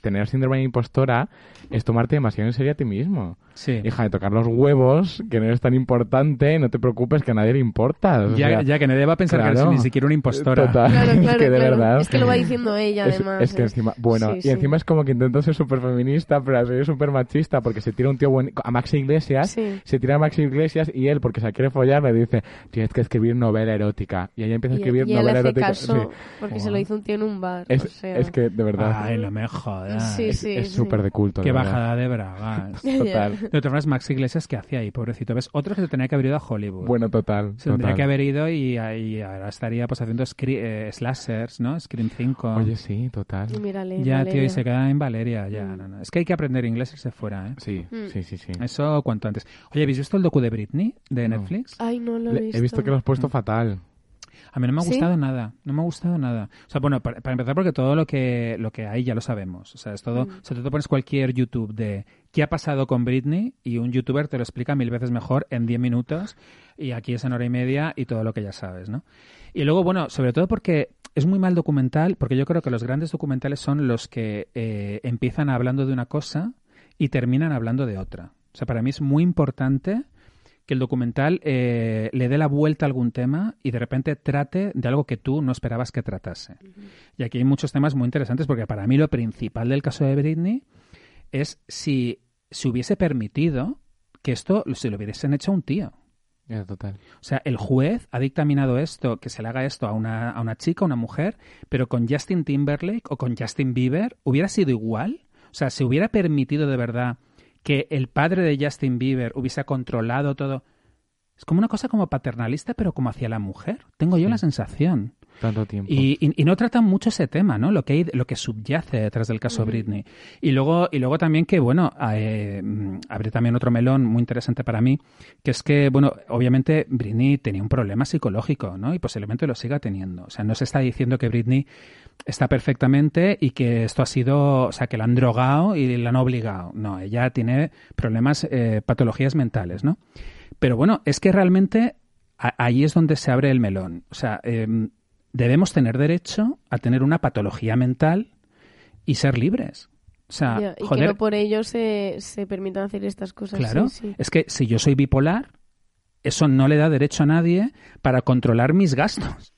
Speaker 3: tener síndrome de impostora es tomarte demasiado en serio a ti mismo.
Speaker 2: Sí.
Speaker 3: Hija de tocar los huevos, que no eres tan importante, no te preocupes que a nadie le importa.
Speaker 2: Ya, ya que nadie va a pensar que
Speaker 3: claro.
Speaker 2: eres ni siquiera una impostora.
Speaker 3: Total.
Speaker 4: (laughs) Claro,
Speaker 3: (laughs) es
Speaker 4: claro,
Speaker 3: que de
Speaker 4: claro.
Speaker 3: verdad.
Speaker 4: Es que lo va diciendo ella,
Speaker 3: Es-
Speaker 4: además. ¿eh?
Speaker 3: Es, que encima, bueno,
Speaker 4: Sí,
Speaker 3: y
Speaker 4: sí.
Speaker 3: encima es como que intenta ser súper feminista, pero a ser súper machista, porque se tira un tío buen, a Maxi Iglesias,
Speaker 4: Sí.
Speaker 3: se tira a Maxi Iglesias y él, porque se quiere follar, le dice, tienes que escribir novela erótica. Y ella empieza a
Speaker 4: Y,
Speaker 3: escribir
Speaker 4: y él
Speaker 3: novela
Speaker 4: hace
Speaker 3: erótica.
Speaker 4: caso
Speaker 3: sí.
Speaker 4: porque se lo hizo un tío en un bar.
Speaker 3: es,
Speaker 4: o sea. (laughs)
Speaker 3: es que, de verdad,
Speaker 2: Ay, no me jodas.
Speaker 4: Sí,
Speaker 3: es
Speaker 4: sí,
Speaker 3: es
Speaker 4: sí.
Speaker 3: súper de culto.
Speaker 2: Qué
Speaker 3: de verdad.
Speaker 2: bajada de bragas.
Speaker 4: (laughs) Ya, ya.
Speaker 3: Total.
Speaker 2: De todas formas, Max Iglesias, ¿qué hacía ahí? Pobrecito. ¿Ves? Otro que se tenía que haber ido a Hollywood.
Speaker 3: Bueno, total.
Speaker 2: se tendría
Speaker 3: total.
Speaker 2: que haber ido y ahí ahora estaría pues haciendo scre- eh, slashers, ¿no? Scream 5.
Speaker 3: Oye, sí, total.
Speaker 4: Y mírale,
Speaker 2: ya, tío,
Speaker 4: Valeria.
Speaker 2: y se queda en Valeria. Ya, no, no. Es que hay que aprender inglés y se fuera, ¿eh?
Speaker 3: Sí,
Speaker 4: Mm.
Speaker 3: sí, sí, sí.
Speaker 2: Eso cuanto antes. Oye, ¿habéis visto el docu de Britney de
Speaker 3: No.
Speaker 2: Netflix?
Speaker 4: Ay, no lo he
Speaker 3: Le-
Speaker 4: visto.
Speaker 3: he visto que lo has
Speaker 2: Mm.
Speaker 3: puesto fatal.
Speaker 2: A mí no me ha
Speaker 4: ¿Sí?
Speaker 2: gustado nada, no me ha gustado nada. O sea, bueno, para, para empezar porque todo lo que lo que hay ya lo sabemos. O sea, es todo, o sea, tú te pones cualquier YouTube de qué ha pasado con Britney y un youtuber te lo explica mil veces mejor en 10 minutos y aquí es en hora y media y todo lo que ya sabes, ¿no? Y luego, bueno, sobre todo porque es muy mal documental, porque yo creo que los grandes documentales son los que eh, empiezan hablando de una cosa y terminan hablando de otra. O sea, para mí es muy importante que el documental eh, le dé la vuelta a algún tema y de repente trate de algo que tú no esperabas que tratase. Y aquí hay muchos temas muy interesantes porque para mí lo principal del caso de Britney es si se hubiese permitido que esto se lo hubiesen hecho a un tío.
Speaker 3: Ya, total.
Speaker 2: O sea, el juez ha dictaminado esto, que se le haga esto a una, a una chica, a una mujer, pero con Justin Timberlake o con Justin Bieber, ¿hubiera sido igual? O sea, ¿se hubiera permitido de verdad que el padre de Justin Bieber hubiese controlado todo? Es como una cosa como paternalista, pero como hacia la mujer. Tengo yo
Speaker 3: Sí.
Speaker 2: la sensación.
Speaker 3: Tanto tiempo.
Speaker 2: Y, y- y no tratan mucho ese tema, ¿no? Lo que, hay, lo que subyace detrás del caso Britney. Y luego, y luego también que, bueno, eh, mm, abre también otro melón muy interesante para mí, que es que, bueno, obviamente Britney tenía un problema psicológico, ¿no? Y posiblemente lo siga teniendo. O sea, no se está diciendo que Britney está perfectamente y que esto ha sido, o sea, que la han drogado y la han obligado. No, ella tiene problemas, eh, patologías mentales, ¿no? Pero bueno, es que realmente a- ahí es donde se abre el melón. O sea, em, debemos tener derecho a tener una patología mental y ser libres. O sea,
Speaker 4: Ya, y
Speaker 2: Ah, joder,
Speaker 4: que no por ello se, se permitan hacer estas cosas.
Speaker 2: claro,
Speaker 4: sí, sí.
Speaker 2: es que si yo soy bipolar, eso no le da derecho a nadie para controlar mis gastos.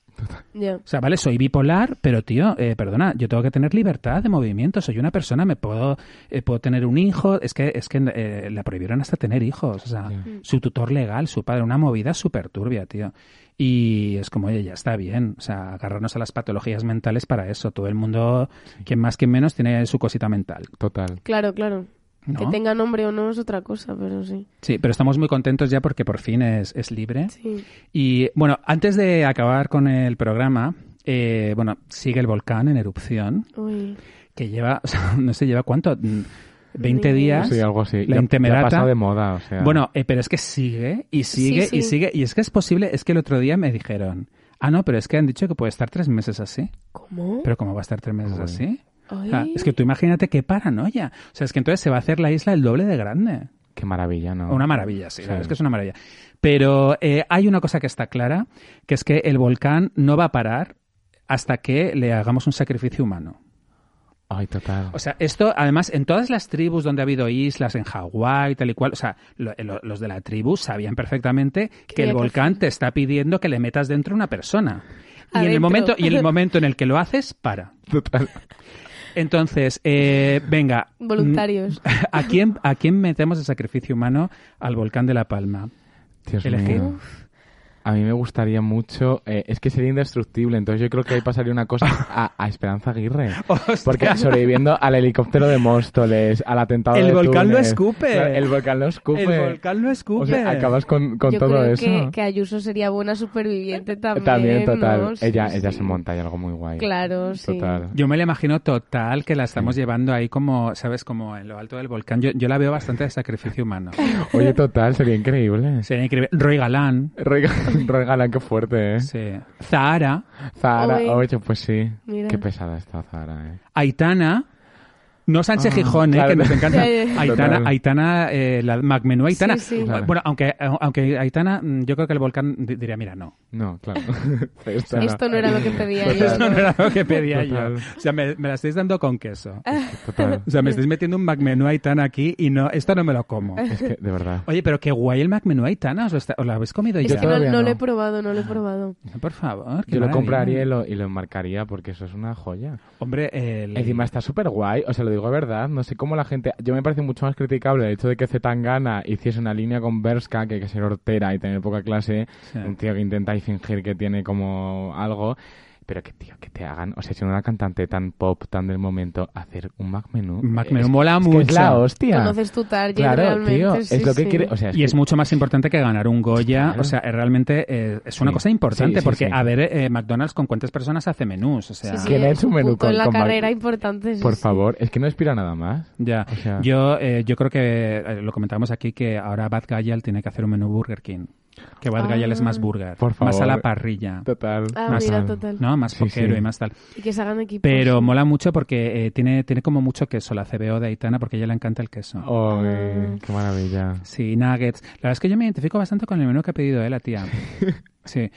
Speaker 4: Ya.
Speaker 2: O sea, vale, soy bipolar, pero tío, eh, perdona, yo tengo que tener libertad de movimiento. Soy una persona, me puedo, eh, puedo tener un hijo. Es que, es que eh, la prohibieron hasta tener hijos. O sea,
Speaker 3: Ya.
Speaker 2: su tutor legal, su padre, una movida súper turbia, tío. Y es como, oye, ya está bien. O sea, agarrarnos a las patologías mentales para eso. Todo el mundo, quien más, quien menos, tiene su cosita mental.
Speaker 3: Total.
Speaker 4: Claro, claro.
Speaker 2: ¿no?
Speaker 4: Que tenga nombre o no es otra cosa, pero sí.
Speaker 2: Sí, pero estamos muy contentos ya porque por fin es, es libre.
Speaker 4: Sí.
Speaker 2: Y bueno, antes de acabar con el programa, eh, bueno, sigue el volcán en erupción,
Speaker 4: Uy.
Speaker 2: que lleva, (laughs) o sea, no sé, lleva cuánto, mm, 20
Speaker 4: Ni idea.
Speaker 2: días.
Speaker 3: Sí, algo ah. así.
Speaker 2: La
Speaker 3: Ya-
Speaker 2: intemerata.
Speaker 3: Ya ha pasado de moda, o sea.
Speaker 2: Bueno, eh, pero es que sigue y sigue
Speaker 4: Sí,
Speaker 2: y
Speaker 4: sí.
Speaker 2: sigue. Y es que es posible, es que el otro día me dijeron, ah, no, pero es que han dicho que puede estar tres meses así.
Speaker 4: ¿Cómo?
Speaker 2: Pero ¿cómo va a estar tres meses
Speaker 3: Uy.
Speaker 2: así? O
Speaker 4: Ay.
Speaker 2: sea, es que tú imagínate qué paranoia. O sea, es que entonces se va a hacer la isla el doble de grande.
Speaker 3: Qué maravilla, ¿no?
Speaker 2: Una maravilla, sí, la
Speaker 3: Ah, Sí.
Speaker 2: verdad es que es una maravilla. Pero eh, hay una cosa que está clara, que es que el volcán no va a parar hasta que le hagamos un sacrificio humano.
Speaker 3: Ay, total.
Speaker 2: O sea, esto, además, en todas las tribus donde ha habido islas, en Hawái, tal y cual, o sea, lo- lo- los de la tribu sabían perfectamente que el
Speaker 4: había que
Speaker 2: volcán te está pidiendo que le metas dentro una persona. Y en, el
Speaker 4: Adentro.
Speaker 2: momento,
Speaker 4: (laughs)
Speaker 2: y en el momento en el que lo haces, para.
Speaker 3: total.
Speaker 2: Entonces, eh, venga.
Speaker 4: Voluntarios.
Speaker 2: (laughs) ¿A quién, ¿A quién metemos el sacrificio humano al volcán de La Palma?
Speaker 3: Dios
Speaker 2: Elegir.
Speaker 3: mío. A mí me gustaría mucho. eh, es que sería indestructible, entonces yo creo que ahí pasaría una cosa a, a Esperanza Aguirre. Porque sobreviviendo al helicóptero de Móstoles, al atentado
Speaker 2: El
Speaker 3: de
Speaker 2: volcán lo
Speaker 3: Túnez,
Speaker 2: escupe.
Speaker 3: claro, El volcán lo escupe.
Speaker 2: El volcán lo escupe.
Speaker 3: O sea, acabas con, con
Speaker 4: Yo
Speaker 3: todo
Speaker 4: creo
Speaker 3: eso. Eh,
Speaker 4: Que, que Ayuso sería buena superviviente también.
Speaker 3: También, total.
Speaker 4: ¿no? Sí,
Speaker 3: ella ella
Speaker 4: sí.
Speaker 3: se monta y algo muy guay.
Speaker 4: Claro, sí.
Speaker 3: Total.
Speaker 2: Yo me la imagino total que la estamos llevando ahí como, ¿sabes? Como en lo alto del volcán. Yo, yo la veo bastante de sacrificio
Speaker 4: (laughs)
Speaker 2: humano.
Speaker 3: Oye, total, sería increíble.
Speaker 2: Sería increíble. Roy Galán.
Speaker 3: Rega- (laughs) Regalan, qué fuerte, ¿eh?
Speaker 2: Sí. Zahara.
Speaker 3: Zahara,
Speaker 4: Uy.
Speaker 3: oye, pues sí.
Speaker 4: Mira.
Speaker 3: Qué pesada está Zahara, ¿eh?
Speaker 2: Aitana. No Sánchez
Speaker 3: Ah,
Speaker 2: Gijón, ¿eh?
Speaker 3: claro.
Speaker 2: que nos encanta.
Speaker 4: (laughs) Sí, sí.
Speaker 2: Aitana,
Speaker 3: Total.
Speaker 2: Aitana eh, la Magmenú Aitana.
Speaker 4: Sí, sí.
Speaker 3: Claro.
Speaker 2: Bueno, aunque, aunque Aitana, mm, yo creo que el volcán di- diría, mira, no.
Speaker 3: No,
Speaker 2: (laughs)
Speaker 3: claro.
Speaker 4: Esto no era lo que pedía yo.
Speaker 3: Total.
Speaker 2: Eso (laughs) no era lo que pedía
Speaker 3: Total.
Speaker 2: yo. O sea, me, me la estáis dando con
Speaker 4: (laughs)
Speaker 2: queso.
Speaker 3: (laughs)
Speaker 4: Ah.
Speaker 3: Total.
Speaker 2: O sea, me estáis metiendo un McMenú Aitana aquí y no, esto no me lo
Speaker 4: (laughs)
Speaker 2: como.
Speaker 3: Es que, de verdad.
Speaker 2: Oye, pero qué guay el McMenú Aitana. ¿Os lo, está- os lo habéis comido
Speaker 4: Es
Speaker 2: ya?
Speaker 4: que no,
Speaker 3: todavía
Speaker 4: no
Speaker 3: no.
Speaker 4: lo he probado, no lo he probado.
Speaker 2: Por favor. qué
Speaker 3: Yo lo
Speaker 2: maravilla.
Speaker 3: compraría y lo, y lo enmarcaría porque eso es una joya.
Speaker 2: Hombre, el...
Speaker 3: Encima está súper guay, o sea, lo digo de verdad. No sé cómo la gente. Yo me parece mucho más criticable el hecho de que Zetangana hiciese una línea con Berska que, que ser hortera y tener poca clase.
Speaker 2: Sí.
Speaker 3: Un tío que intenta y fingir que tiene como algo. Pero que, tío, que te hagan. O sea, siendo una cantante tan pop, tan del momento, hacer un Mac Menú.
Speaker 2: Mac
Speaker 3: es-
Speaker 2: Menú mola
Speaker 3: es que Es
Speaker 2: mucho.
Speaker 3: la hostia.
Speaker 4: Conoces tu target
Speaker 3: Claro,
Speaker 4: realmente.
Speaker 3: tío.
Speaker 4: sí,
Speaker 3: es lo que
Speaker 4: sí.
Speaker 3: quiere. O sea,
Speaker 2: Y es
Speaker 3: que-
Speaker 2: mucho más importante que ganar un Goya.
Speaker 3: Claro.
Speaker 2: O sea, es realmente eh, es una
Speaker 3: Sí.
Speaker 2: cosa importante
Speaker 3: Sí, sí,
Speaker 2: porque
Speaker 3: sí.
Speaker 2: a ver eh, McDonald's con cuántas personas hace menús. O sea,
Speaker 4: Sí, sí,
Speaker 3: ¿Quién ha hecho un menú
Speaker 4: punto
Speaker 3: con-
Speaker 4: en la
Speaker 3: con Mac-
Speaker 4: carrera importante. sí,
Speaker 3: Por
Speaker 4: sí.
Speaker 3: favor, es que no inspira nada más.
Speaker 2: ya.
Speaker 3: O sea-
Speaker 2: Yo, eh, yo creo que eh, lo comentamos aquí que ahora Bad Gayal tiene que hacer un menú Burger King. Que Bad
Speaker 4: Ah.
Speaker 2: Gayal es más burger.
Speaker 3: Por
Speaker 2: Más a la
Speaker 3: favor.
Speaker 2: parrilla.
Speaker 3: Total.
Speaker 4: Ah,
Speaker 2: Más
Speaker 4: mira,
Speaker 3: al-
Speaker 4: total.
Speaker 2: ¿No? Más
Speaker 3: Sí,
Speaker 2: foquero
Speaker 3: sí.
Speaker 2: y más tal.
Speaker 4: Y que se hagan equipos.
Speaker 2: Pero mola mucho porque eh, tiene, tiene como mucho queso la CBO de Aitana porque a ella le encanta el queso.
Speaker 4: Ah.
Speaker 3: Ay, qué maravilla.
Speaker 2: Sí, nuggets. La verdad es que yo me identifico bastante con el menú que ha pedido él, la tía. Sí.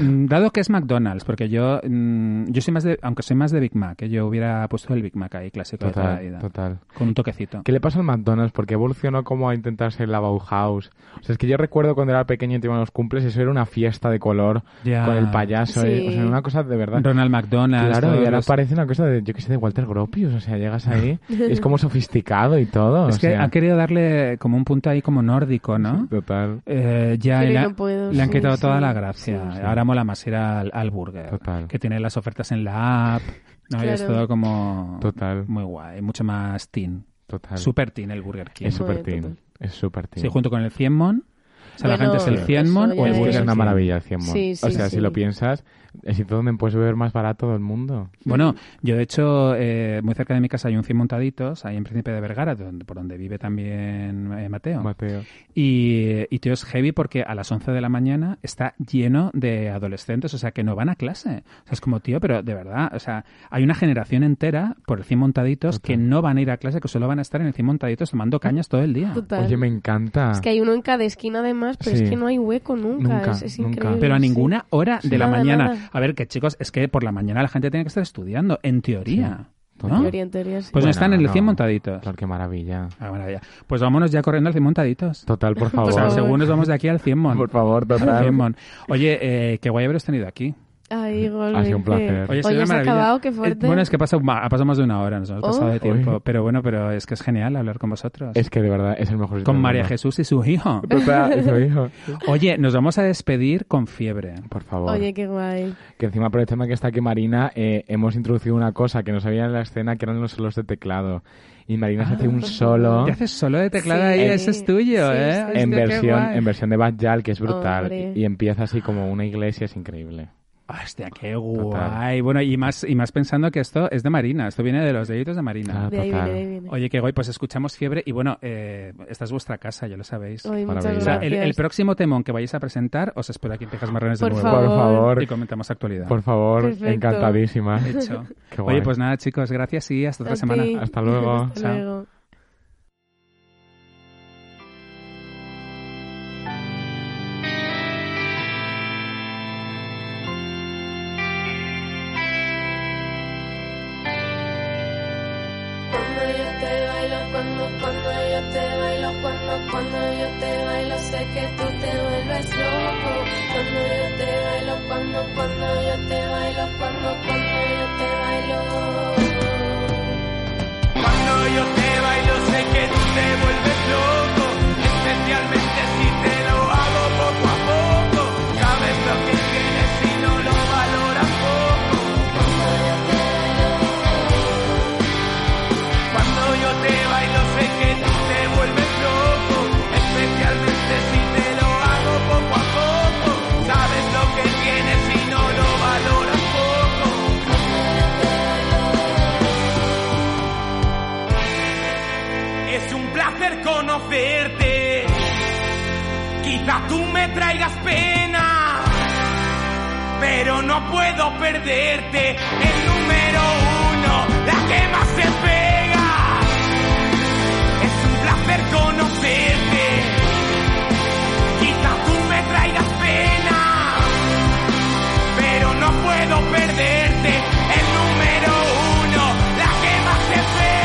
Speaker 2: Mm, Dado que es McDonald's, porque yo, mm, yo soy más de, aunque soy más de Big Mac, que yo hubiera puesto el Big Mac ahí, clásico de toda la
Speaker 3: Total,
Speaker 2: vida.
Speaker 3: total.
Speaker 2: Con un toquecito.
Speaker 3: ¿Qué le pasa al McDonald's? Porque evolucionó como a intentar ser la Bauhaus. O sea, es que yo recuerdo cuando era pequeño y teníamos los cumples, eso era una fiesta de color
Speaker 2: Ya.
Speaker 3: con el payaso.
Speaker 4: Sí.
Speaker 3: y- o sea, era una cosa de verdad.
Speaker 2: Ronald McDonald.
Speaker 3: Claro, y ahora parece una cosa de, yo que sé, de Walter Gropius. O sea, llegas
Speaker 4: (laughs)
Speaker 3: ahí, y es como sofisticado y todo.
Speaker 2: Es
Speaker 3: o
Speaker 2: que
Speaker 3: sea,
Speaker 2: ha querido darle como un punto ahí como nórdico, ¿no?
Speaker 3: Total,
Speaker 2: Eh, ya
Speaker 4: Pero
Speaker 2: le,
Speaker 4: no puedo,
Speaker 2: le han
Speaker 4: sí,
Speaker 2: quitado
Speaker 4: sí,
Speaker 2: toda la gracia.
Speaker 3: sí.
Speaker 2: Ahora mola más ir al, al burger,
Speaker 3: Total.
Speaker 2: que tiene las ofertas en la app. No, Y es
Speaker 4: Claro.
Speaker 2: todo como
Speaker 3: Total.
Speaker 2: muy guay, mucho más teen.
Speaker 3: total.
Speaker 2: Super teen el Burger King.
Speaker 3: es súper
Speaker 4: Joder,
Speaker 3: teen.
Speaker 4: total.
Speaker 3: Es súper teen.
Speaker 2: Sí, junto con el 100 mon. O sea, la
Speaker 4: Bueno,
Speaker 2: gente es el
Speaker 4: eso
Speaker 2: 100 mon o
Speaker 4: ya
Speaker 2: el
Speaker 3: Es que
Speaker 2: Burger
Speaker 3: es una
Speaker 2: King.
Speaker 3: maravilla, 100
Speaker 4: Sí, sí,
Speaker 3: O sea,
Speaker 4: sí.
Speaker 3: si lo piensas, es sitio donde puedes beber más barato del mundo.
Speaker 2: Bueno, yo de hecho, eh, muy cerca de mi casa hay un 100 montaditos, ahí en Príncipe de Vergara, donde- por donde vive también eh, Mateo.
Speaker 3: Mateo.
Speaker 2: Y, y tío, es heavy porque a las 11 de la mañana está lleno de adolescentes, o sea, que no van a clase. O sea, es como, tío, pero de verdad, o sea, hay una generación entera por el 100 montaditos que no van a ir a clase, que solo van a estar en el 100 montaditos tomando cañas todo el día.
Speaker 4: Total.
Speaker 3: Oye, me encanta.
Speaker 4: Es que hay uno en cada esquina además, pero
Speaker 3: Sí.
Speaker 4: es que no hay hueco nunca.
Speaker 3: Nunca,
Speaker 4: es, es
Speaker 3: nunca.
Speaker 4: increíble.
Speaker 2: Pero a
Speaker 4: sí.
Speaker 2: ninguna hora de la
Speaker 4: Nada,
Speaker 2: mañana.
Speaker 4: nada.
Speaker 2: A ver, que chicos, es que por la mañana la gente tiene que estar estudiando, en teoría.
Speaker 3: Sí,
Speaker 2: ¿no?
Speaker 4: En
Speaker 3: total.
Speaker 4: teoría, en teoría, sí.
Speaker 2: Pues no
Speaker 3: Bueno,
Speaker 2: están en el
Speaker 3: no.
Speaker 2: 100 montaditos.
Speaker 3: Claro, qué maravilla.
Speaker 2: Ah, maravilla. Pues vámonos ya corriendo al 100 montaditos.
Speaker 3: Total,
Speaker 4: (laughs)
Speaker 3: por favor.
Speaker 2: O sea,
Speaker 4: favor.
Speaker 2: según nos vamos de aquí al 100 mon.
Speaker 3: Por favor,
Speaker 2: Al
Speaker 3: total.
Speaker 2: 100 mon. Oye, eh, qué guay haberos tenido aquí.
Speaker 4: Ay, Igor,
Speaker 3: Ha sido un
Speaker 4: dice-
Speaker 3: placer.
Speaker 4: Oye,
Speaker 2: es una
Speaker 4: se ha
Speaker 2: maravilla.
Speaker 4: acabado, qué
Speaker 2: Eh,
Speaker 4: fuerte.
Speaker 2: Bueno, es que pasa- ha pasado más de una hora, nos hemos
Speaker 4: Oh.
Speaker 2: pasado de tiempo.
Speaker 3: Uy.
Speaker 2: Pero bueno, pero es que es genial hablar con vosotros.
Speaker 3: Es que de verdad es el mejor sitio
Speaker 2: con
Speaker 3: del
Speaker 2: María
Speaker 3: mundo.
Speaker 2: Jesús y su hijo.
Speaker 3: Total, (laughs) eso dijo.
Speaker 2: Oye, nos vamos a despedir con fiebre.
Speaker 3: Por favor.
Speaker 4: Oye, qué guay.
Speaker 3: Que encima por el tema que está aquí Marina, eh, hemos introducido una cosa que no sabía en la escena, que eran los solos de teclado. Y Marina se hace
Speaker 4: Ah.
Speaker 3: un solo
Speaker 2: (laughs) ¿Qué haces solo de teclado
Speaker 4: Sí.
Speaker 2: ahí? Eso es tuyo,
Speaker 4: Sí,
Speaker 2: ¿eh?
Speaker 4: sí,
Speaker 2: Hostia,
Speaker 3: en
Speaker 2: qué
Speaker 3: versión,
Speaker 2: guay.
Speaker 3: en versión de Bajal, que es brutal.
Speaker 4: Hombre.
Speaker 3: Y, y empieza así como una iglesia, es increíble.
Speaker 2: Hostia, qué guay. Bueno, y más, y más pensando que esto es de Marina. Esto viene de los deditos de Marina.
Speaker 3: Ah,
Speaker 4: De ahí
Speaker 3: total.
Speaker 4: viene, de ahí viene.
Speaker 2: Oye, qué guay. Pues escuchamos fiebre. Y bueno, eh, esta es vuestra casa, ya lo sabéis.
Speaker 4: Ay, muchas
Speaker 3: maravilla.
Speaker 2: O
Speaker 4: gracias.
Speaker 2: sea, el, el próximo temón que vayáis a presentar, os espero aquí en Tejas Marrones de
Speaker 4: Por
Speaker 2: nuevo.
Speaker 4: favor.
Speaker 3: Por favor,
Speaker 2: Y comentamos actualidad.
Speaker 3: por favor,
Speaker 4: Perfecto. (laughs)
Speaker 3: encantadísima.
Speaker 2: Hecho.
Speaker 3: (laughs) Qué guay.
Speaker 2: Oye, pues nada, chicos, gracias y hasta otra
Speaker 4: A
Speaker 2: semana.
Speaker 4: ti. (laughs)
Speaker 3: Hasta luego.
Speaker 4: Hasta
Speaker 2: Chao.
Speaker 4: luego.
Speaker 5: Cuando yo te bailo, cuando, cuando yo te bailo, cuando, cuando yo te bailo, sé que tú te vuelves loco. Cuando yo te bailo, cuando, cuando yo te bailo, cuando, cuando yo te bailo.
Speaker 6: Cuando yo te bailo sé que tú te vuelves loco, especialmente si te lo hago poco a poco. Sabes lo que tienes y no lo valoras poco. Cuando yo te bailo sé que tú te vuelves loco, especialmente si te lo hago poco a poco. Sabes lo que tienes y no lo valoras poco. Es un placer conocerte. Quizá tú me traigas pena, pero no puedo perderte. El número uno, la que más se pega. Es un placer conocerte. Quizá tú me traigas pena, pero no puedo perderte. El número uno, la que más se pega.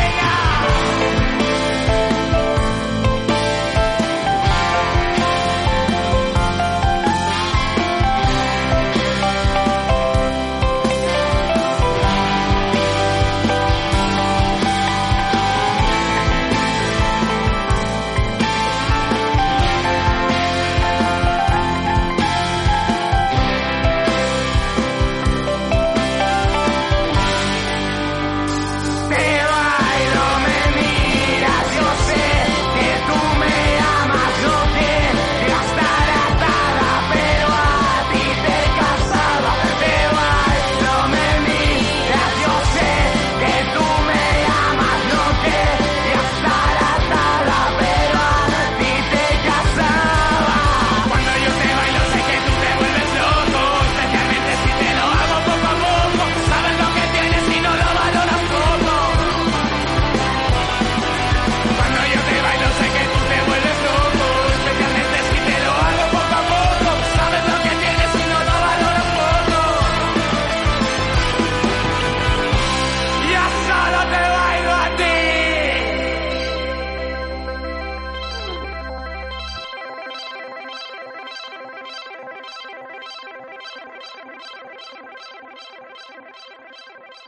Speaker 6: Thank